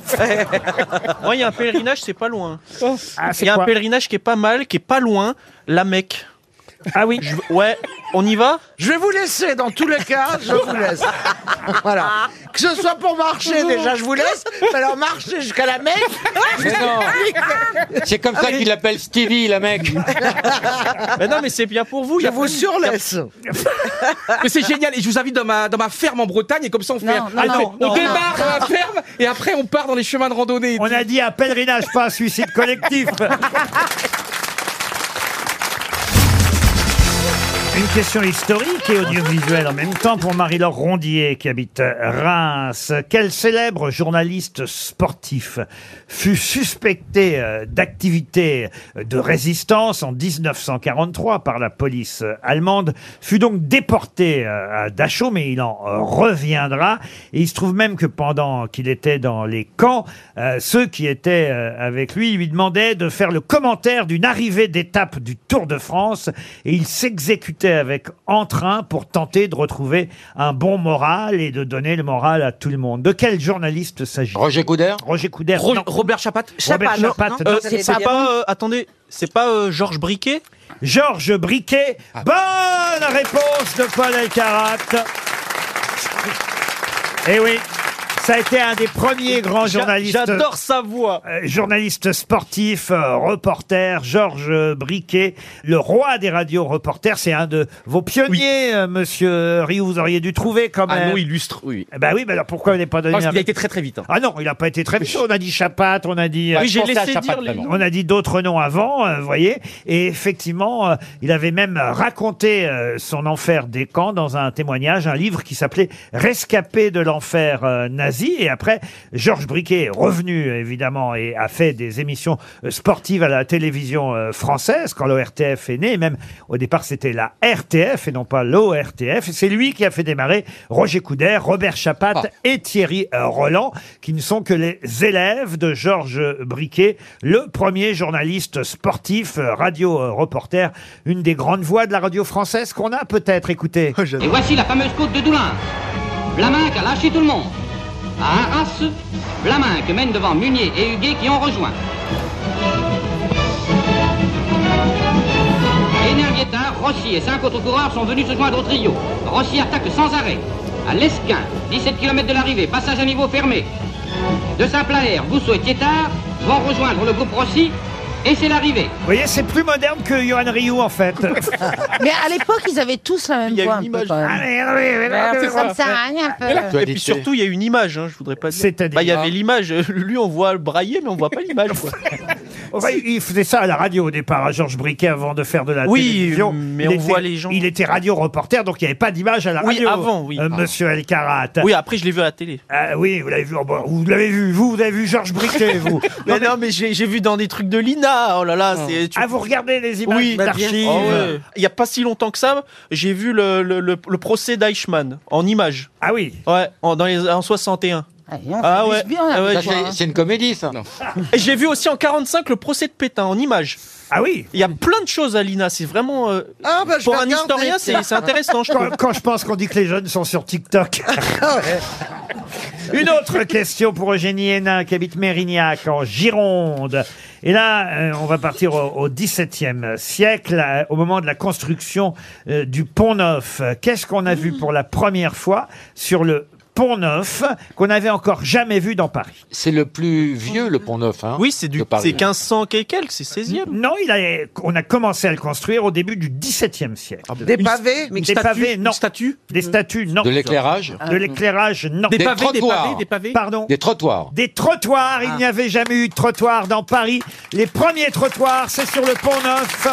[SPEAKER 3] Moi, il y a un pèlerinage, c'est pas loin.
[SPEAKER 2] Ah, c'est
[SPEAKER 3] Il y a
[SPEAKER 2] quoi
[SPEAKER 3] un pèlerinage qui est pas mal, qui est pas loin, la Mecque.
[SPEAKER 2] Ah oui
[SPEAKER 3] Ouais, on y va
[SPEAKER 7] Je vais vous laisser dans tous les cas, je vous laisse. Voilà. Que ce soit pour marcher déjà, je vous laisse. Mais alors marcher jusqu'à la Ah, Mecque.
[SPEAKER 4] Mais non. C'est comme ça qu'il l'appelle Stevie, la mec.
[SPEAKER 3] Mais non, mais c'est bien pour vous.
[SPEAKER 11] Je vous
[SPEAKER 7] surlaisse.
[SPEAKER 11] Mais c'est génial. Et je vous invite dans ma, dans ma ferme en Bretagne. Et comme ça, on fait.
[SPEAKER 2] Non, non,
[SPEAKER 11] on
[SPEAKER 2] non,
[SPEAKER 11] on
[SPEAKER 2] non,
[SPEAKER 11] démarre
[SPEAKER 2] non.
[SPEAKER 11] dans la ferme et après, on part dans les chemins de randonnée.
[SPEAKER 2] On a dit un pèlerinage, pas un suicide collectif. Une question historique et audiovisuelle en même temps pour Marie-Laure Rondier qui habite Reims. Quel célèbre journaliste sportif fut suspecté euh, d'activité de résistance en 1943 par la police euh, allemande, fut donc déporté euh, à Dachau, mais il en euh, reviendra. Et il se trouve même que pendant qu'il était dans les camps, euh, ceux qui étaient euh, avec lui lui demandaient de faire le commentaire d'une arrivée d'étape du Tour de France et il s'exécutait avec entrain pour tenter de retrouver un bon moral et de donner le moral à tout le monde. De quel journaliste s'agit-il Roger
[SPEAKER 4] Coudert
[SPEAKER 2] Roger Coudert. non.
[SPEAKER 3] Robert Chapat
[SPEAKER 2] Chapat, non, non, non, vous allez
[SPEAKER 3] c'est pas,
[SPEAKER 2] dire.
[SPEAKER 3] euh, attendez, c'est pas euh, Georges Briquet
[SPEAKER 2] Georges Briquet.
[SPEAKER 3] Ah.
[SPEAKER 2] Bonne réponse de Paul Elkarat. Eh oui. Ça a été un des premiers grands
[SPEAKER 3] J'a-
[SPEAKER 2] journalistes.
[SPEAKER 3] j'adore sa voix.
[SPEAKER 2] Euh, journaliste sportif, euh, reporter, Georges euh, Briquet, le roi des radios reporters. C'est un de vos pionniers, euh, monsieur Rioux. Vous auriez dû trouver quand même.
[SPEAKER 11] Ah non, illustre, oui.
[SPEAKER 2] Eh Ben oui, mais alors pourquoi vous n'avez pas donné
[SPEAKER 11] Parce qu'il
[SPEAKER 2] un-
[SPEAKER 11] a été très très vite. hein.
[SPEAKER 2] Ah non, il n'a pas été très chaud. On a dit Chapat, on a dit. euh,
[SPEAKER 11] Oui, j'ai laissé dire les noms.
[SPEAKER 2] On a dit d'autres noms avant, euh, vous voyez. Et effectivement, euh, il avait même raconté euh, son enfer des camps dans un témoignage, un livre qui s'appelait Rescapé de l'enfer euh, nazi. Et après, Georges Briquet est revenu, évidemment, et a fait des émissions euh, sportives à la télévision euh, française quand l'ORTF est né. Et même au départ, c'était la RTF et non pas l'ORTF. Et C'est lui qui a fait démarrer Roger Coudert, Robert Chapat et Thierry euh, Roland, qui ne sont que les élèves de Georges Briquet, le premier journaliste sportif, euh, radio-reporter, une des grandes voix de la radio française qu'on a peut-être écoutée.
[SPEAKER 21] Et voici la fameuse côte de Doulin. Blaminck a lâché tout le monde. À Arras, Blaminck mène devant Munier et Huguet qui ont rejoint. Énergietta, Rossi et cinq autres coureurs sont venus se joindre au trio. Rossi attaque sans arrêt. À Lesquin, 17 km de l'arrivée, passage à niveau fermé. De Saint-Plaer, Gousseau et Tietard vont rejoindre le groupe Rossi et c'est l'arrivée.
[SPEAKER 2] Vous voyez, c'est plus moderne que Johan Rioux, en fait.
[SPEAKER 8] Mais à l'époque, ils avaient tous la même voix. un peu, quand
[SPEAKER 2] Ah,
[SPEAKER 8] même.
[SPEAKER 3] Ah,
[SPEAKER 8] Ça hein, me sert à rien, un peu.
[SPEAKER 3] Et puis surtout, il y a une image, hein, je voudrais pas dire.
[SPEAKER 2] C'est-à-dire Ah.
[SPEAKER 3] Bah, il y avait l'image. euh, Lui, on voit le brailler, mais on voit pas l'image. quoi.
[SPEAKER 2] Enfin, il faisait ça à la radio au départ, à Georges Briquet, avant de faire de la
[SPEAKER 3] Oui,
[SPEAKER 2] télévision.
[SPEAKER 3] mais
[SPEAKER 2] Il
[SPEAKER 3] on
[SPEAKER 2] était-
[SPEAKER 3] voit les gens.
[SPEAKER 2] Il était radio-reporter, donc il n'y avait pas d'image à la
[SPEAKER 3] Oui,
[SPEAKER 2] radio.
[SPEAKER 3] avant, oui.
[SPEAKER 2] euh, monsieur Elkarat.
[SPEAKER 3] Oui, après, je l'ai vu à la télé.
[SPEAKER 2] Ah oui, vous l'avez vu. oh, bah, vous l'avez vu, vous, vous avez vu Georges Briquet, vous.
[SPEAKER 3] Mais non, mais j'ai j'ai vu dans des trucs de Lina. Oh là là, c'est. tu-
[SPEAKER 2] Ah, vous regardez les images
[SPEAKER 3] Oui,
[SPEAKER 2] d'archives. Ah
[SPEAKER 3] Oh, ouais. Il y a pas si longtemps que ça, j'ai vu le, le- le- le procès d'Eichmann en images.
[SPEAKER 2] Ah oui.
[SPEAKER 3] Ouais, en, dans les, en 61.
[SPEAKER 8] on
[SPEAKER 3] Ah
[SPEAKER 8] s'amuse
[SPEAKER 3] ouais.
[SPEAKER 8] bien, là,
[SPEAKER 3] Ah ouais,
[SPEAKER 8] parfois,
[SPEAKER 3] j'ai-
[SPEAKER 8] hein.
[SPEAKER 4] C'est une comédie, ça.
[SPEAKER 3] Et j'ai vu aussi en 45 le procès de Pétain en images.
[SPEAKER 2] Ah oui.
[SPEAKER 3] Il y a plein de choses à l'INA. C'est vraiment euh,
[SPEAKER 7] Ah, bah, je
[SPEAKER 3] pour
[SPEAKER 7] vais
[SPEAKER 3] un
[SPEAKER 7] regarder.
[SPEAKER 3] historien, c'est c'est intéressant. Je
[SPEAKER 2] quand,
[SPEAKER 3] trouve.
[SPEAKER 2] quand je pense qu'on dit que les jeunes sont sur TikTok. Une autre question pour Eugénie Hénin qui habite Mérignac en Gironde. Et là, euh, on va partir au, au XVIIe siècle, euh, au moment de la construction euh, du Pont Neuf. Qu'est-ce qu'on a vu pour la première fois sur le pont neuf qu'on n'avait encore jamais vu dans Paris.
[SPEAKER 4] C'est le plus vieux, le pont neuf. Hein,
[SPEAKER 3] oui, c'est du. C'est 1500 et quelques, c'est 16e.
[SPEAKER 2] Non, il a, on a commencé à le construire au début du XVIIe siècle.
[SPEAKER 7] Des Une- pavés
[SPEAKER 2] Des
[SPEAKER 7] une statue-
[SPEAKER 2] pavés, non.
[SPEAKER 7] une
[SPEAKER 2] statues Des statues, non.
[SPEAKER 4] De l'éclairage
[SPEAKER 2] De l'éclairage, non.
[SPEAKER 4] Des Des pavés, des trottoirs. pavés, des
[SPEAKER 2] pavés Pardon
[SPEAKER 4] Des trottoirs.
[SPEAKER 2] Des trottoirs, il n'y avait jamais eu de trottoir dans Paris. Les premiers trottoirs, c'est sur le pont neuf.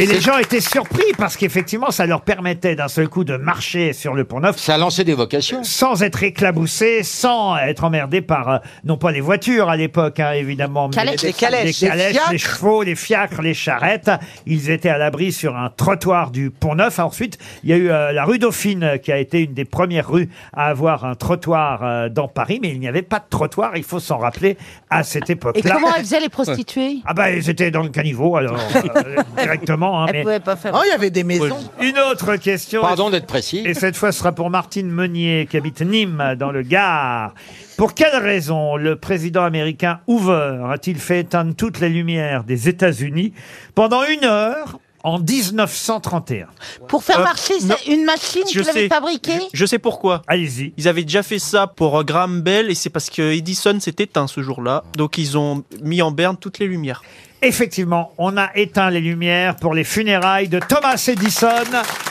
[SPEAKER 2] Et les gens étaient surpris parce qu'effectivement, ça leur permettait d'un seul coup de marcher sur le pont neuf.
[SPEAKER 4] Ça lançait des vocations.
[SPEAKER 2] Sans être éclaboussé, sans être emmerdé par, euh, non pas les voitures à l'époque, hein, évidemment,
[SPEAKER 5] Calèches.
[SPEAKER 2] les
[SPEAKER 5] Les calèches,
[SPEAKER 2] les,
[SPEAKER 5] les
[SPEAKER 2] calèches,
[SPEAKER 5] fiacres.
[SPEAKER 2] les chevaux, les fiacres, les charrettes. Ils étaient à l'abri sur un trottoir du pont neuf. Ensuite, il y a eu euh, la rue Dauphine euh, qui a été une des premières rues à avoir un trottoir euh, dans Paris, mais il n'y avait pas de trottoir, il faut s'en rappeler, à cette époque-là.
[SPEAKER 6] Et comment elles faisaient les prostituées
[SPEAKER 2] Ah bah, ils étaient dans le caniveau, alors, euh, directement. hein,
[SPEAKER 6] Elles
[SPEAKER 2] mais-
[SPEAKER 6] pouvaient pas faire. Oh, il y avait des maisons.
[SPEAKER 2] Une autre question.
[SPEAKER 4] Pardon d'être précis.
[SPEAKER 2] Et cette fois, ce sera pour Martine Meunier, qui habite Nîmes, dans le Gard. Pour quelle raison le président américain Hoover a-t-il fait éteindre toutes les lumières des États-Unis pendant une heure en 1931
[SPEAKER 6] Pour
[SPEAKER 2] Euh,
[SPEAKER 6] faire marcher c'est une machine
[SPEAKER 3] Euh, Je
[SPEAKER 6] qu'il avait
[SPEAKER 3] sais.
[SPEAKER 6] fabriquée
[SPEAKER 3] Je sais pourquoi.
[SPEAKER 2] Allez-y.
[SPEAKER 3] Ils avaient déjà fait ça pour euh, Graham Bell et c'est parce que Edison s'est éteint ce jour-là. Donc ils ont mis en berne toutes les lumières.
[SPEAKER 2] Effectivement, on a éteint les lumières pour les funérailles de Thomas Edison.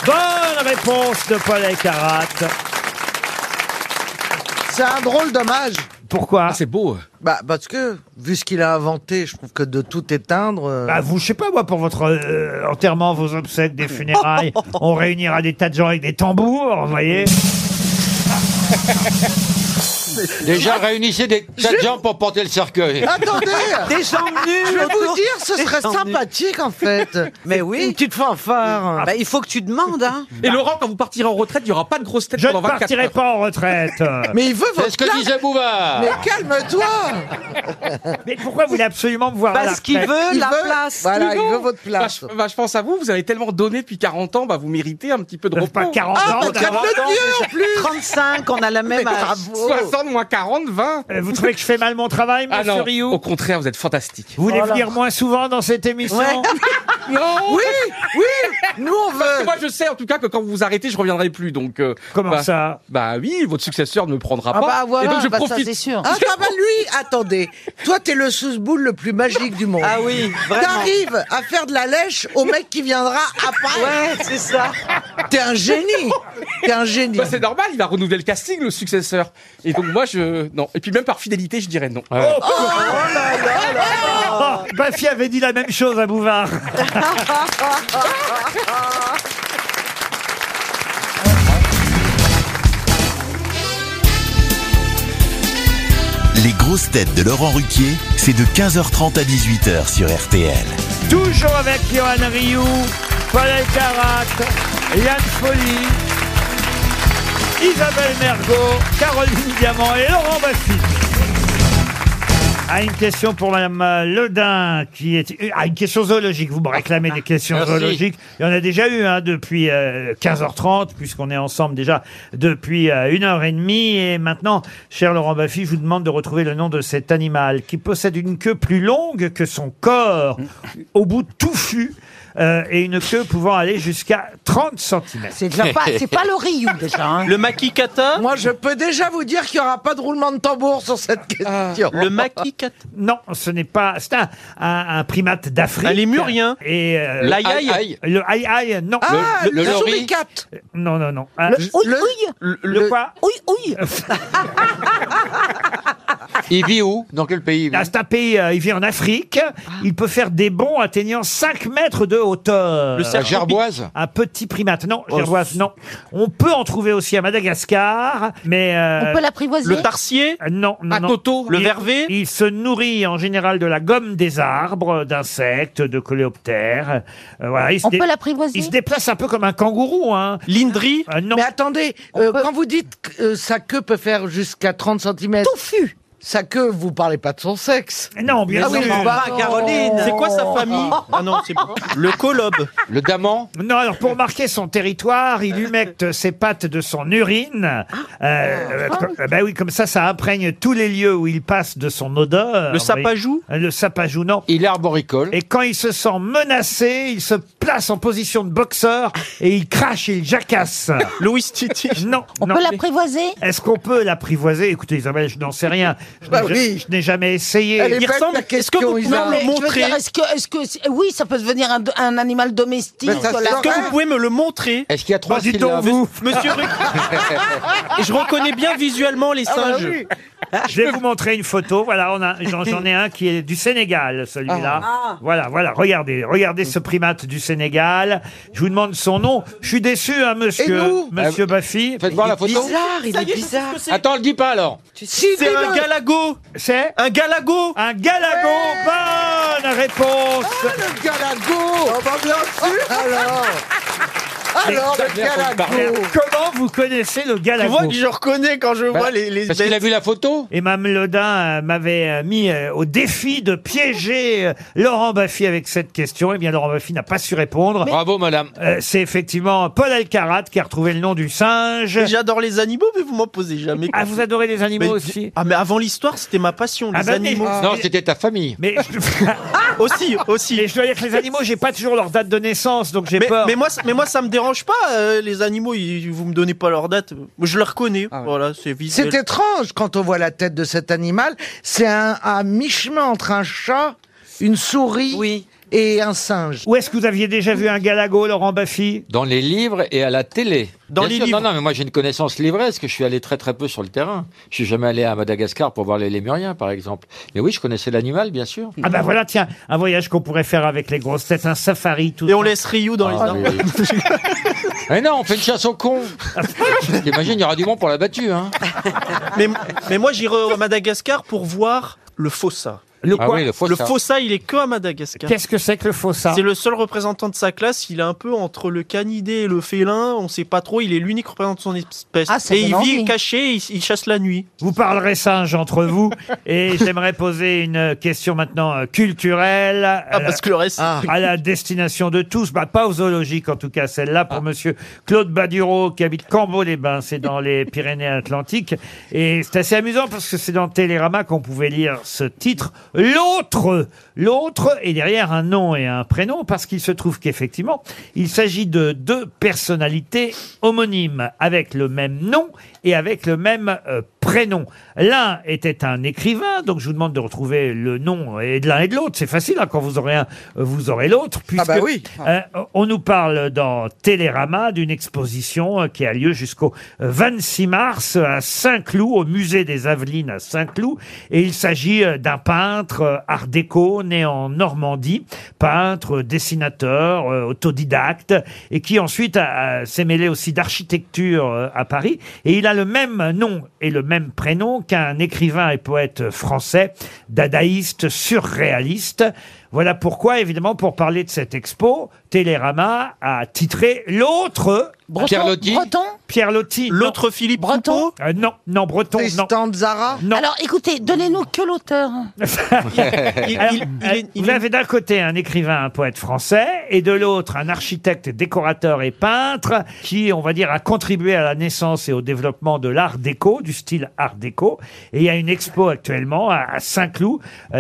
[SPEAKER 2] Bonne réponse de Paul Elkarat.
[SPEAKER 7] C'est un drôle d'hommage.
[SPEAKER 2] Pourquoi
[SPEAKER 11] C'est beau.
[SPEAKER 7] Bah parce que vu ce qu'il a inventé, je trouve que de tout éteindre. euh,
[SPEAKER 2] Bah vous, je sais pas moi, pour votre euh, enterrement, vos obsèques, des funérailles, on réunira des tas de gens avec des tambours, vous voyez.
[SPEAKER 4] Déjà, réunissez des tas de gens pour porter le cercueil.
[SPEAKER 7] Attendez
[SPEAKER 5] Des gens nus
[SPEAKER 7] Je vais vous
[SPEAKER 5] autour-
[SPEAKER 7] dire, ce
[SPEAKER 5] Des
[SPEAKER 7] serait
[SPEAKER 5] gens nus.
[SPEAKER 7] sympathique en fait.
[SPEAKER 5] Mais oui.
[SPEAKER 7] Une petite fanfare.
[SPEAKER 5] Bah, il faut que tu demandes, hein.
[SPEAKER 11] Et Laurent, quand vous partirez en retraite, il n'y aura pas de grosse tête
[SPEAKER 2] Je
[SPEAKER 11] pendant
[SPEAKER 2] ne
[SPEAKER 11] 24
[SPEAKER 2] partirai
[SPEAKER 11] heures.
[SPEAKER 2] pas en retraite.
[SPEAKER 7] Mais il veut votre claque.
[SPEAKER 4] Bouvard.
[SPEAKER 7] Mais calme-toi
[SPEAKER 2] Mais pourquoi vous voulez absolument me voir à la retraite
[SPEAKER 11] Il veut-
[SPEAKER 7] Voilà, il
[SPEAKER 11] Non.
[SPEAKER 7] veut votre place.
[SPEAKER 11] Bah, je, bah, je pense à vous, vous avez tellement donné depuis 40 ans, bah, vous méritez un petit peu de
[SPEAKER 2] Pas
[SPEAKER 11] repos.
[SPEAKER 2] 40 Ah, ans, bah, on a calme-le 40 ans,
[SPEAKER 7] mieux, en plus.
[SPEAKER 5] 35, on a la même âge.
[SPEAKER 11] 60 moins 40, 20.
[SPEAKER 2] Euh, Vous trouvez que je fais mal mon travail,
[SPEAKER 11] Ah
[SPEAKER 2] monsieur
[SPEAKER 11] non,
[SPEAKER 2] Rioux
[SPEAKER 11] au contraire, vous êtes fantastique.
[SPEAKER 2] Vous
[SPEAKER 7] Oh
[SPEAKER 2] voulez venir moins souvent dans cette émission
[SPEAKER 11] Non
[SPEAKER 7] Oui, oui Nous on
[SPEAKER 11] Parce que
[SPEAKER 7] veut
[SPEAKER 11] moi je sais en tout cas que quand vous vous arrêtez, je reviendrai plus. Donc euh,
[SPEAKER 2] Comment
[SPEAKER 11] bah,
[SPEAKER 2] ça
[SPEAKER 11] Bah oui, votre successeur ne me prendra
[SPEAKER 7] Ah
[SPEAKER 11] pas.
[SPEAKER 7] bah voilà,
[SPEAKER 11] Et donc je
[SPEAKER 7] bah ça,
[SPEAKER 11] profite.
[SPEAKER 7] c'est sûr. Ah bah, bah, lui, attendez, toi t'es le sous-boule le plus magique du monde.
[SPEAKER 5] Ah oui, vraiment.
[SPEAKER 7] T'arrives à faire de la lèche au mec qui viendra après.
[SPEAKER 5] Ouais, c'est ça.
[SPEAKER 7] T'es un génie T'es un génie
[SPEAKER 11] Bah, c'est normal, il va renouveler le casting, le successeur. Et donc moi je non. Et puis même par fidélité, je dirais non.
[SPEAKER 22] Oh.
[SPEAKER 11] Euh.
[SPEAKER 2] Oh, Baffy avait dit la même chose à Bouvard.
[SPEAKER 1] Les grosses têtes de Laurent Ruquier, c'est de 15h30 à 18h sur RTL.
[SPEAKER 2] Toujours avec Johan Rioux, Paul Elkarat, Yann Folly, Isabelle Mergot, Caroline Diamant et Laurent Bassi. Ah, une question pour Madame euh, Ledin, qui est... Ah, une question zoologique. Vous me réclamez des questions
[SPEAKER 4] Merci.
[SPEAKER 2] zoologiques. Il y en a déjà eu hein, depuis euh, 15h30, puisqu'on est ensemble déjà depuis euh, une heure et demie. Et maintenant, cher Laurent Baffy, je vous demande de retrouver le nom de cet animal qui possède une queue plus longue que son corps, au bout touffu, euh, et une queue pouvant aller jusqu'à 30 cm.
[SPEAKER 6] C'est déjà pas, c'est pas le Ryu déjà. hein.
[SPEAKER 3] Le makikata
[SPEAKER 7] Moi je peux déjà vous dire qu'il n'y aura pas de roulement de tambour sur cette question.
[SPEAKER 3] Le makikata
[SPEAKER 2] Non, ce n'est pas. C'est un, un- un primate d'Afrique.
[SPEAKER 3] Un lémurien
[SPEAKER 2] Et euh,
[SPEAKER 3] Le aïe-aïe. aïe-aïe.
[SPEAKER 2] Le aïe-aïe, non.
[SPEAKER 7] Ah,
[SPEAKER 4] Le- le-
[SPEAKER 7] le,
[SPEAKER 4] le lori.
[SPEAKER 7] souricate.
[SPEAKER 2] Non, non, non. Ah,
[SPEAKER 6] Le
[SPEAKER 2] je-
[SPEAKER 6] ouille ouille
[SPEAKER 2] le, le quoi
[SPEAKER 6] ouille ouille.
[SPEAKER 4] Il vit où Dans quel pays il vit
[SPEAKER 2] Ah, C'est un pays, euh, il vit en Afrique. Il peut faire des bonds atteignant 5 mètres de hauteur. Oh,
[SPEAKER 3] Le
[SPEAKER 4] La
[SPEAKER 3] serpent
[SPEAKER 4] gerboise
[SPEAKER 2] Un petit primate. Non, gerboise, non. On peut en trouver aussi à Madagascar, mais... euh,
[SPEAKER 6] On peut l'apprivoiser.
[SPEAKER 3] Le tarsier
[SPEAKER 2] euh, non, non,
[SPEAKER 11] Un
[SPEAKER 2] non.
[SPEAKER 11] coteau
[SPEAKER 2] Il-
[SPEAKER 3] Le vervet
[SPEAKER 2] Il se nourrit en général de la gomme des arbres, d'insectes, de coléoptères. Euh, voilà, il, se
[SPEAKER 6] On
[SPEAKER 2] dé-
[SPEAKER 6] peut l'apprivoiser.
[SPEAKER 2] il se déplace un peu comme un kangourou. Hein.
[SPEAKER 3] L'indri
[SPEAKER 2] Euh, non,
[SPEAKER 7] Ah. Mais attendez, euh, quand vous dites que euh, sa queue peut faire jusqu'à 30 cm,
[SPEAKER 6] Touffu.
[SPEAKER 7] sa queue, vous parlez pas de son sexe.
[SPEAKER 2] non, bien
[SPEAKER 7] Ah oui,
[SPEAKER 2] sûr.
[SPEAKER 7] mais
[SPEAKER 5] Bah, Caroline.
[SPEAKER 3] C'est quoi sa famille Ah non, c'est bon. Le colobe.
[SPEAKER 4] Le daman
[SPEAKER 2] Non, alors pour marquer son territoire, il humecte ses pattes de son urine. Euh, co- ben oui, comme ça, ça imprègne tous les lieux où il passe de son odeur.
[SPEAKER 3] Le sapajou
[SPEAKER 2] Oui. Le sapajou, non.
[SPEAKER 4] Il est arboricole.
[SPEAKER 2] Et quand il se sent menacé, il se place en position de boxeur et il crache et il jacasse. Louis Titi. Non.
[SPEAKER 8] On
[SPEAKER 2] non.
[SPEAKER 8] peut l'apprivoiser
[SPEAKER 2] Est-ce qu'on peut l'apprivoiser Écoutez, Isabelle, je n'en sais rien. Je
[SPEAKER 8] Bah
[SPEAKER 2] n'ai-
[SPEAKER 8] oui.
[SPEAKER 2] je n'ai jamais essayé.
[SPEAKER 8] Est-ce que vous pouvez me montrer Est-ce que, est-ce que, c'est- oui, ça peut devenir un, do- un animal domestique.
[SPEAKER 3] Est-ce que vous pouvez me le montrer
[SPEAKER 4] Est-ce qu'il y a
[SPEAKER 3] trois
[SPEAKER 4] dites donc, syllabes vous.
[SPEAKER 3] Monsieur Ruquier. Et je reconnais bien visuellement les
[SPEAKER 2] Ah bah
[SPEAKER 3] singes.
[SPEAKER 2] oui. Je vais vous montrer une photo. Voilà, on a- j'en j'en ai un qui est du Sénégal, celui-là.
[SPEAKER 22] Ah.
[SPEAKER 2] Voilà, voilà. Regardez, regardez ce primate du Sénégal. Je vous demande son nom. Je suis déçu, hein, monsieur,
[SPEAKER 4] Et nous Euh,
[SPEAKER 2] monsieur Baffy.
[SPEAKER 4] Faites voir la photo. Attends, le dis pas alors.
[SPEAKER 2] C'est un galago. C'est un galago. Un galago. Bonne réponse. Ah, le galago.
[SPEAKER 22] Alors
[SPEAKER 2] Alors,
[SPEAKER 22] le galago.
[SPEAKER 2] Comment vous connaissez le galago
[SPEAKER 3] Tu vois que je reconnais quand je
[SPEAKER 2] Bah,
[SPEAKER 3] vois les. les
[SPEAKER 2] parce qu'il
[SPEAKER 3] les-
[SPEAKER 2] a vu la photo Et Mme Lodin euh, m'avait euh, mis euh, au défi de piéger euh, Laurent Baffy avec cette question. Eh bien, Laurent Baffy n'a pas su répondre.
[SPEAKER 4] Bravo, madame.
[SPEAKER 2] Euh, c'est effectivement Paul Alcarat qui a retrouvé le nom du singe.
[SPEAKER 3] J'adore les animaux, mais vous m'en posez jamais.
[SPEAKER 2] Ah, vous adorez les animaux
[SPEAKER 3] Mais-
[SPEAKER 2] aussi
[SPEAKER 3] Ah, mais avant l'histoire, c'était ma passion, les
[SPEAKER 2] Ah bah, mais-
[SPEAKER 3] animaux.
[SPEAKER 2] Non, c'était
[SPEAKER 4] ta famille.
[SPEAKER 2] Mais aussi, aussi. Et je dois dire que les animaux, j'ai pas toujours leur date de naissance, donc j'ai
[SPEAKER 3] Mais,
[SPEAKER 2] peur.
[SPEAKER 3] mais moi, ça- mais moi, ça me dérange pas. euh, les animaux, ils- vous me donnez pas leur date. Je les reconnais.
[SPEAKER 2] Ah
[SPEAKER 3] Voilà, c'est visuel.
[SPEAKER 7] C'est étrange quand on voit la tête de cet animal. C'est un, à mi-chemin entre un chat, une souris et un singe.
[SPEAKER 2] Où est-ce que vous aviez déjà vu un galago, Laurent Baffy
[SPEAKER 4] Dans les livres et à la télé.
[SPEAKER 2] Dans
[SPEAKER 4] Bien
[SPEAKER 2] les
[SPEAKER 4] sûr.
[SPEAKER 2] livres.
[SPEAKER 4] Non, non, mais moi j'ai une connaissance livresque. Je suis allé très très peu sur le terrain. Je suis jamais allé à Madagascar pour voir les lémuriens, par exemple. Mais oui, je connaissais l'animal, bien sûr.
[SPEAKER 2] Ah bah voilà, tiens, un voyage qu'on pourrait faire avec les grosses têtes, un safari, tout
[SPEAKER 4] Et
[SPEAKER 2] ça.
[SPEAKER 4] on laisse Ryu dans les Ah, arbres. Mais non, on fait une chasse au con. T'imagines, il y aura du monde pour la battue, hein.
[SPEAKER 3] mais, mais moi, j'irai à Madagascar pour voir le fossa.
[SPEAKER 2] Le Ah quoi oui, le
[SPEAKER 3] le
[SPEAKER 2] fossa.
[SPEAKER 3] fossa. il est que à Madagascar.
[SPEAKER 2] Qu'est-ce que c'est que le fossa
[SPEAKER 3] C'est le seul représentant de sa classe. Il est un peu entre le canidé et le félin. On sait pas trop. Il est l'unique représentant de son espèce.
[SPEAKER 2] Ah, ça
[SPEAKER 3] et il vit
[SPEAKER 2] donne envie.
[SPEAKER 3] caché. Il, il chasse la nuit.
[SPEAKER 2] Vous parlerez singe entre vous. et j'aimerais poser une question maintenant euh, culturelle. à la-
[SPEAKER 3] parce que le reste-
[SPEAKER 2] Ah. À la destination de tous. Bah, pas aux zoologiques, en tout cas, celle-là,
[SPEAKER 3] Ah.
[SPEAKER 2] pour monsieur Claude Baduro, qui habite Cambo-les-Bains. C'est dans les Pyrénées-Atlantiques. Et c'est assez amusant parce que c'est dans Télérama qu'on pouvait lire ce titre. L'autre! L'autre est derrière un nom et un prénom parce qu'il se trouve qu'effectivement, il s'agit de deux personnalités homonymes avec le même nom et avec le même euh, prénom. L'un était un écrivain, donc je vous demande de retrouver le nom et de l'un et de l'autre. C'est facile, hein, quand vous aurez un, euh, vous aurez l'autre. puisque,
[SPEAKER 7] bah oui.
[SPEAKER 2] euh, on nous parle dans Télérama d'une exposition euh, qui a lieu jusqu'au euh, 26 mars à Saint-Cloud, au musée des Avelines à Saint-Cloud. Et il s'agit euh, d'un peintre euh, art déco né en Normandie, peintre, euh, dessinateur, euh, autodidacte, et qui ensuite a- a- s'est mêlé aussi d'architecture euh, à Paris. Et il a le même nom et le même prénom qu'un écrivain et poète français, dadaïste, surréaliste. Voilà pourquoi, évidemment, pour parler de cette expo, Télérama a titré l'autre.
[SPEAKER 4] Breton- Pierre Loti Breton
[SPEAKER 2] Pierre Loti. L'autre
[SPEAKER 3] Philippe
[SPEAKER 2] Breton Euh, Non, non, Breton. non. Non.
[SPEAKER 8] Alors écoutez, donnez-nous que l'auteur. hein.
[SPEAKER 3] il-
[SPEAKER 2] Alors,
[SPEAKER 3] il-
[SPEAKER 2] euh, vous avez d'un côté un écrivain, un poète français, et de l'autre un architecte, décorateur et peintre qui, on va dire, a contribué à la naissance et au développement de l'art déco, du style art déco. Et il y a une expo actuellement à à Saint-Cloud euh,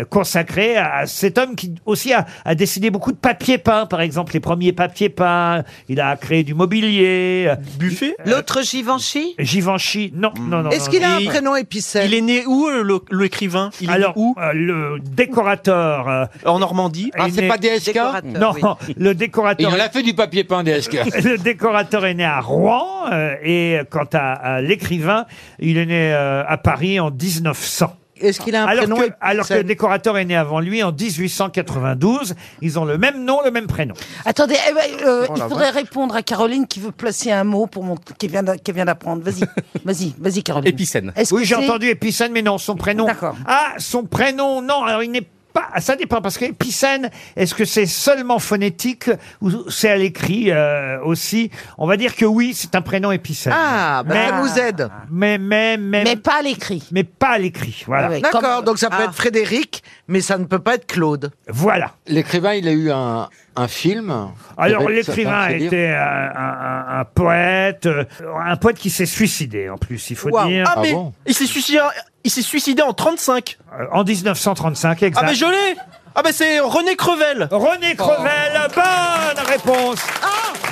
[SPEAKER 2] euh, consacrée à cet homme qui aussi a, a dessiné beaucoup de papier peint, par exemple les premiers papiers peints. Il a créé du mobilier.
[SPEAKER 3] Buffet
[SPEAKER 2] L'autre Givenchy Givenchy, non, non, non.
[SPEAKER 7] Est-ce
[SPEAKER 2] non,
[SPEAKER 7] qu'il a
[SPEAKER 2] non.
[SPEAKER 7] un prénom épicène
[SPEAKER 3] Il est né où euh, le- l'écrivain Il est
[SPEAKER 2] Alors,
[SPEAKER 3] né où
[SPEAKER 2] euh, le décorateur. euh,
[SPEAKER 3] en Normandie.
[SPEAKER 2] Ah, c'est pas DSK Non, le
[SPEAKER 4] Il
[SPEAKER 2] décorateur.
[SPEAKER 4] en a fait du papier peint, DSK.
[SPEAKER 2] le décorateur est né à Rouen euh, et euh, quant à, à l'écrivain, il est né euh, à Paris en 1900.
[SPEAKER 7] Est-ce qu'il a un
[SPEAKER 2] alors
[SPEAKER 7] prénom
[SPEAKER 2] que,
[SPEAKER 7] épicène
[SPEAKER 2] alors que le décorateur est né avant lui en 1892, ils ont le même nom, le même prénom.
[SPEAKER 8] Attendez, eh ben, euh,
[SPEAKER 2] Oh,
[SPEAKER 8] il
[SPEAKER 2] la
[SPEAKER 8] faudrait
[SPEAKER 2] vache.
[SPEAKER 8] répondre à Caroline qui veut placer un mot pour mon qui vient d'a- qui vient d'apprendre. Vas-y, vas-y, vas-y Caroline.
[SPEAKER 2] Épicène.
[SPEAKER 8] Est-ce
[SPEAKER 2] Oui,
[SPEAKER 8] que
[SPEAKER 2] j'ai
[SPEAKER 8] c'est-
[SPEAKER 2] entendu Épicène, mais non, son prénom. Ah, son prénom, non. Alors, il n'est pas. ah, Ça dépend, parce que Épicène, est-ce que c'est seulement phonétique ou c'est à l'écrit euh, aussi On va dire que oui, c'est un prénom Épicène.
[SPEAKER 7] Ah, bah, ça nous
[SPEAKER 2] aide. Mais, mais, mais. Mais
[SPEAKER 8] pas à l'écrit.
[SPEAKER 2] Mais pas à l'écrit, voilà.
[SPEAKER 8] Ah
[SPEAKER 7] D'accord, donc ça peut être Frédéric, mais ça ne peut pas être Claude.
[SPEAKER 2] Voilà.
[SPEAKER 4] L'écrivain, il a eu un, un film.
[SPEAKER 2] Alors
[SPEAKER 4] Avec
[SPEAKER 2] l'écrivain
[SPEAKER 4] certains
[SPEAKER 2] était
[SPEAKER 4] délires.
[SPEAKER 2] un, un- un- un poète, euh, un poète qui s'est suicidé en plus, il faut
[SPEAKER 3] Waouh.
[SPEAKER 2] dire.
[SPEAKER 3] Ah, mais il s'est suicidé, il s'est suicidé en 35.
[SPEAKER 2] Euh, En 1935, exact.
[SPEAKER 3] Ah mais je l'ai Ah mais c'est René Crevel
[SPEAKER 2] René Crevel, bonne réponse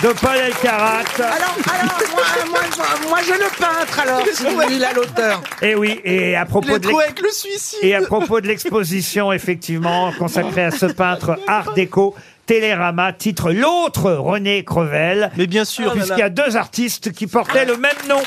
[SPEAKER 2] de Paul Elkarat.
[SPEAKER 7] Alors, alors moi, moi, moi, moi, je le peintre alors, si vous voulez, là, l'auteur.
[SPEAKER 2] Et Eh oui, et à propos de l'ex-
[SPEAKER 7] le suicide.
[SPEAKER 2] Et à propos de l'exposition, effectivement, consacrée à ce peintre art déco, Télérama titre l'autre René Crevel. Ah Mais bien sûr, puisqu'il y a deux artistes qui portaient le même nom.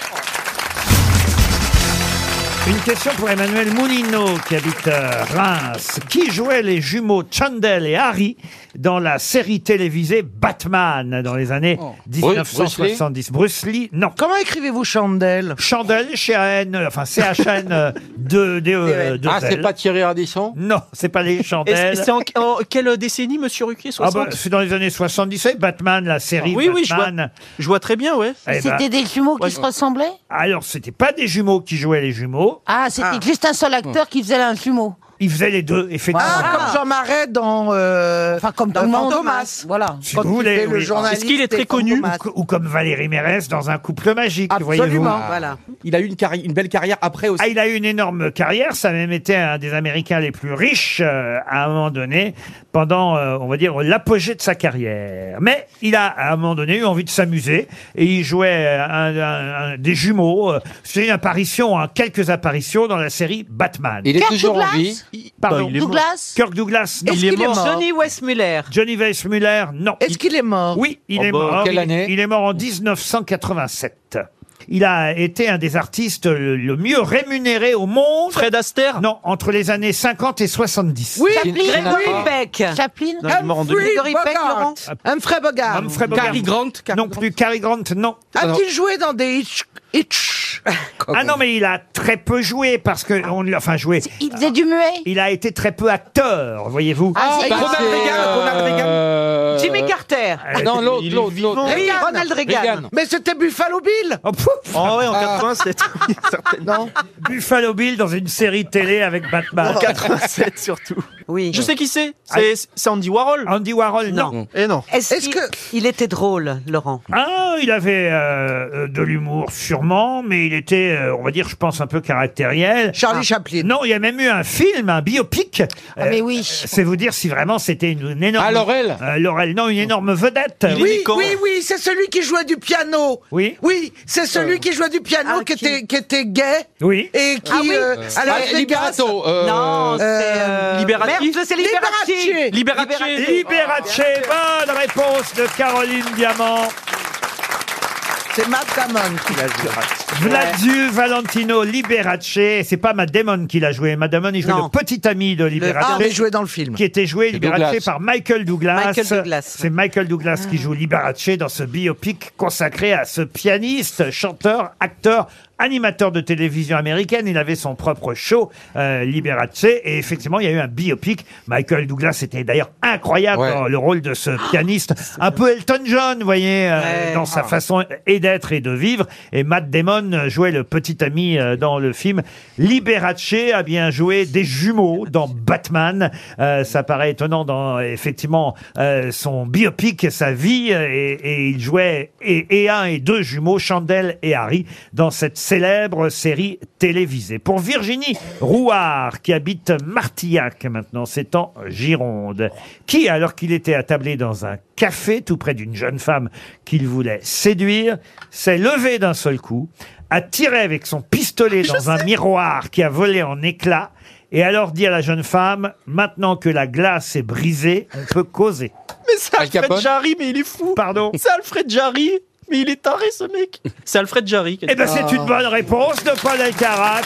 [SPEAKER 2] Une question pour Emmanuel Moulineau qui habite euh, Reims. Qui jouait les jumeaux Chandel et Harry dans la série télévisée Batman dans les années
[SPEAKER 7] Bruce-
[SPEAKER 2] 1970 Bruce Lee Non. Comment écrivez-vous Chandel Chandel, C-H-A-N, euh, enfin C-H-N 2 d e
[SPEAKER 4] Ah, c'est pas Thierry Ardisson
[SPEAKER 2] Non, c'est pas les
[SPEAKER 3] Et
[SPEAKER 2] chandelles.
[SPEAKER 3] c'est en, en quelle décennie, monsieur Ruquier
[SPEAKER 2] Ah
[SPEAKER 3] 60
[SPEAKER 2] bah, c'est dans les années 77, Batman, la série
[SPEAKER 3] Oui, oui, je vois-
[SPEAKER 2] Batman. je vois très bien, ouais.
[SPEAKER 6] C'était des jumeaux qui se ressemblaient
[SPEAKER 2] Alors, c'était pas des jumeaux qui jouaient les jumeaux.
[SPEAKER 6] Ah, c'était
[SPEAKER 2] Ah.
[SPEAKER 6] juste un seul acteur qui faisait un jumeau.
[SPEAKER 2] Ils faisaient les deux, effectivement.
[SPEAKER 7] Ah, comme Jean Marais dans. euh,
[SPEAKER 6] Enfin, comme
[SPEAKER 7] dans
[SPEAKER 6] dans
[SPEAKER 7] Fantomas. Voilà.
[SPEAKER 2] Si
[SPEAKER 7] Quand
[SPEAKER 2] vous
[SPEAKER 7] il
[SPEAKER 2] voulez,
[SPEAKER 7] fait le
[SPEAKER 2] oui.
[SPEAKER 7] journaliste
[SPEAKER 2] Est-ce qu'il est
[SPEAKER 7] et
[SPEAKER 2] très connu
[SPEAKER 7] Fantomas.
[SPEAKER 2] ou, co- ou comme Valérie Mérès dans Un couple magique, voyez-vous
[SPEAKER 7] Absolument, voilà.
[SPEAKER 2] Ah, Il a eu une, belle carrière après aussi. Ah, il a eu une énorme carrière. Ça a même été un des Américains les plus riches euh, à un moment donné, pendant, euh, on va dire, l'apogée de sa carrière. Mais il a, à un moment donné, eu envie de s'amuser et il jouait euh, un- un- un- des jumeaux. euh, C'est une apparition, hein, quelques apparitions dans la série Batman.
[SPEAKER 4] Il est Kirk toujours en Douglas vie
[SPEAKER 2] Il- Pardon.
[SPEAKER 4] Bah, il est mort. Douglas
[SPEAKER 2] Kirk Douglas. non.
[SPEAKER 5] Est-ce qu'il est mort Johnny Westmuller.
[SPEAKER 2] Johnny Weissmuller, non. Est-ce qu'il est mort Oui, il
[SPEAKER 4] Oh
[SPEAKER 2] est
[SPEAKER 4] bah,
[SPEAKER 2] mort.
[SPEAKER 4] quelle
[SPEAKER 2] Il-
[SPEAKER 4] année
[SPEAKER 2] il est mort en 1987.
[SPEAKER 7] Ah,
[SPEAKER 2] Il a été un des artistes le, le mieux rémunéré au monde. Fred Astaire Non, entre les années 50 et 70.
[SPEAKER 7] Oui, Chaplin. Grégory Peck.
[SPEAKER 6] Chaplin.
[SPEAKER 2] Non, il est mort en
[SPEAKER 7] Humphrey
[SPEAKER 2] 2000.
[SPEAKER 7] Bogart.
[SPEAKER 2] Laurent.
[SPEAKER 7] Humphrey Bogart.
[SPEAKER 2] Humphrey Bogart. non plus, Cary Grant, non.
[SPEAKER 7] A-t-il joué dans des Hitch, Hitch
[SPEAKER 2] Ah non, mais il a très peu joué parce que on lui a enfin joué.
[SPEAKER 6] Il faisait du muet.
[SPEAKER 2] Il a été très peu acteur, voyez-vous.
[SPEAKER 7] Ah, c'est- Ah, bah, Ronald
[SPEAKER 4] Reagan, Ronald Reagan.
[SPEAKER 7] Jimmy Carter.
[SPEAKER 2] Ah, non, l'autre, Il est l'autre, vivant. l'autre.
[SPEAKER 7] euh, Reagan.
[SPEAKER 2] Ronald Reagan. Reagan.
[SPEAKER 7] Mais c'était Buffalo Bill.
[SPEAKER 2] Oh,
[SPEAKER 7] ouais, en
[SPEAKER 3] 87.
[SPEAKER 2] non. Buffalo Bill dans une série télé avec Batman. Ah,
[SPEAKER 3] En 87 surtout.
[SPEAKER 5] Oui.
[SPEAKER 3] Je sais qui c'est. C'est c'est Andy Warhol.
[SPEAKER 2] Andy Warhol, non.
[SPEAKER 3] Et non.
[SPEAKER 5] Est-ce qu'il était drôle, Laurent
[SPEAKER 2] Ah, il avait euh, euh, de l'humour sûrement, mais il était, euh, on va dire, je pense, un peu caractériel. Charlie Chaplin. Non, il y a même eu un film, un biopic. mais
[SPEAKER 6] oui.
[SPEAKER 2] C'est vous dire si vraiment c'était une, une énorme. Ah, Laurel Laurel, non, une énorme vedette.
[SPEAKER 7] Oui, oui, oui, c'est celui qui jouait du piano.
[SPEAKER 2] Oui. Euh.
[SPEAKER 7] Oui, c'est celui qui jouait du piano qui, était, qui était gay.
[SPEAKER 2] Oui.
[SPEAKER 7] Et qui.
[SPEAKER 4] Ah oui.
[SPEAKER 7] euh,
[SPEAKER 4] Euh,
[SPEAKER 7] à Las
[SPEAKER 4] ah,
[SPEAKER 7] Vegas.
[SPEAKER 4] Liberato, euh, Non, c'est, euh, Liberati.
[SPEAKER 5] Merde, c'est Liberati.
[SPEAKER 2] Liberace. Liberace. Bonne réponse de Caroline Diamant.
[SPEAKER 7] C'est Matt Damon qui l'a joué.
[SPEAKER 2] Vladiu Valentino Liberace, c'est pas Matt Damon qui l'a joué. Matt Damon, il jouait
[SPEAKER 7] Non.
[SPEAKER 2] le petit ami de Liberace.
[SPEAKER 7] ah, mais joué dans le film.
[SPEAKER 2] Qui était joué, Liberace,
[SPEAKER 7] Douglas.
[SPEAKER 2] par Michael Douglas.
[SPEAKER 7] Michael Douglas,
[SPEAKER 2] C'est Michael Douglas qui joue Liberace dans ce biopic consacré à ce pianiste, chanteur, acteur, animateur de télévision américaine. Il avait son propre show, euh, Liberace. Et effectivement, il y a eu un biopic. Michael Douglas était d'ailleurs incroyable dans le rôle de ce pianiste. Un peu Elton John, vous voyez, euh,
[SPEAKER 7] Ah, Ouais.
[SPEAKER 2] dans sa
[SPEAKER 7] Ah.
[SPEAKER 2] façon et d'être et de vivre. Et Matt Damon euh, jouait le petit ami euh, dans le film. Liberace a bien joué des jumeaux dans Batman. Euh, ça paraît étonnant dans euh, effectivement euh, son biopic, sa vie. euh, Et, et il jouait et, et un et deux jumeaux, Chandel et Harry, dans cette célèbre série télévisée. Pour Virginie Rouard, qui habite Martillac maintenant, c'est en Gironde, qui, alors qu'il était attablé dans un café tout près d'une jeune femme qu'il voulait séduire, s'est levé d'un seul coup, a tiré avec son pistolet dans un miroir qui a volé en éclats, et alors dit à la jeune femme, maintenant que la glace est brisée, on peut causer.
[SPEAKER 3] Mais c'est Alfred Jarry, mais il est fou.
[SPEAKER 2] Pardon.
[SPEAKER 3] C'est Alfred Jarry, mais il est taré ce mec. C'est Alfred Jarry. qui a
[SPEAKER 2] Eh ben,
[SPEAKER 3] dit ça.
[SPEAKER 2] c'est une bonne réponse de Paul Elkarat.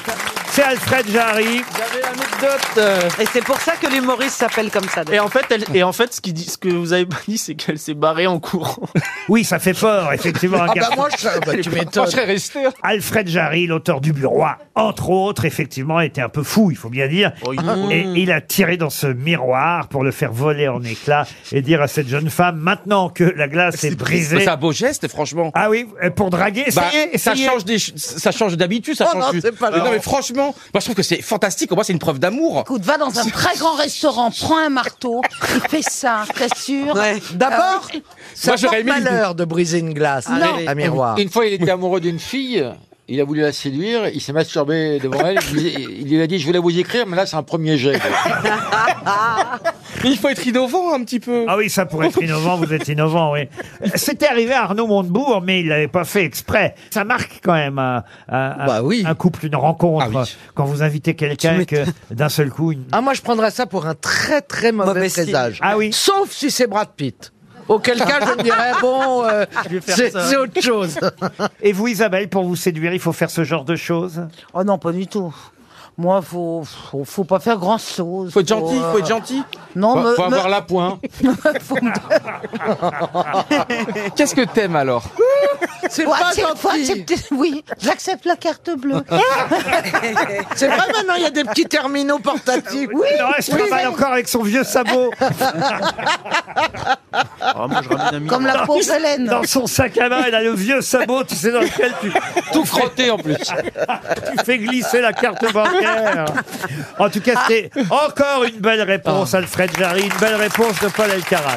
[SPEAKER 2] C'est Alfred Jarry.
[SPEAKER 3] J'avais l'anecdote. euh,
[SPEAKER 5] Et c'est pour ça que l'humoriste s'appelle comme ça.
[SPEAKER 3] Et en fait, elle, et en fait, ce qui dit, ce que vous avez pas dit, c'est qu'elle s'est barrée en courant.
[SPEAKER 2] Oui, ça fait peur, effectivement. un
[SPEAKER 3] Ah bah
[SPEAKER 2] garçon.
[SPEAKER 3] moi, je- bah, tu m'étonnes. Moi, je serais hein.
[SPEAKER 2] Alfred Jarry, l'auteur du Bureau, entre autres, effectivement, était un peu fou, il faut bien dire.
[SPEAKER 3] il-
[SPEAKER 2] Et il a tiré dans ce miroir pour le faire voler en éclats et dire à cette jeune femme, maintenant que la glace est brisée...
[SPEAKER 11] C'est un beau geste, franchement. Bah,
[SPEAKER 2] Ah oui, pour draguer, essayez,
[SPEAKER 11] ça
[SPEAKER 2] essayez.
[SPEAKER 11] change des, ch- ça change d'habitude, ça
[SPEAKER 2] Oh
[SPEAKER 11] change.
[SPEAKER 2] non,
[SPEAKER 11] du-
[SPEAKER 2] c'est pas
[SPEAKER 11] Mais non,
[SPEAKER 2] vrai.
[SPEAKER 11] mais franchement, gens. Moi, je trouve que c'est fantastique. Au moins, c'est une preuve d'amour.
[SPEAKER 6] Écoute, va dans un très grand restaurant, prends un marteau et fais ça, t'assures.
[SPEAKER 2] Ah
[SPEAKER 7] D'abord,
[SPEAKER 6] Euh,
[SPEAKER 7] ça
[SPEAKER 4] Moi, j'aurais aimé
[SPEAKER 7] porte
[SPEAKER 4] une-
[SPEAKER 7] malheur de briser une glace,
[SPEAKER 4] Arrêtez.
[SPEAKER 7] un miroir.
[SPEAKER 4] Une fois, il était amoureux d'une fille. Il a voulu la séduire, il s'est masturbé devant elle, il lui- il lui a dit je voulais vous écrire, mais là c'est un premier jet.
[SPEAKER 11] Mais il faut être innovant un petit peu.
[SPEAKER 2] Ah oui, ça pour être innovant, vous êtes innovant, oui. C'était arrivé à Arnaud Montebourg, mais il l'avait pas fait exprès. Ça marque quand même un, un-
[SPEAKER 7] Bah
[SPEAKER 2] un couple, une rencontre. Quand vous invitez quelqu'un que d'un seul coup, une...
[SPEAKER 7] Ah, moi, je prendrais ça pour un très très mauvais, présage.
[SPEAKER 2] Ah oui.
[SPEAKER 7] Sauf si c'est Brad Pitt. Auquel cas, je me dirais, bon, euh, c'est c'est autre chose.
[SPEAKER 2] Et vous, Isabelle, pour vous séduire, il faut faire ce genre de choses
[SPEAKER 6] Oh non, pas du tout. Moi, faut, faut, faut pas faire euh, grand chose.
[SPEAKER 2] Faut être gentil, faut être gentil.
[SPEAKER 6] Non,
[SPEAKER 11] Faut-
[SPEAKER 6] me-
[SPEAKER 11] faut
[SPEAKER 6] me-
[SPEAKER 11] avoir la pointe.
[SPEAKER 6] faut me-
[SPEAKER 11] Qu'est-ce que t'aimes alors
[SPEAKER 6] Faut accepter- faut accepter- Oui, j'accepte la carte bleue.
[SPEAKER 7] C'est vrai, maintenant, il y a des petits terminaux portatifs. Oui,
[SPEAKER 2] Non, elle se travaille encore avec son vieux sabot.
[SPEAKER 6] Comme la pauvre Hélène.
[SPEAKER 2] Dans son sac à main, elle a le vieux sabot, tu sais, dans lequel tu. Tout
[SPEAKER 4] crotté en plus.
[SPEAKER 2] tu fais glisser la carte bancaire. En tout cas, c'était encore une belle réponse, Alfred Jarry, une belle réponse de Paul Elkarat.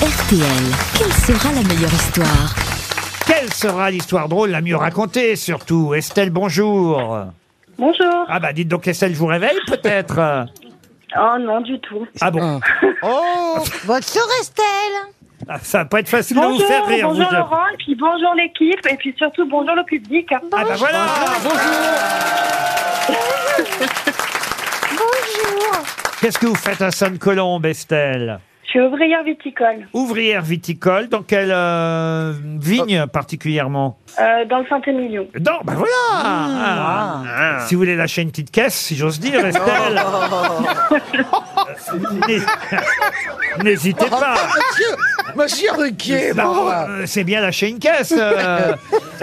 [SPEAKER 18] RTL, quelle sera la meilleure histoire
[SPEAKER 2] Quelle sera l'histoire drôle la mieux racontée, surtout Estelle, bonjour.
[SPEAKER 9] Bonjour.
[SPEAKER 2] Ah bah dites donc, Estelle, je vous réveille peut-être
[SPEAKER 9] Oh non, du tout.
[SPEAKER 2] Ah bon
[SPEAKER 9] Oh
[SPEAKER 6] Bonjour Estelle
[SPEAKER 2] Ah, Ça va pas être facile de
[SPEAKER 9] Bonjour,
[SPEAKER 2] vous faire rire, vous
[SPEAKER 9] bonjour
[SPEAKER 2] deux.
[SPEAKER 9] Laurent, et puis bonjour l'équipe, et puis surtout bonjour le public. hein.
[SPEAKER 2] Ah bah voilà
[SPEAKER 9] Bonjour
[SPEAKER 2] Qu'est-ce que vous faites à Sainte-Colombe, Estelle
[SPEAKER 9] Je suis ouvrière viticole,
[SPEAKER 2] Ouvrière viticole, dans quelle euh, vigne particulièrement
[SPEAKER 9] euh, dans le Saint-Émilion.
[SPEAKER 2] Non, bah voilà Ah, ah. Si vous voulez lâcher une petite caisse, si j'ose dire, Estelle, n'hé-
[SPEAKER 7] Oh,
[SPEAKER 2] n'hésitez pas
[SPEAKER 7] Monsieur, monsieur Ruquier,
[SPEAKER 2] Non,
[SPEAKER 7] bon, euh,
[SPEAKER 2] euh, C'est bien lâcher une caisse euh.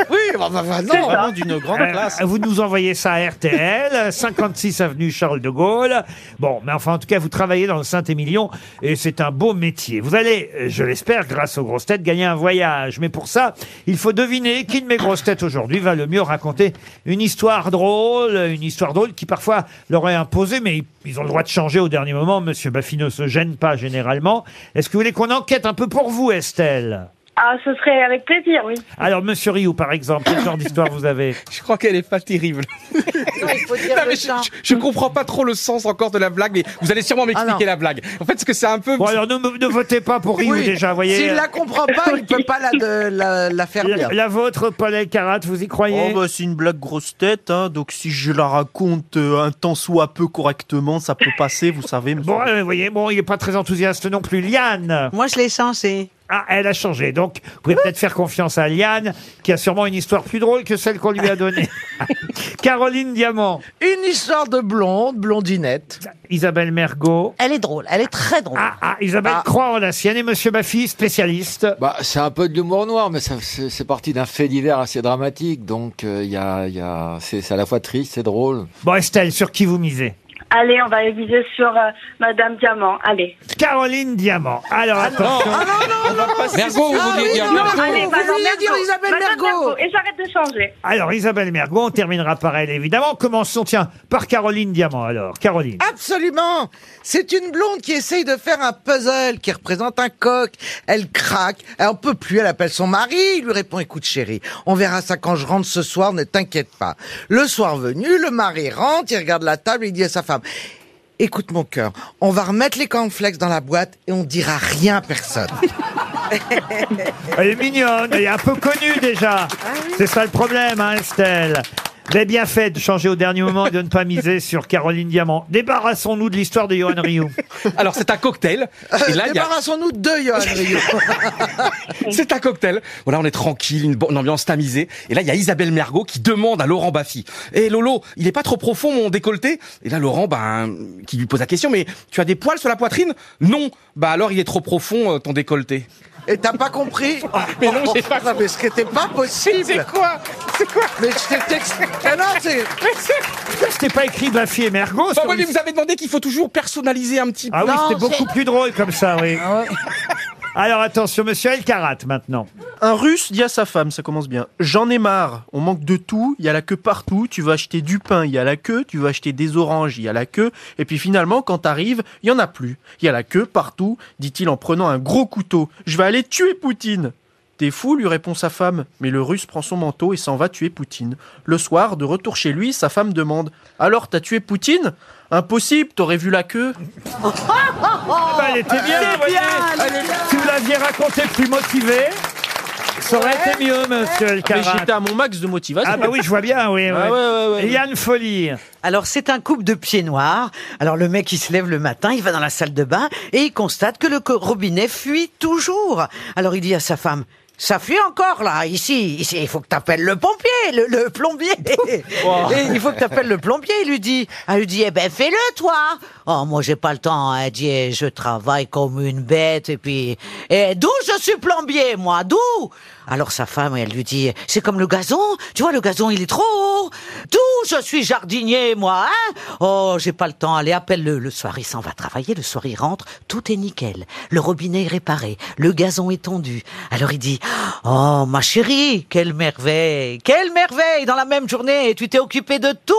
[SPEAKER 7] Oui, bah, bah, bah,
[SPEAKER 2] C'est
[SPEAKER 7] non.
[SPEAKER 2] ça. Euh, Vous nous envoyez ça à RTL, 56 avenue Charles de Gaulle. Bon, mais enfin, en tout cas, vous travaillez dans le Saint-Émilion et c'est un beau métier. Vous allez, euh, je l'espère, grâce aux grosses têtes, gagner un voyage. Mais pour ça, il faut deviner qui de mes grosses têtes aujourd'hui va le mieux raconter une histoire drôle, une histoire drôle qui parfois leur est imposée, mais ils- ils ont le droit de changer au dernier moment. Monsieur Baffino se gêne pas généralement. Est-ce que vous voulez qu'on enquête un peu pour vous, Estelle
[SPEAKER 9] Ah, ce serait avec plaisir, oui.
[SPEAKER 2] alors, Monsieur Rioux, par exemple, quel genre d'histoire vous avez
[SPEAKER 11] Je crois qu'elle est pas terrible. Non,
[SPEAKER 2] euh,
[SPEAKER 11] mais je, je- je comprends pas trop le sens encore de la blague, mais vous allez sûrement m'expliquer la blague. En fait, parce que c'est un peu.
[SPEAKER 2] Bon, alors ne, ne votez pas pour Rioux
[SPEAKER 11] Oui,
[SPEAKER 2] déjà, vous voyez. euh,
[SPEAKER 11] s'il la
[SPEAKER 7] comprend pas, il peut pas la, de- la, la faire
[SPEAKER 2] La,
[SPEAKER 7] dire.
[SPEAKER 2] la vôtre, Paul Elkarat, vous y croyez
[SPEAKER 3] Oh bah c'est une blague grosse tête, hein, donc si je la raconte euh, un temps soit peu correctement, ça peut passer, vous savez.
[SPEAKER 2] Bon, euh, vous voyez, bon, il est pas très enthousiaste non plus. Liane
[SPEAKER 5] Moi, je l'ai changé.
[SPEAKER 2] Ah, elle a changé. Donc, vous pouvez peut-être faire confiance à Liane, qui a sûrement une histoire plus drôle que celle qu'on lui a donnée. Caroline Diamant.
[SPEAKER 7] Une histoire de blonde, blondinette.
[SPEAKER 2] Isabelle Mergot.
[SPEAKER 6] Elle est drôle, elle est très drôle.
[SPEAKER 2] Ah, ah, Isabelle croit en la sienne et Monsieur Baffy, spécialiste.
[SPEAKER 4] Bah, c'est un peu de l'humour noir, mais ça- c'est c'est parti d'un fait divers assez dramatique, donc euh, il y a, il y a- c'est c'est à la fois triste, c'est drôle.
[SPEAKER 2] Bon, Estelle, sur qui vous misez
[SPEAKER 9] Allez, on va viser sur euh, Madame Diamant, allez.
[SPEAKER 2] Caroline Diamant. Alors,
[SPEAKER 7] Ah
[SPEAKER 2] attention.
[SPEAKER 4] Mergo, vous
[SPEAKER 9] Ah
[SPEAKER 4] voulez
[SPEAKER 9] oui,
[SPEAKER 4] dire
[SPEAKER 9] non,
[SPEAKER 4] Mergo
[SPEAKER 9] allez, Madame
[SPEAKER 7] vouliez dire
[SPEAKER 9] Mergo,
[SPEAKER 7] Isabelle
[SPEAKER 9] Madame
[SPEAKER 7] Mergo.
[SPEAKER 9] Et j'arrête de changer.
[SPEAKER 2] Alors, Isabelle Mergon, on terminera par elle, évidemment. Commençons, tiens, par Caroline Diamant, alors. Caroline.
[SPEAKER 7] Absolument C'est une blonde qui essaye de faire un puzzle qui représente un coq. Elle craque, elle en peut plus, elle appelle son mari, il lui répond écoute chérie, on verra ça quand je rentre ce soir, ne t'inquiète pas. Le soir venu, le mari rentre, il regarde la table, il dit à sa femme écoute mon cœur, on va remettre les cornflakes dans la boîte et on dira rien à personne.
[SPEAKER 2] Elle est mignonne, elle est un peu connue déjà. C'est ça le problème, hein, Estelle. Vous avez bien fait de changer au dernier moment et de ne pas miser sur Caroline Diamant. Débarrassons-nous de l'histoire de Johan Rioux.
[SPEAKER 11] Alors, c'est un cocktail. Et là, il y a-
[SPEAKER 7] Débarrassons-nous de Johan Rioux.
[SPEAKER 11] C'est un cocktail. Voilà, on est tranquille, une, bonne ambiance tamisée. Et là, il y a Isabelle Mergot qui demande à Laurent Baffy. Eh Lolo, il est pas trop profond mon décolleté Et là, Laurent, ben, qui lui pose la question, mais tu as des poils sur la poitrine Non. Bah alors, il est trop profond euh, ton décolleté.
[SPEAKER 7] Et t'as pas compris
[SPEAKER 11] Mais non, j'ai pas
[SPEAKER 7] Non, mais ce qui était pas possible. C'est
[SPEAKER 11] quoi C'est quoi
[SPEAKER 7] Mais je t'ai texte. Ah non, c'est.
[SPEAKER 2] C'était pas écrit Baffy et Mergo.
[SPEAKER 11] Bah oui, mais vous avez demandé qu'il faut toujours personnaliser un petit peu.
[SPEAKER 2] Ah oui, c'était beaucoup plus drôle comme ça, oui. Alors attention, monsieur Elkarat maintenant.
[SPEAKER 3] Un russe dit à sa femme, ça commence bien. J'en ai marre, on manque de tout, il y a la queue partout, tu vas acheter du pain, il y a la queue, tu vas acheter des oranges, il y a la queue, et puis finalement, quand t'arrives, il y en a plus. Il y a la queue partout, dit-il en prenant un gros couteau. Je vais aller tuer Poutine. T'es fou, lui répond sa femme, mais le russe prend son manteau et s'en va tuer Poutine. Le soir, de retour chez lui, sa femme demande Alors, t'as tué Poutine Impossible, t'aurais vu la queue
[SPEAKER 2] Ah bah, elle était bien,
[SPEAKER 3] C'est
[SPEAKER 2] vous voyez. Si vous l'aviez raconté plus motivé, ça aurait été mieux, monsieur Elkarat.
[SPEAKER 3] Mais j'étais à mon max de motivation.
[SPEAKER 2] Ah bah oui, je vois bien, oui.
[SPEAKER 3] Ah
[SPEAKER 2] oui.
[SPEAKER 3] ouais, ouais, ouais.
[SPEAKER 2] Il y a une Folie.
[SPEAKER 5] Alors, c'est un couple de pieds noirs. Alors, le mec, il se lève le matin, il va dans la salle de bain et il constate que le co- robinet fuit toujours. Alors, il dit à sa femme, ça fuit encore là, ici, ici, il faut que t'appelles le pompier, le, le plombier. Et il faut que t'appelles le plombier, il lui dit. Elle lui dit, eh ben fais-le toi. Oh, moi j'ai pas le temps, elle dit, eh, je travaille comme une bête et puis, et d'où je suis plombier, moi, d'où Alors sa femme, elle lui dit, c'est comme le gazon, tu vois, le gazon il est trop haut. D'où je suis jardinier, moi, hein Oh, j'ai pas le temps, allez, appelle-le. Le soir, il s'en va travailler, le soir, il rentre, tout est nickel. Le robinet est réparé, le gazon est tondu. Alors il dit, oh, ma chérie, quelle merveille, quelle merveille, dans la même journée, tu t'es occupé de tout.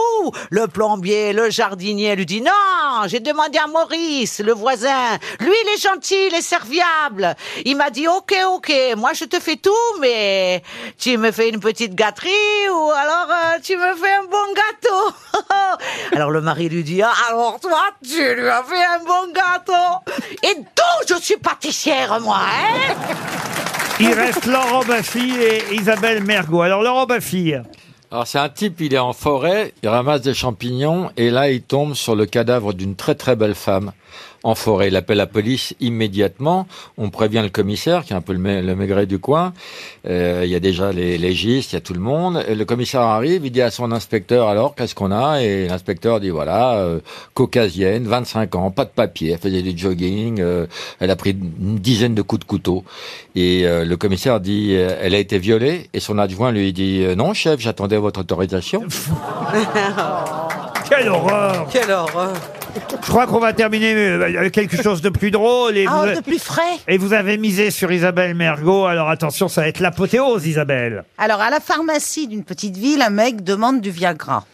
[SPEAKER 5] Le plombier, le jardinier, elle lui dit, non, j'ai demandé à Maurice, le voisin, lui, il est gentil, il est serviable. Il m'a dit, ok, ok, moi, je te fais tout, mais tu me fais une petite gâterie ou alors euh, tu me fais un bon gâteau. Alors le mari lui dit, Ah, alors toi, tu lui as fait un bon gâteau. Et donc, je suis pâtissière, moi, hein
[SPEAKER 2] Il reste Laurent Baffy et Isabelle Mergot. Alors Laurent Baffy.
[SPEAKER 4] Alors c'est un type, il est en forêt, il ramasse des champignons et là il tombe sur le cadavre d'une très très belle femme en forêt. Il appelle la police immédiatement, on prévient le commissaire qui est un peu le, ma- le maigret du coin, Euh, il y a déjà les légistes, il y a tout le monde. Et le commissaire arrive, il dit à son inspecteur alors qu'est-ce qu'on a et l'inspecteur dit voilà, euh, caucasienne, 25 ans, pas de papier, elle faisait du jogging, euh, elle a pris une dizaine de coups de couteau et euh, le commissaire dit euh, elle a été violée et son adjoint lui dit euh, non chef, j'attendais votre autorisation.
[SPEAKER 2] Quelle horreur
[SPEAKER 5] Quelle horreur
[SPEAKER 2] Je crois qu'on va terminer euh, avec quelque chose de plus drôle. Et
[SPEAKER 6] Ah,
[SPEAKER 2] vous-
[SPEAKER 6] de plus frais.
[SPEAKER 2] Et vous avez misé sur Isabelle Mergot. Alors attention, ça va être l'apothéose, Isabelle.
[SPEAKER 6] Alors, à la pharmacie d'une petite ville, un mec demande du Viagra.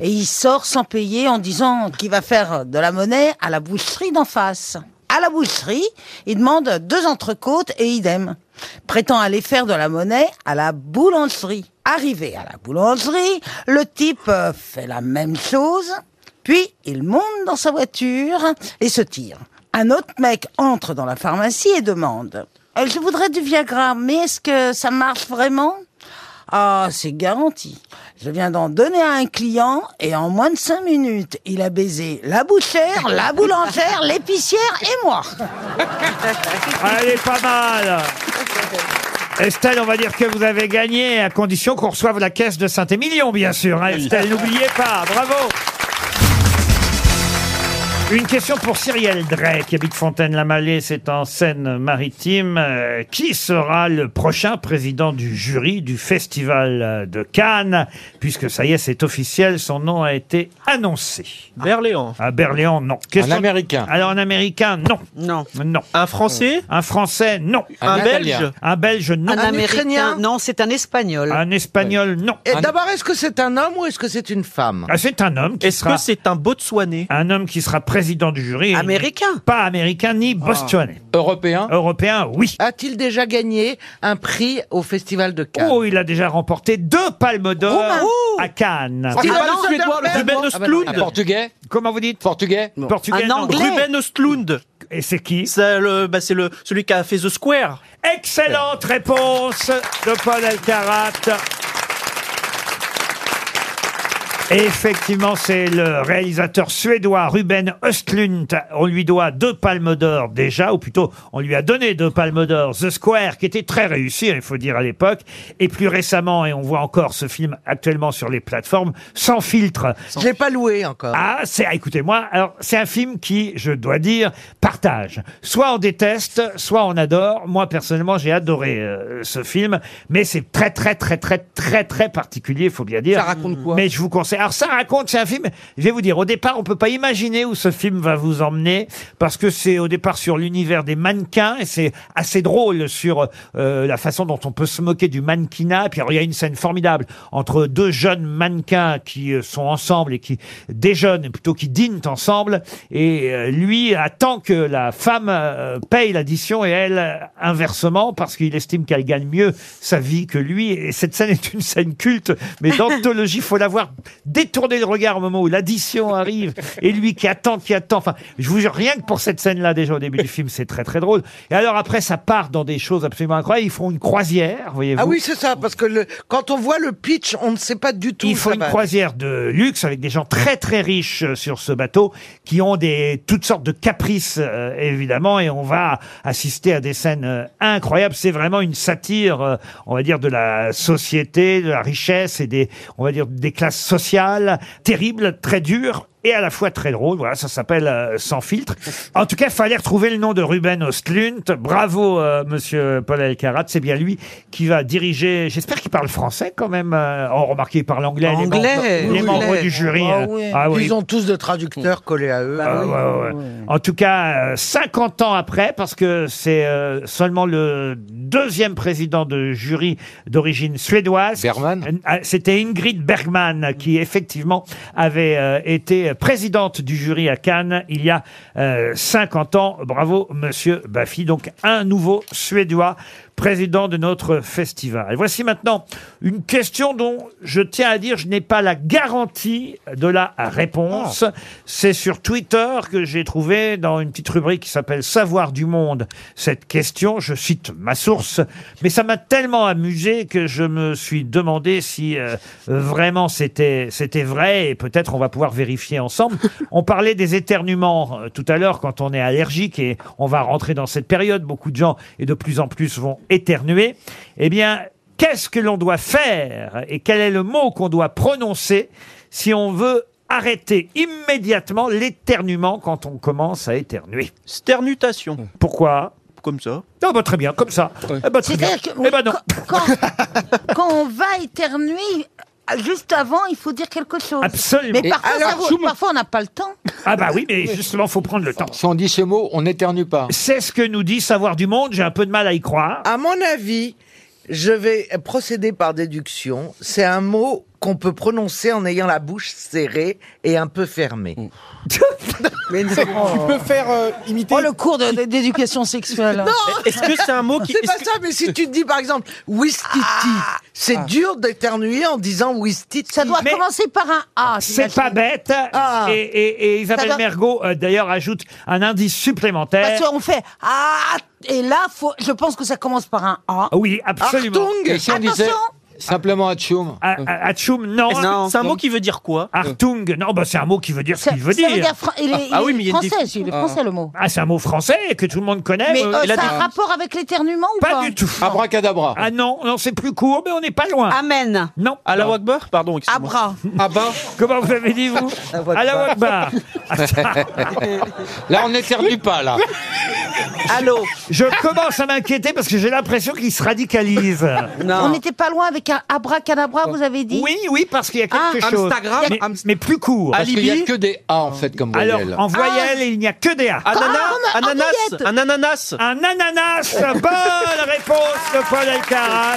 [SPEAKER 6] Et il sort sans payer en disant qu'il va faire de la monnaie à la boucherie d'en face. À la boucherie, il demande deux entrecôtes et idem. Prétend aller faire de la monnaie à la boulangerie. Arrivé à la boulangerie, le type euh, fait la même chose, puis il monte dans sa voiture et se tire. Un autre mec entre dans la pharmacie et demande Euh, Je voudrais du Viagra, mais est-ce que ça marche vraiment ah, c'est garanti. Je viens d'en donner à un client et en moins de cinq minutes, il a baisé la bouchère, la boulangère, l'épicière et moi.
[SPEAKER 2] Ah, Elle est pas mal Estelle, on va dire que vous avez gagné à condition qu'on reçoive la caisse de Saint-Émilion, bien sûr. hein, Estelle, n'oubliez pas. Bravo Une question pour Cyrielle Drey, qui habite Fontaine-la-Mallée, c'est en Seine-Maritime. Euh, qui sera le prochain président du jury du Festival de Cannes Puisque ça y est, c'est officiel, son nom a été annoncé.
[SPEAKER 3] Berléand.
[SPEAKER 2] À Berléand, non.
[SPEAKER 4] Un Américain.
[SPEAKER 2] Alors un Américain, non.
[SPEAKER 5] Non.
[SPEAKER 2] Non. Euh,
[SPEAKER 3] Un Français
[SPEAKER 2] Un Français, non.
[SPEAKER 5] Un Un Belge Italien.
[SPEAKER 2] Un Belge, non.
[SPEAKER 5] Un Américain Non, c'est un Espagnol.
[SPEAKER 2] Un Espagnol, non.
[SPEAKER 7] Et d'abord, est-ce que c'est un homme ou est-ce que c'est une femme
[SPEAKER 2] Ah, c'est un homme qui
[SPEAKER 7] Est-ce
[SPEAKER 2] sera...
[SPEAKER 7] que
[SPEAKER 3] c'est un Botswané
[SPEAKER 2] Un homme qui sera président du jury.
[SPEAKER 5] Américain
[SPEAKER 2] Pas américain ni bostonnais.
[SPEAKER 4] Européen
[SPEAKER 2] Européen, oui.
[SPEAKER 7] A-t-il déjà gagné un prix au Festival de Cannes
[SPEAKER 2] Oh, il a déjà remporté deux palmes d'or
[SPEAKER 7] Roumain.
[SPEAKER 2] à Cannes.
[SPEAKER 7] Ah, Steven non, Suédois, le Suédois.
[SPEAKER 3] Ruben Östlund.
[SPEAKER 7] Ah, bah,
[SPEAKER 4] Portugais
[SPEAKER 2] Comment vous dites
[SPEAKER 4] Portugais
[SPEAKER 2] Portugais, non.
[SPEAKER 3] Ruben Östlund.
[SPEAKER 2] Et c'est qui
[SPEAKER 3] C'est le, bah, c'est le, celui qui a fait The Square.
[SPEAKER 2] Excellente réponse de Paul Alcarat. Et effectivement, c'est le réalisateur suédois Ruben Östlund. On lui doit deux palmes d'or déjà, ou plutôt, on lui a donné deux palmes d'or. The Square, qui était très réussi, il faut dire à l'époque, et plus récemment, et on voit encore ce film actuellement sur les plateformes, Sans filtre.
[SPEAKER 7] Je l'ai pas loué encore.
[SPEAKER 2] Ah, c'est, ah, écoutez-moi, alors c'est un film qui, je dois dire, partage. Soit on déteste, soit on adore. Moi, personnellement, j'ai adoré euh, ce film, mais c'est très, très, très, très, très, très particulier, il faut bien dire. Ça raconte quoi Mais je vous conseille. c'est- alors ça raconte, c'est un film. Je vais vous dire, au départ, on peut pas imaginer où ce film va vous emmener parce que c'est au départ sur l'univers des mannequins et c'est assez drôle sur euh, la façon dont on peut se moquer du mannequinat. Puis alors, il y a une scène formidable entre deux jeunes mannequins qui euh, sont ensemble et qui déjeunent plutôt qui dînent ensemble et euh, lui attend que la femme euh, paye l'addition et elle euh, inversement parce qu'il estime qu'elle gagne mieux sa vie que lui. Et cette scène est une scène culte, mais d'anthologie, il faut l'avoir détourné le regard au moment où l'addition arrive et lui qui attend, qui attend. Enfin, je vous jure, rien que pour cette scène-là, déjà au début du film, c'est très très drôle. Et alors après, ça part dans des choses absolument incroyables. Ils font une croisière, voyez-vous.
[SPEAKER 7] Ah oui, c'est ça, parce que le- quand on voit le pitch, on ne sait pas du tout.
[SPEAKER 2] Ils font
[SPEAKER 7] ça
[SPEAKER 2] une
[SPEAKER 7] va.
[SPEAKER 2] croisière de luxe avec des gens très très riches euh, sur ce bateau qui ont des toutes sortes de caprices euh, évidemment et on va assister à des scènes euh, incroyables. C'est vraiment une satire, euh, on va dire, de la société, de la richesse et des on va dire des classes sociales terribles, très dures. Et à la fois très drôle, voilà, ça s'appelle euh, Sans filtre. En tout cas, fallait retrouver le nom de Ruben Ostlund. Bravo, euh, monsieur Paul Elkarat, c'est bien lui qui va diriger. J'espère qu'il parle français quand même. euh, on remarque qu'il parle anglais. les membres-
[SPEAKER 7] Anglais,
[SPEAKER 2] les membres, du jury. euh, ah oui.
[SPEAKER 7] Ils ont tous des traducteurs collés à eux.
[SPEAKER 2] Ah ouais, ouais. En tout cas, euh, 50 ans après, parce que c'est euh, seulement le deuxième président de jury d'origine suédoise. Bergman C'était Ingrid Bergman qui, effectivement, avait euh, été présidente du jury à Cannes il y a euh, 50 ans. Bravo, monsieur Baffy. Donc, un nouveau Suédois président de notre festival. Et voici maintenant une question dont je tiens à dire, je n'ai pas la garantie de la réponse. C'est sur Twitter que j'ai trouvé dans une petite rubrique qui s'appelle Savoir du monde cette question. Je cite ma source, mais ça m'a tellement amusé que je me suis demandé si euh, vraiment c'était c'était vrai et peut-être on va pouvoir vérifier ensemble. on parlait des éternuements euh, tout à l'heure quand on est allergique et on va rentrer dans cette période. Beaucoup de gens et de plus en plus vont éternuer. Eh bien, qu'est-ce que l'on doit faire et quel est le mot qu'on doit prononcer si on veut arrêter immédiatement l'éternuement quand on commence à éternuer Sternutation. Pourquoi comme ça. Non, bah, très bien, comme ça. Eh ben, très bien.
[SPEAKER 8] C'est-à-dire que-
[SPEAKER 2] Eh ben, non.
[SPEAKER 8] Quand on va éternuer, euh, juste avant, il faut dire quelque chose.
[SPEAKER 2] Absolument.
[SPEAKER 8] Mais parfois,
[SPEAKER 2] Et alors,
[SPEAKER 8] ça vaut-
[SPEAKER 2] Schumann-
[SPEAKER 8] parfois, on n'a pas le temps.
[SPEAKER 2] Ah bah oui, mais justement, faut prendre le temps.
[SPEAKER 4] Si on dit ce mot, on n'éternue pas.
[SPEAKER 2] C'est ce que nous dit Savoir du Monde, j'ai un peu de mal à y croire.
[SPEAKER 7] À mon avis, je vais procéder par déduction. C'est un mot qu'on peut prononcer en ayant la bouche serrée et un peu fermée.
[SPEAKER 6] Mais
[SPEAKER 7] non. Tu peux euh,
[SPEAKER 6] faire imiter. Oh, le cours de- de- d'éducation sexuelle.
[SPEAKER 7] C'est pas ça, mais si tu te dis par exemple Wistiti, c'est
[SPEAKER 6] Ah.
[SPEAKER 7] dur d'éternuer en disant Wistiti.
[SPEAKER 8] Ça doit commencer par un A.
[SPEAKER 2] C'est pas bête.
[SPEAKER 8] Ah.
[SPEAKER 2] Et, et- et Isabelle
[SPEAKER 8] Ça doit-
[SPEAKER 2] Mergot, euh, d'ailleurs, ajoute un indice supplémentaire.
[SPEAKER 8] Parce qu'on fait Ah Et là, faut... je pense que ça commence par un A.
[SPEAKER 2] Ah Oui, absolument. Ah,
[SPEAKER 4] Et si on disait simplement Atchoum
[SPEAKER 2] Atchoum, non.
[SPEAKER 4] Non.
[SPEAKER 3] C'est un mot qui veut dire quoi
[SPEAKER 2] Artung, non, bah, c'est un mot qui veut dire ce qu'il veut
[SPEAKER 8] ça
[SPEAKER 2] dire.
[SPEAKER 8] veut dire fra- il
[SPEAKER 3] Ah,
[SPEAKER 8] est- il est français,
[SPEAKER 2] dif-
[SPEAKER 8] il est français, le mot.
[SPEAKER 2] Ah, c'est un mot français que tout le monde connaît.
[SPEAKER 8] Mais
[SPEAKER 2] euh,
[SPEAKER 8] euh,
[SPEAKER 2] il a
[SPEAKER 8] ça a
[SPEAKER 2] des-
[SPEAKER 8] un rapport avec l'éternuement ou pas
[SPEAKER 2] Pas du tout. Abracadabra. Ah non, non, c'est plus court, mais on n'est pas loin.
[SPEAKER 5] Amen.
[SPEAKER 2] Non. À la Wakbar Pardon, excusez-moi.
[SPEAKER 5] Abra.
[SPEAKER 2] Abba. Comment vous avez dit, vous À la Wakbar.
[SPEAKER 4] Là, on n'éternue pas, là.
[SPEAKER 2] Allô Je commence à m'inquiéter parce que j'ai l'impression qu'il se radicalise.
[SPEAKER 8] On n'était pas loin avec un abracadabra, vous avez dit
[SPEAKER 2] Oui, oui, parce qu'il y a quelque
[SPEAKER 8] Ah,
[SPEAKER 2] chose.
[SPEAKER 8] Amstagram,
[SPEAKER 2] mais, mais plus court.
[SPEAKER 4] Parce qu'il n'y a que des A, en fait, comme
[SPEAKER 2] Alors,
[SPEAKER 4] voyelles.
[SPEAKER 2] en voyelle, il n'y a que des A.
[SPEAKER 4] Ananas,
[SPEAKER 2] un
[SPEAKER 4] ananas,
[SPEAKER 2] un ananas. Un ananas, bonne réponse de Paul Alcarat.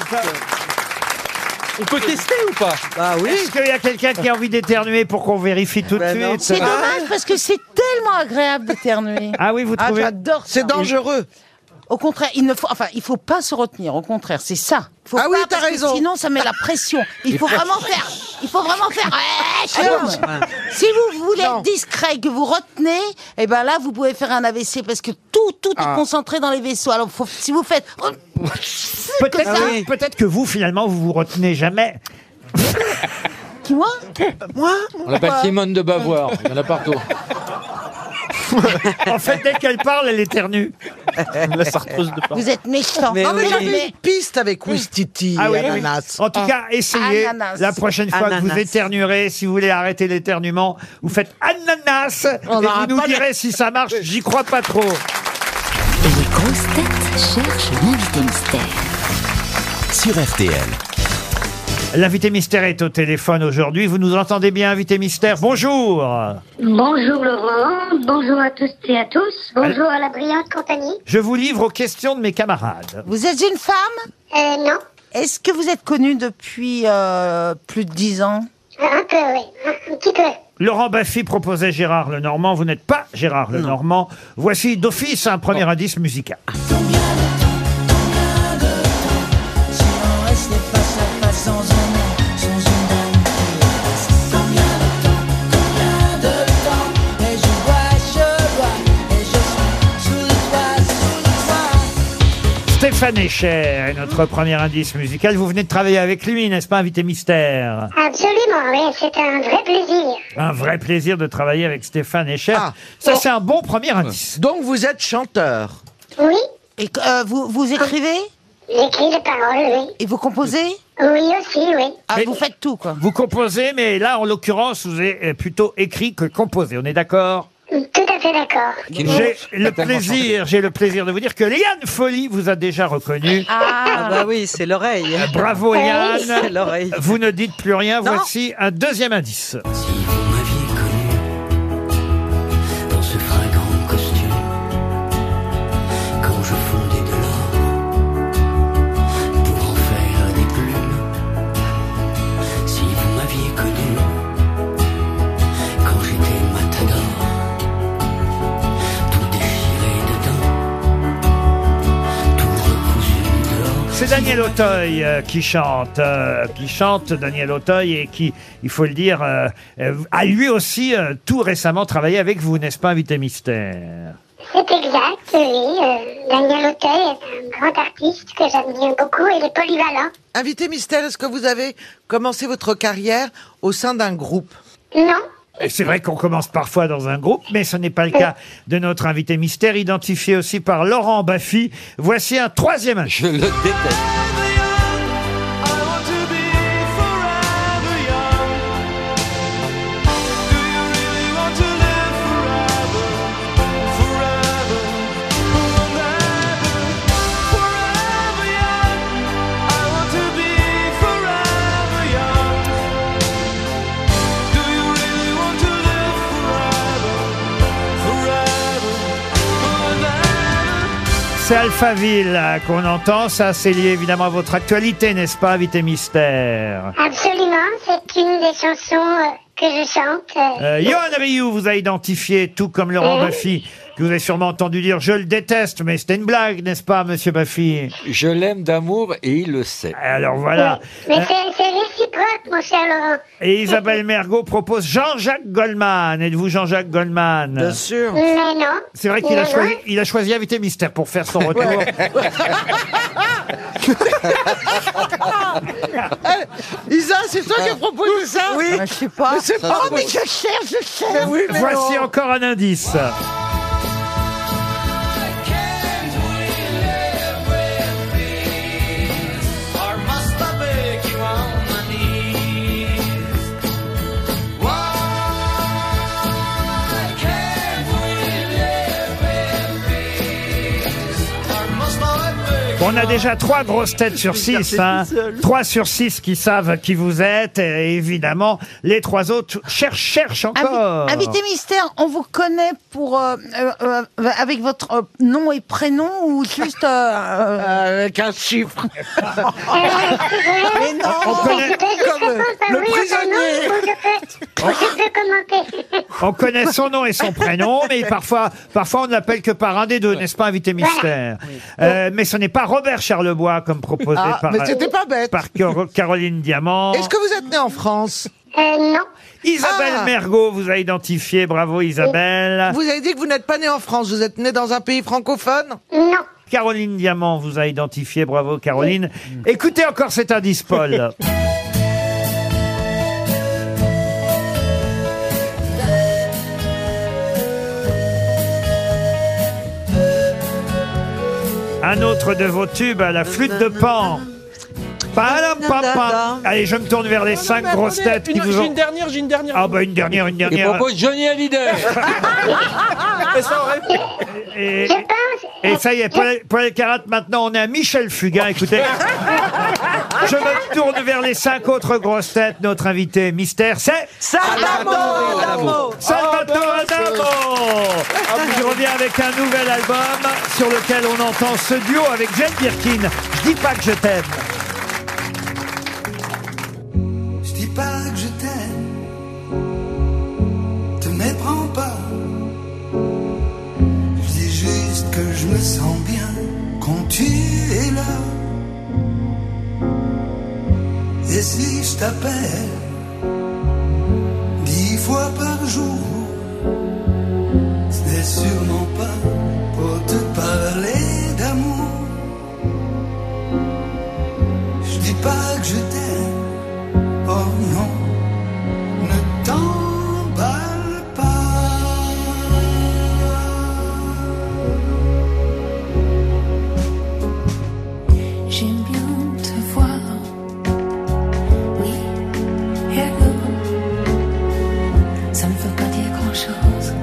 [SPEAKER 2] On peut tester ou pas Ah oui. Est-ce qu'il y a quelqu'un qui a envie d'éternuer pour qu'on vérifie tout de suite
[SPEAKER 8] C'est dommage parce que c'est tellement agréable d'éternuer.
[SPEAKER 2] Ah oui, vous trouvez
[SPEAKER 8] J'adore.
[SPEAKER 2] C'est
[SPEAKER 8] ça.
[SPEAKER 2] dangereux.
[SPEAKER 8] Au contraire, il ne faut, enfin, il faut pas se retenir. Au contraire, c'est ça. Faut
[SPEAKER 7] Ah oui,
[SPEAKER 8] pas,
[SPEAKER 7] t'as
[SPEAKER 8] parce que
[SPEAKER 7] raison.
[SPEAKER 8] Sinon, ça met la pression. Il
[SPEAKER 7] Il
[SPEAKER 8] faut
[SPEAKER 7] faut-
[SPEAKER 8] vraiment faire. Il faut vraiment faire.
[SPEAKER 7] Ah
[SPEAKER 8] Eh,
[SPEAKER 7] Alors,
[SPEAKER 8] chum si vous voulez être discret, que vous retenez, eh ben là, vous pouvez faire un AVC parce que tout, tout
[SPEAKER 2] Ah.
[SPEAKER 8] est concentré dans les vaisseaux. Alors, faut- si vous faites.
[SPEAKER 2] Peut-être
[SPEAKER 8] Comme ça.
[SPEAKER 2] que- peut-être que vous, finalement, vous vous retenez jamais.
[SPEAKER 8] Qui moi Moi
[SPEAKER 4] On l'appelle Simone de Bavoir. Il y en a partout.
[SPEAKER 2] en fait, dès qu'elle parle, elle éternue. La sartreuse de
[SPEAKER 8] Vous êtes méchant.
[SPEAKER 7] non, mais
[SPEAKER 8] oui.
[SPEAKER 7] j'avais une piste avec Wistiti
[SPEAKER 2] Ah oui,
[SPEAKER 7] et
[SPEAKER 2] oui.
[SPEAKER 7] ananas.
[SPEAKER 2] En tout
[SPEAKER 22] Ah.
[SPEAKER 2] cas, essayez.
[SPEAKER 7] Ananas.
[SPEAKER 2] La prochaine fois que
[SPEAKER 7] Ananas.
[SPEAKER 2] vous éternuerez, si vous voulez arrêter l'éternuement, vous faites ananas et
[SPEAKER 22] n'aura
[SPEAKER 2] vous nous
[SPEAKER 22] pas de-
[SPEAKER 2] direz si ça marche. J'y crois pas trop.
[SPEAKER 18] Les grosses têtes cherchent l'invité mystère.
[SPEAKER 1] sur RTL.
[SPEAKER 2] L'invité mystère est au téléphone aujourd'hui. Vous nous entendez bien, invité mystère Bonjour
[SPEAKER 23] Bonjour Laurent, bonjour à tous et à tous, bonjour à la brillante compagnie.
[SPEAKER 2] Je vous livre aux questions de mes camarades.
[SPEAKER 6] Vous êtes une femme
[SPEAKER 23] Euh, Non.
[SPEAKER 6] Est-ce que vous êtes connue depuis euh, plus de dix ans
[SPEAKER 23] Un peu, oui, un petit peu.
[SPEAKER 2] Laurent Baffy proposait Gérard Lenormand. Vous n'êtes pas Gérard Lenormand. Voici d'office un premier indice musical. Stéphane Echer est notre premier indice musical. Vous venez de travailler avec lui, n'est-ce pas, invité mystère
[SPEAKER 23] Absolument, oui, c'est un vrai plaisir.
[SPEAKER 2] Un vrai plaisir de travailler avec Stéphane Echer. Ça, c'est un bon premier indice.
[SPEAKER 7] Ah. Donc, vous êtes chanteur
[SPEAKER 23] Oui.
[SPEAKER 6] Et euh, vous, vous écrivez
[SPEAKER 23] J'écris les paroles, oui.
[SPEAKER 6] Et vous composez
[SPEAKER 23] Oui aussi, oui.
[SPEAKER 6] Ah, vous faites tout, quoi.
[SPEAKER 2] Vous composez, mais là, en l'occurrence, vous avez euh, plutôt écrit que composé. On est d'accord
[SPEAKER 23] Tout à fait d'accord.
[SPEAKER 2] J'ai le plaisir, j'ai le plaisir de vous dire que Liane Folly vous a déjà reconnu. Euh,
[SPEAKER 24] Ah, bah oui, c'est l'oreille.
[SPEAKER 2] Bravo
[SPEAKER 24] Oui,
[SPEAKER 2] Liane.
[SPEAKER 24] C'est l'oreille.
[SPEAKER 2] Vous ne dites plus rien.
[SPEAKER 24] Non.
[SPEAKER 2] Voici un deuxième indice.
[SPEAKER 22] Dans ce fragant costume, quand je fondais de l'or pour en faire des plumes, si vous m'aviez connu, quand j'étais matador, tout déchiré dedans, tout recousu dehors.
[SPEAKER 2] C'est Daniel Auteuil euh, qui chante, euh, qui chante Daniel Auteuil et qui, il faut le dire, euh, euh, a lui aussi euh, tout récemment travaillé avec vous, n'est-ce pas, invité mystère
[SPEAKER 23] C'est exact, oui. euh, Daniel Auteuil est un grand artiste que j'admire beaucoup. Il est polyvalent.
[SPEAKER 7] Invité mystère, est-ce que vous avez commencé votre carrière au sein d'un groupe
[SPEAKER 23] Non.
[SPEAKER 2] Et c'est vrai qu'on commence parfois dans un groupe, mais ce n'est pas le cas de notre invité mystère, identifié aussi par Laurent Baffy. Voici un troisième. Je le déteste. C'est Alphaville là, qu'on entend. Ça, c'est lié évidemment à votre actualité, n'est-ce pas, invité mystère
[SPEAKER 23] Absolument, c'est une des chansons euh, que je chante. euh.
[SPEAKER 2] Euh, Johan Rioux vous a identifié, tout comme Laurent
[SPEAKER 23] Oui.
[SPEAKER 2] Baffy, que vous avez sûrement entendu dire « Je le déteste », mais c'était une blague, n'est-ce pas, monsieur Baffy
[SPEAKER 4] Je l'aime d'amour et il le sait.
[SPEAKER 2] Alors voilà. Euh,
[SPEAKER 23] Mais c'est c'est réciproque, mon cher Laurent.
[SPEAKER 2] Et Isabelle Mergot propose Jean-Jacques Goldman. Êtes-vous Jean-Jacques Goldman Bien sûr.
[SPEAKER 23] Mais non.
[SPEAKER 2] C'est vrai qu'il
[SPEAKER 23] Mais
[SPEAKER 2] a
[SPEAKER 23] non.
[SPEAKER 2] choisi, il a choisi Invité Mystère pour faire son retour.
[SPEAKER 7] Eh, Isa, c'est toi qui as proposé ça Oui.
[SPEAKER 6] Je sais pas.
[SPEAKER 7] Mais c'est pas
[SPEAKER 6] oh, mais
[SPEAKER 7] possible.
[SPEAKER 6] je cherche, je cherche.
[SPEAKER 7] Mais oui, mais
[SPEAKER 2] Voici
[SPEAKER 7] non.
[SPEAKER 2] encore un indice.
[SPEAKER 22] Or must I beg you on my knees? Why can't we live in peace? Or must I beg
[SPEAKER 2] On a déjà trois grosses têtes sur six, hein. trois sur six qui savent qui vous êtes, et évidemment, les trois autres cherchent, cherchent encore.
[SPEAKER 6] Invité mystère, on vous connaît pour euh, euh, euh, avec votre euh, nom et prénom ou juste euh, avec un chiffre.
[SPEAKER 23] Mais non,
[SPEAKER 2] On connaît-
[SPEAKER 23] le prisonnier. je peux commenter.
[SPEAKER 2] On connaît son nom et son prénom, mais parfois, parfois on ne l'appelle que par un des deux, n'est-ce pas, invité mystère Euh, Mais ce n'est pas Robert Charlebois, comme proposé
[SPEAKER 7] Ah,
[SPEAKER 2] par,
[SPEAKER 7] mais c'était pas bête.
[SPEAKER 2] par Caro- Caroline Diamant.
[SPEAKER 7] Est-ce que vous êtes né en France
[SPEAKER 23] Euh, non.
[SPEAKER 2] Isabelle
[SPEAKER 7] Ah.
[SPEAKER 2] Mergot vous a identifié, bravo Isabelle.
[SPEAKER 7] Vous avez dit que vous n'êtes pas né en France, vous êtes né dans un pays francophone
[SPEAKER 23] Non.
[SPEAKER 2] Caroline Diamant vous a identifié, bravo Caroline. Écoutez encore cet indice, Paul. Un autre de vos tubes à la flûte de pan. Palam, pam, pam. Allez, je me tourne vers les cinq grosses têtes qui
[SPEAKER 11] Une,
[SPEAKER 2] vous
[SPEAKER 11] j'ai
[SPEAKER 2] ont...
[SPEAKER 11] une dernière, j'ai une dernière.
[SPEAKER 2] Ah bah une dernière, une
[SPEAKER 4] Il
[SPEAKER 2] dernière.
[SPEAKER 4] propose Johnny Hallyday.
[SPEAKER 11] Et ça aurait pu.
[SPEAKER 2] Et, et ça y est, Paul, Paul Elkarat, maintenant on est à Michel Fugain, écoutez. Je me tourne vers les cinq autres grosses têtes. Notre invité mystère, c'est
[SPEAKER 22] Salvatore Adamo.
[SPEAKER 2] Salvatore Adamo. Ah, Je reviens avec un nouvel album sur lequel on entend ce duo avec Jane Birkin. Je dis pas que je t'aime.
[SPEAKER 22] Je dis pas que je t'aime, te méprends pas. Je dis juste que je me sens bien quand tu es là. Et si je t'appelle dix fois par jour, ce n'est sûrement pas pour te parler d'amour. Je dis pas que je t'aime. Oh non, ne t'emballe pas.
[SPEAKER 10] J'aime bien te voir, oui, hello. Ça ne veut pas dire grand chose,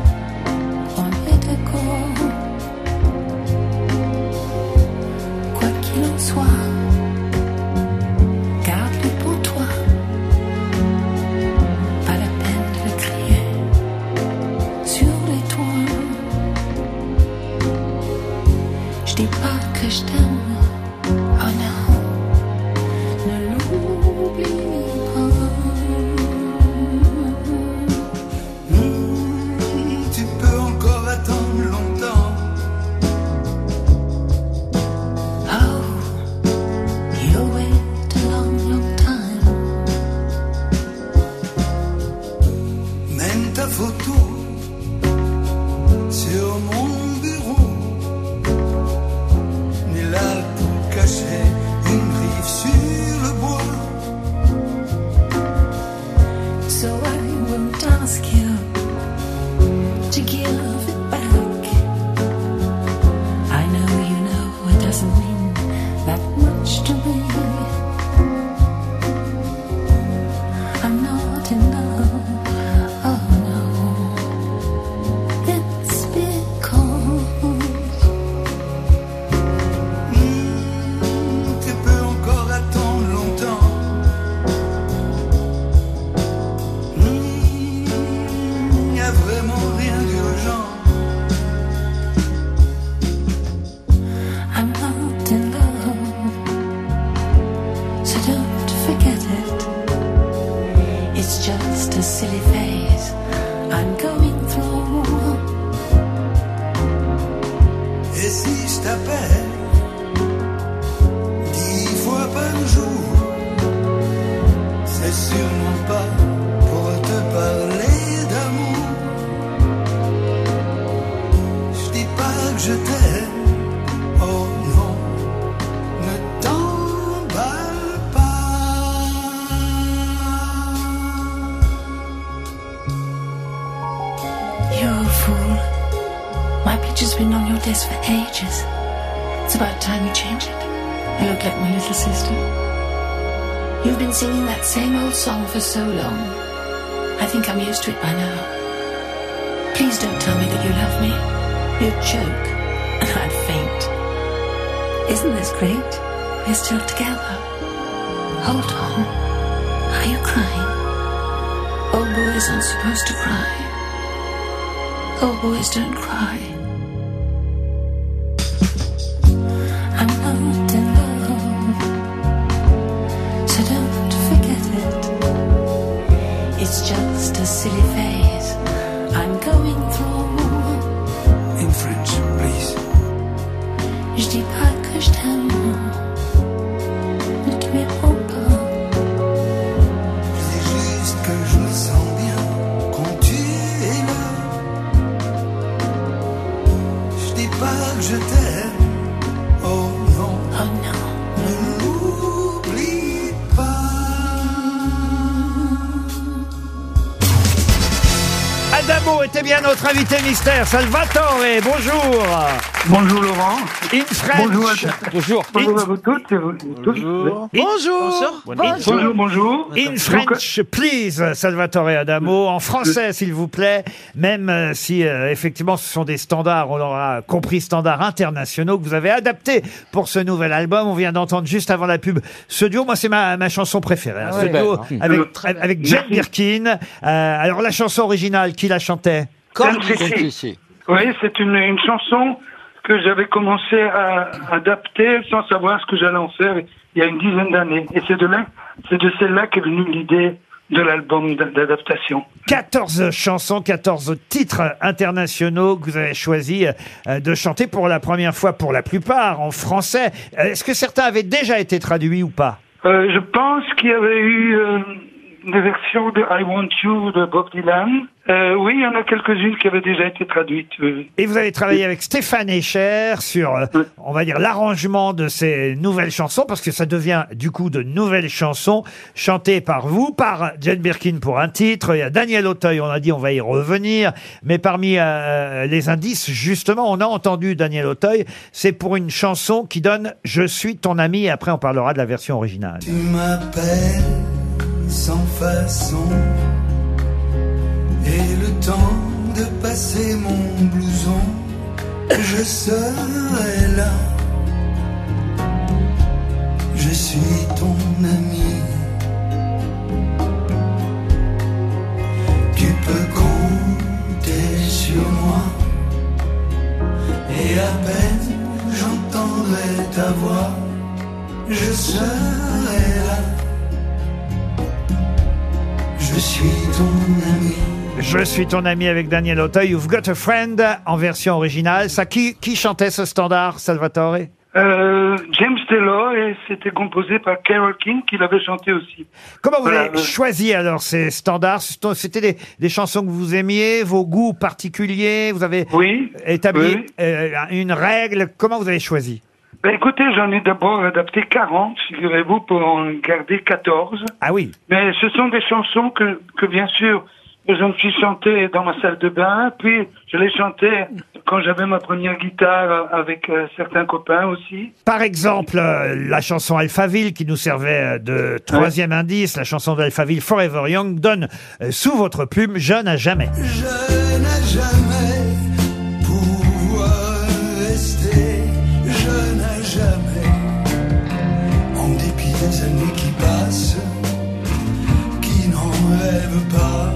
[SPEAKER 10] on est d'accord. Quoi qu'il en soit, garde-le pour toi. Pas la peine de le crier sur les toits. Je dis pas que je t'aime, oh non. Ne l'oublie pas.
[SPEAKER 22] Tu peux encore attendre longtemps.
[SPEAKER 10] Oh, you wait a long, long time.
[SPEAKER 22] Même ta photo sur mon bureau n'est là pour cacher une rive sur le bois.
[SPEAKER 10] So I won't ask you to give it back. I know you know it doesn't mean that much to me. I'm not in love, oh no. It's because
[SPEAKER 22] Mmh, Tu peux encore attendre longtemps. Il n'y Mmh, a vraiment rien d'urgent.
[SPEAKER 10] I'm not in love, so don't forget it. It's just a silly phase I'm going through.
[SPEAKER 22] Et si je t'appelle dix fois par jour, c'est sûrement pas pour te parler d'amour. Je dis pas que je t'aime, oh non, ne t'emballe pas.
[SPEAKER 10] You're a fool. My picture's been on your desk for ages. It's about time you change it. You look like my little sister. You've been singing that same old song for so long. I think I'm used to it by now. Please don't tell me that you love me. You'd choke, and I'd faint. Isn't this great? We're still together. Hold on. Are you crying? Old boys aren't supposed to cry. Old boys don't cry. I'm not in love, so don't forget it. It's just a silly phase I'm going through.
[SPEAKER 22] In French, please.
[SPEAKER 10] Je dis pas que je t'aime, ne te méprends pas.
[SPEAKER 22] C'est juste que je me sens bien quand tu es là. Je dis pas que je t'aime. Oh non.
[SPEAKER 10] Oh non.
[SPEAKER 22] Ne l'oublie pas.
[SPEAKER 2] Adamo et était bien notre invité mystère, Salvatore. Bonjour.
[SPEAKER 25] Bonjour Laurent.
[SPEAKER 2] In French.
[SPEAKER 25] Bonjour à tous.
[SPEAKER 2] Bonjour.
[SPEAKER 25] Bonjour à vous toutes et vous tous.
[SPEAKER 2] Bonjour. Bonjour.
[SPEAKER 25] Bonjour, bonjour.
[SPEAKER 2] In French, please, Salvatore Adamo. En français, s'il vous plaît. Même euh, si, euh, effectivement, ce sont des standards, on aura compris, standards internationaux que vous avez adaptés pour ce nouvel album. On vient d'entendre juste avant la pub ce duo. Moi, c'est ma, ma chanson préférée. hein,
[SPEAKER 26] Ah
[SPEAKER 2] ce
[SPEAKER 26] ouais.
[SPEAKER 2] duo
[SPEAKER 26] C'est belle, hein.
[SPEAKER 2] avec,
[SPEAKER 26] Mmh. Très belle.
[SPEAKER 2] avec Jane
[SPEAKER 26] Merci.
[SPEAKER 2] Birkin. Euh, alors, la chanson originale, qui la chantait
[SPEAKER 25] Comme si, si. Oui, c'est une, une chanson que j'avais commencé à adapter sans savoir ce que j'allais en faire il y a une dizaine d'années. Et c'est de là, c'est de celle-là qu'est venue l'idée de l'album d'a- d'adaptation.
[SPEAKER 2] 14 chansons, 14 titres internationaux que vous avez choisi euh, de chanter pour la première fois, pour la plupart, en français. Euh, Est-ce que certains avaient déjà été traduits ou pas
[SPEAKER 25] Euh, je pense qu'il y avait eu euh, une version de I Want You de Bob Dylan. Euh, oui, il y en a quelques-unes qui avaient déjà été traduites. oui.
[SPEAKER 2] Et vous avez travaillé avec Stéphane Echer sur, euh, on va dire, l'arrangement de ces nouvelles chansons, parce que ça devient du coup de nouvelles chansons chantées par vous, par Jane Birkin pour un titre. Il y a Daniel Auteuil, on a dit, on va y revenir. Mais parmi euh, les indices, justement, on a entendu Daniel Auteuil. C'est pour une chanson qui donne Je suis ton ami. Et après, on parlera de la version originale.
[SPEAKER 22] Tu m'appelles sans façon Et le temps de passer mon blouson Je serai là Je suis ton ami Tu peux compter sur moi Et à peine j'entendrai ta voix je serai là. Je suis ton ami.
[SPEAKER 2] Je suis ton ami avec Daniel Auteuil, You've Got a Friend, en version originale. Ça, qui, qui chantait ce standard, Salvatore
[SPEAKER 25] Euh, James Taylor, et c'était composé par Carole King, qui l'avait chanté aussi.
[SPEAKER 2] Comment vous
[SPEAKER 25] Voilà,
[SPEAKER 2] avez
[SPEAKER 25] euh,
[SPEAKER 2] choisi alors ces standards C'était- C'était des, des chansons que vous aimiez, vos goûts particuliers Vous avez établi
[SPEAKER 25] oui.
[SPEAKER 2] euh, une règle Comment vous avez choisi
[SPEAKER 25] Ben, écoutez, j'en ai d'abord adapté 40, figurez-vous, pour en garder 14.
[SPEAKER 2] Ah oui.
[SPEAKER 25] Mais ce sont des chansons que, que bien sûr, je me suis chanté dans ma salle de bain, puis je les chantais quand j'avais ma première guitare euh, avec euh, certains copains aussi.
[SPEAKER 2] Par exemple, euh, la chanson Alphaville qui nous servait euh, de troisième indice, la chanson d'Alphaville Forever Young donne euh, sous votre plume Jeune à jamais.
[SPEAKER 22] Je n'ai jamais pouvoir rester. Je n'ai jamais, en dépit des années qui passent, qui n'en rêvent pas.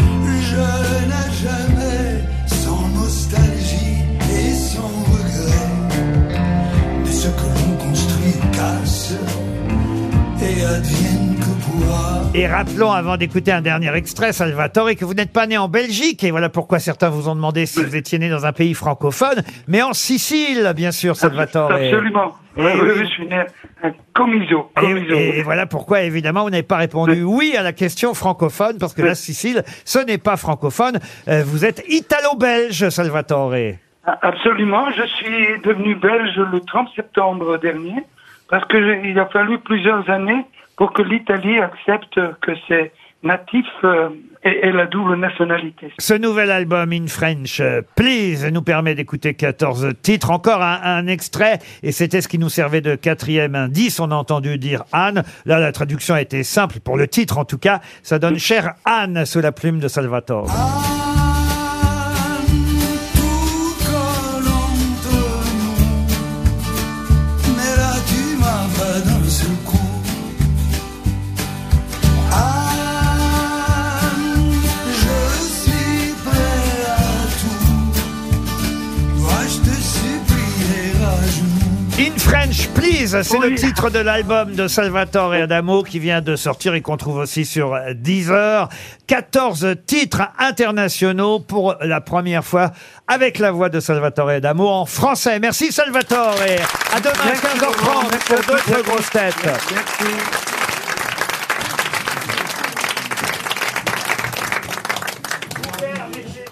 [SPEAKER 22] Je n'ai jamais, sans nostalgie et sans regret, de ce que l'on construit casse et advienne que pourra.
[SPEAKER 2] Et rappelons, avant d'écouter un dernier extrait, Salvatore, que vous n'êtes pas né en Belgique, et voilà pourquoi certains vous ont demandé si vous étiez né dans un pays francophone, mais en Sicile, bien sûr, Salvatore.
[SPEAKER 25] Ah, Absolument.
[SPEAKER 2] Et Eh
[SPEAKER 25] Oui, oui,
[SPEAKER 2] oui.
[SPEAKER 25] oui, je suis né à Comiso.
[SPEAKER 2] Et,
[SPEAKER 25] Comiso.
[SPEAKER 2] et- et voilà pourquoi, évidemment, vous n'avez pas répondu oui à la question francophone, parce que la Sicile, ce n'est pas francophone. Euh, Vous êtes italo-belge, Salvatore.
[SPEAKER 25] Ah, Absolument, je suis devenu belge le 30 septembre dernier parce que je- il a fallu plusieurs années pour que l'Italie accepte que ses natifs euh, aient aient la double nationalité.
[SPEAKER 2] Ce nouvel album In French, euh, Please, nous permet d'écouter 14 titres. Encore un, un extrait, et c'était ce qui nous servait de quatrième indice. On a entendu dire Anne. Là, la traduction a été simple, pour le titre en tout cas. Ça donne Chère Anne sous la plume de Salvatore.
[SPEAKER 22] Mais là tu m'as pas d'un seul coup Anne, Ah, je suis prêt à tout Moi je te supplierai à genoux
[SPEAKER 2] In French, please, c'est le titre de l'album de Salvatore Adamo qui vient de sortir et qu'on trouve aussi sur Deezer. 14 titres internationaux pour la première fois avec la voix de Salvatore Adamo en français. Merci Salvatore. À demain
[SPEAKER 22] Merci, Laurent.
[SPEAKER 2] 15h30 pour d'autres grosses têtes.
[SPEAKER 22] Merci